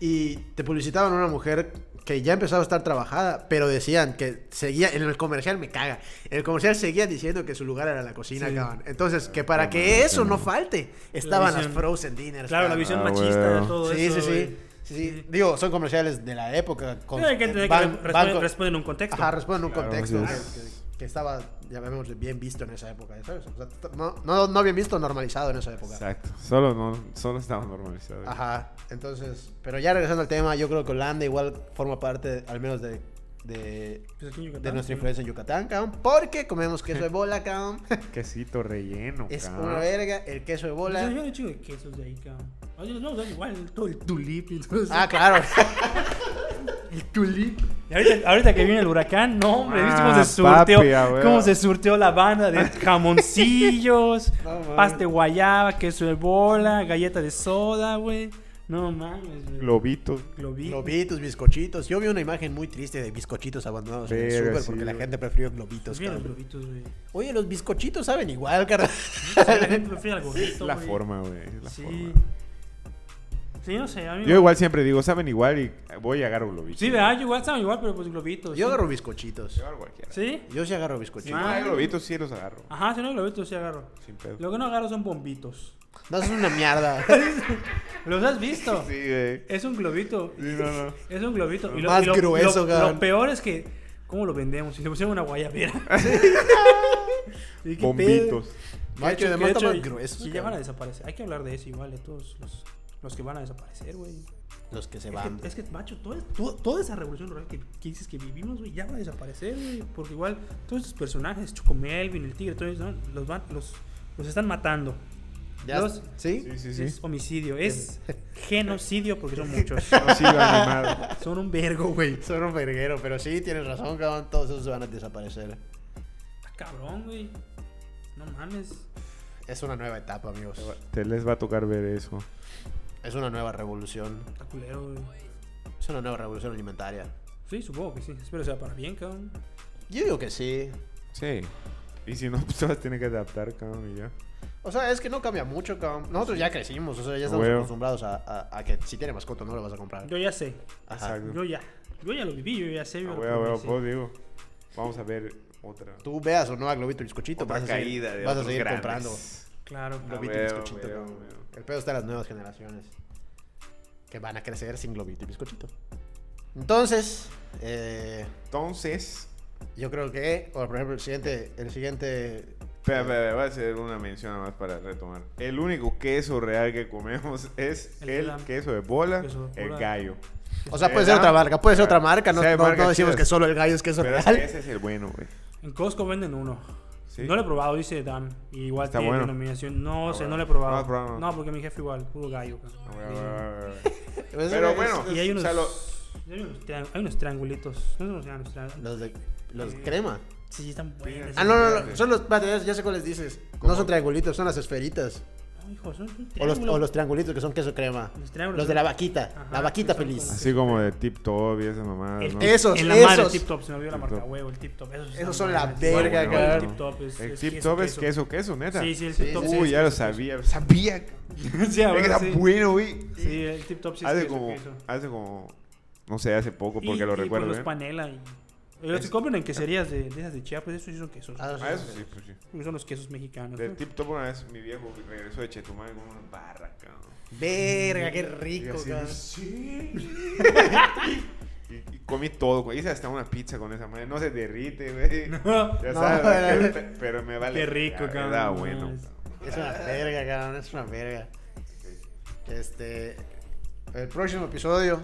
S1: y te publicitaban una mujer que ya empezaba a estar trabajada, pero decían que seguía, en el comercial me caga, en el comercial seguían diciendo que su lugar era la cocina,
S3: Sí.
S1: cabrón. Entonces, que para que eso no falte, estaban las
S3: visión.
S1: Frozen Dinners.
S3: Claro, la
S1: cabrón.
S3: visión
S2: Ah,
S3: machista de
S2: huevo.
S3: todo
S1: Sí,
S3: eso.
S1: sí, sí,
S3: güey.
S1: sí, sí. Digo, son comerciales de la época. Con,
S3: Pero hay que, hay que
S1: van-
S3: responde-
S1: van con-
S3: responde en un contexto.
S1: Ajá, responden un
S2: Claro,
S1: contexto
S2: así
S1: que,
S2: es.
S1: que- que estaba, llamémosle, bien visto en esa época, ¿sabes? O sea, t- no, no, no bien visto, normalizado en esa época.
S2: Exacto. Solo, no, solo estaba normalizado.
S3: pues.
S1: Ajá, entonces, pero ya regresando al tema, yo creo que Holanda igual forma parte, al menos de, de,
S3: Pues aquí en Yucatán,
S1: de nuestra
S3: sí.
S1: influencia en Yucatán, cabrón, porque comemos queso de bola,
S3: <laughs>
S1: cabrón.
S2: Quesito relleno.
S1: Es
S2: cabrón.
S1: una verga el queso de
S3: Pues
S1: bola.
S3: Yo yo chico de quesos de ahí, cabrón. Oye, los vamos a dar igual, todo el tulip y todo eso.
S1: Ah,
S3: <laughs>
S1: claro.
S3: El tulip. Y ahorita, ahorita que viene el huracán, no, hombre, ¿viste cómo
S2: Ah,
S3: se surtió?
S2: papi, ah,
S3: cómo
S2: weón.
S3: se surtió la
S2: <laughs>
S3: banda de jamoncillos,
S1: No mames.
S3: paste guayaba, queso de bola, galleta de soda, güey. No mames, güey.
S2: Globito.
S3: Globito.
S1: Globitos, bizcochitos. Yo vi una imagen muy triste de bizcochitos abandonados en el
S2: Verga,
S1: súper
S2: sí,
S1: porque la
S2: güey.
S1: gente prefirió globitos,
S3: Mira los
S1: cabrón.
S3: globitos, güey.
S1: Oye, los bizcochitos saben
S3: <laughs>
S1: igual, carnal.
S3: Por ejemplo, fui al globito,
S2: La
S3: güey.
S2: forma, güey. es La
S3: Sí.
S2: forma.
S3: Sí, no sé, a mí.
S2: Yo igual siempre digo, saben igual y voy a agarrar un globito.
S3: Sí, ¿verdad? Yo igual estaba igual, pero pues globitos.
S1: Yo
S3: sí.
S1: agarro bizcochitos.
S2: Yo agarro cualquiera.
S3: ¿Sí?
S1: Yo sí agarro
S2: Si
S1: bizcochitos.
S2: no hay globitos, sí los agarro.
S3: Ajá, si no hay globitos, sí agarro.
S2: Sin pedo.
S3: Lo que no agarro son bombitos.
S1: No, eso es una
S3: <laughs>
S1: mierda.
S3: ¿Los has visto?
S2: <laughs> Sí, güey.
S3: Es un globito.
S2: Sí, no, no.
S3: Es un globito. Y
S1: Más
S3: y
S1: grueso,
S3: lo-
S1: cabrón.
S3: lo peor es que. ¿Cómo lo vendemos? Si le pusimos
S1: <laughs>
S3: una guayabera. Y qué
S2: Bombitos.
S3: pedo.
S1: Macho,
S3: Que de
S1: además
S3: hecho,
S1: está más
S3: y-
S1: grueso.
S3: Y ya van a desaparecer. Hay que hablar de eso igual, de todos los, los que van a desaparecer, güey.
S1: Los que se
S3: Es
S1: van.
S3: que, es que, macho, todo es- todo- toda esa revolución rural que, que dices que vivimos, güey, ya va a desaparecer, güey. Porque igual todos estos personajes, Chocomelvin, el tigre, todos ellos, ¿no? los, van, los, los están matando.
S1: Ya-
S3: Los-
S1: ¿Sí?
S2: Sí, sí,
S3: Es
S2: sí.
S1: <laughs>
S3: homicidio, es genocidio porque son muchos.
S2: No, sí, animado.
S3: Son un vergo,
S1: <laughs>
S3: güey.
S1: Son un verguero, pero sí, tienes razón, cabrón. Todos esos van a desaparecer.
S3: Está cabrón, güey. No mames.
S1: Es una nueva etapa, amigos.
S2: Te les va a tocar ver eso.
S1: Es una nueva revolución.
S3: Está culero, güey.
S1: Es una nueva revolución alimentaria.
S3: Sí, supongo que sí. Espero sea para bien, cabrón.
S1: Yo digo que sí.
S2: Sí. Y si no, <laughs> pues te vas a tener que adaptar, cabrón, y ya.
S1: O sea, es que no cambia mucho, cabrón. Nosotros ya crecimos, o sea, ya estamos
S2: Huevo.
S1: acostumbrados a, a- a que si tiene mascota no lo vas a comprar.
S3: Yo ya sé.
S1: Ajá.
S2: Exacto.
S3: Yo ya. Yo ya lo viví, yo ya sé. yo
S2: Ah,
S3: lo
S2: huevo, huevo,
S3: conocí.
S2: pues, digo. Vamos a ver otra.
S1: Tú veas o no a Globito y Bizcochito,
S2: otra
S1: vas a seguir, vas a seguir comprando
S3: Claro.
S2: Ah,
S1: Globito y
S2: huevo,
S1: Bizcochito.
S2: huevo,
S1: cabrón.
S2: huevo.
S1: El pedo está en las nuevas generaciones que van a crecer sin Globito y Bizcochito. Entonces, eh,
S2: Entonces,
S1: yo creo que, o por ejemplo, el siguiente, el siguiente
S2: espera, espera, espera, voy a hacer una mención nada más para retomar. El único queso real que comemos <laughs> es
S3: El
S2: el,
S3: glam.
S2: queso de bola,
S3: Queso de bola.
S2: el gallo.
S1: O sea, puede ser otra marca, puede ser otra marca. No,
S2: Sí, hay
S1: no- no
S2: marcas
S1: decimos
S2: chidas.
S1: que solo el gallo es queso
S2: Pero es
S1: real.
S2: que ese es el bueno, güey.
S3: En Costco venden uno.
S2: Sí.
S3: No lo he probado, dice Dan. Y igual
S2: Está
S3: tiene
S2: bueno.
S3: denominación. No
S2: Ah,
S3: sé, no
S2: bueno.
S3: lo he probado.
S2: No lo he probado.
S3: No, porque mi jefe igual, puro gallo. cabrón.
S2: Ah,
S3: Sí.
S2: huevo, huevo,
S1: <laughs>
S2: huevo.
S1: Pero,
S2: Pero bueno,
S3: Y hay unos.
S2: o sea, lo-
S3: y Hay unos, triang- hay unos triangulitos. No sé cómo se llaman los triangulitos.
S1: Los de los crema.
S3: Sí, están buenos.
S1: Ah, no, no, no. Son los. Espérate, ya- ya sé cuáles dices. No son triangulitos, son las esferitas.
S3: No, hijo, son un
S1: O los,
S3: triángulo.
S1: o los triangulitos que son queso crema.
S3: Los triángulos.
S1: Los de la vaquita.
S3: Ajá,
S1: la vaquita
S3: que son
S1: feliz.
S2: Así como de tip top y esa mamada.
S3: El
S2: ¿no?
S1: queso. Esos,
S3: Ah, en la madre
S1: esos.
S3: el tip top, se me olvidó la
S2: Tip
S3: marca,
S2: top.
S3: huevo, el tip top. Esos,
S1: Esos
S3: están
S1: son la
S3: buenos,
S1: verga,
S3: igual, igual,
S1: cabrón.
S3: El tip top es,
S2: El
S3: es
S2: tip
S3: queso,
S2: top es queso, queso, neta.
S3: Sí, sí, el
S1: Sí,
S3: tip top
S1: sí,
S3: sí.
S2: Uy,
S3: es
S2: ya lo
S3: queso,
S2: sabía. Sabía. cabrón.
S3: queso. <laughs> Sí, a
S2: Es que
S3: huevo,
S2: era
S3: sí.
S2: bueno, güey.
S3: Sí, el tip top sí es
S2: hace
S3: queso,
S2: como,
S3: queso.
S2: hace como, no sé, hace poco porque
S3: Y-
S2: lo
S3: y, pues,
S1: ¿eh?
S2: recuerdo. ¿eh?
S3: los
S2: bien.
S3: panela y Y los que compran en queserías de, de esas de Chiapas, esos sí son quesos.
S1: Ah,
S2: Ah, eso sí, pues sí.
S3: Son los quesos mexicanos.
S2: De
S3: ¿no?
S2: tip top una vez mi viejo regresó de Chetumal con una barra, cabrón.
S1: Verga, qué
S2: Y
S1: rico,
S2: así,
S1: cabrón. <laughs>
S3: <laughs>
S2: sí. y, y comí todo, güey. Hice hasta una pizza con esa madre. No se derrite,
S3: <laughs>
S2: güey. Ya
S1: No,
S2: sabes,
S1: no, no.
S2: pero, pero me vale.
S3: Qué rico,
S2: verga,
S3: cabrón.
S2: Era bueno. cabrón.
S3: Es-
S1: Es una verga, cabrón, es una verga. Este. El próximo episodio,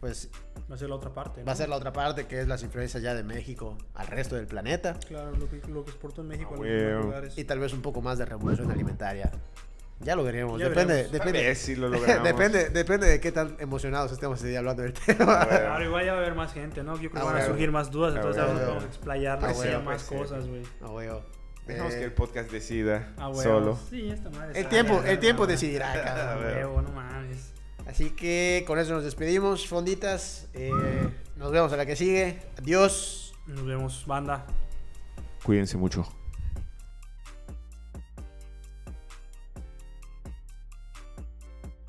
S1: pues
S3: Va a ser la otra parte.
S1: va a
S3: ¿no?
S1: ser la otra parte, que es las influencias ya de México al resto del planeta.
S3: Claro, lo que, lo que exportó en México
S2: Ah,
S3: en algunos
S2: huevo.
S3: lugares.
S1: Y tal vez un poco más de revolución alimentaria. Ya lo veremos.
S3: Ya
S1: depende,
S3: veremos.
S2: Tal
S1: depende. <laughs>
S2: vez sí lo logramos.
S1: depende, depende de qué tan emocionados estemos ese día hablando del <laughs> tema.
S2: Bueno,
S3: <laughs> Claro, igual ya va a haber más gente, ¿no? Yo creo
S1: Ah,
S3: que van a
S1: huevo.
S3: surgir más dudas,
S2: Ah,
S3: entonces ahora nos
S1: huevo.
S3: vamos a explayar
S1: Ah,
S3: hacia
S1: huevo,
S2: pues,
S3: más
S2: sí.
S3: cosas, güey.
S1: No, huevo.
S2: Dejamos
S1: Eh,
S2: que el podcast decida
S3: Ah, huevo.
S2: solo.
S3: Sí, esta madre
S1: el
S3: sabe,
S1: tiempo,
S3: la
S1: el
S2: <laughs>
S1: tiempo
S3: verdad.
S1: decidirá,
S3: Ah,
S1: cabrón.
S3: huevo, no mames.
S1: Así que con eso nos despedimos, fonditas. Eh, nos vemos a la que sigue. Adiós.
S3: Nos vemos, banda.
S2: Cuídense mucho.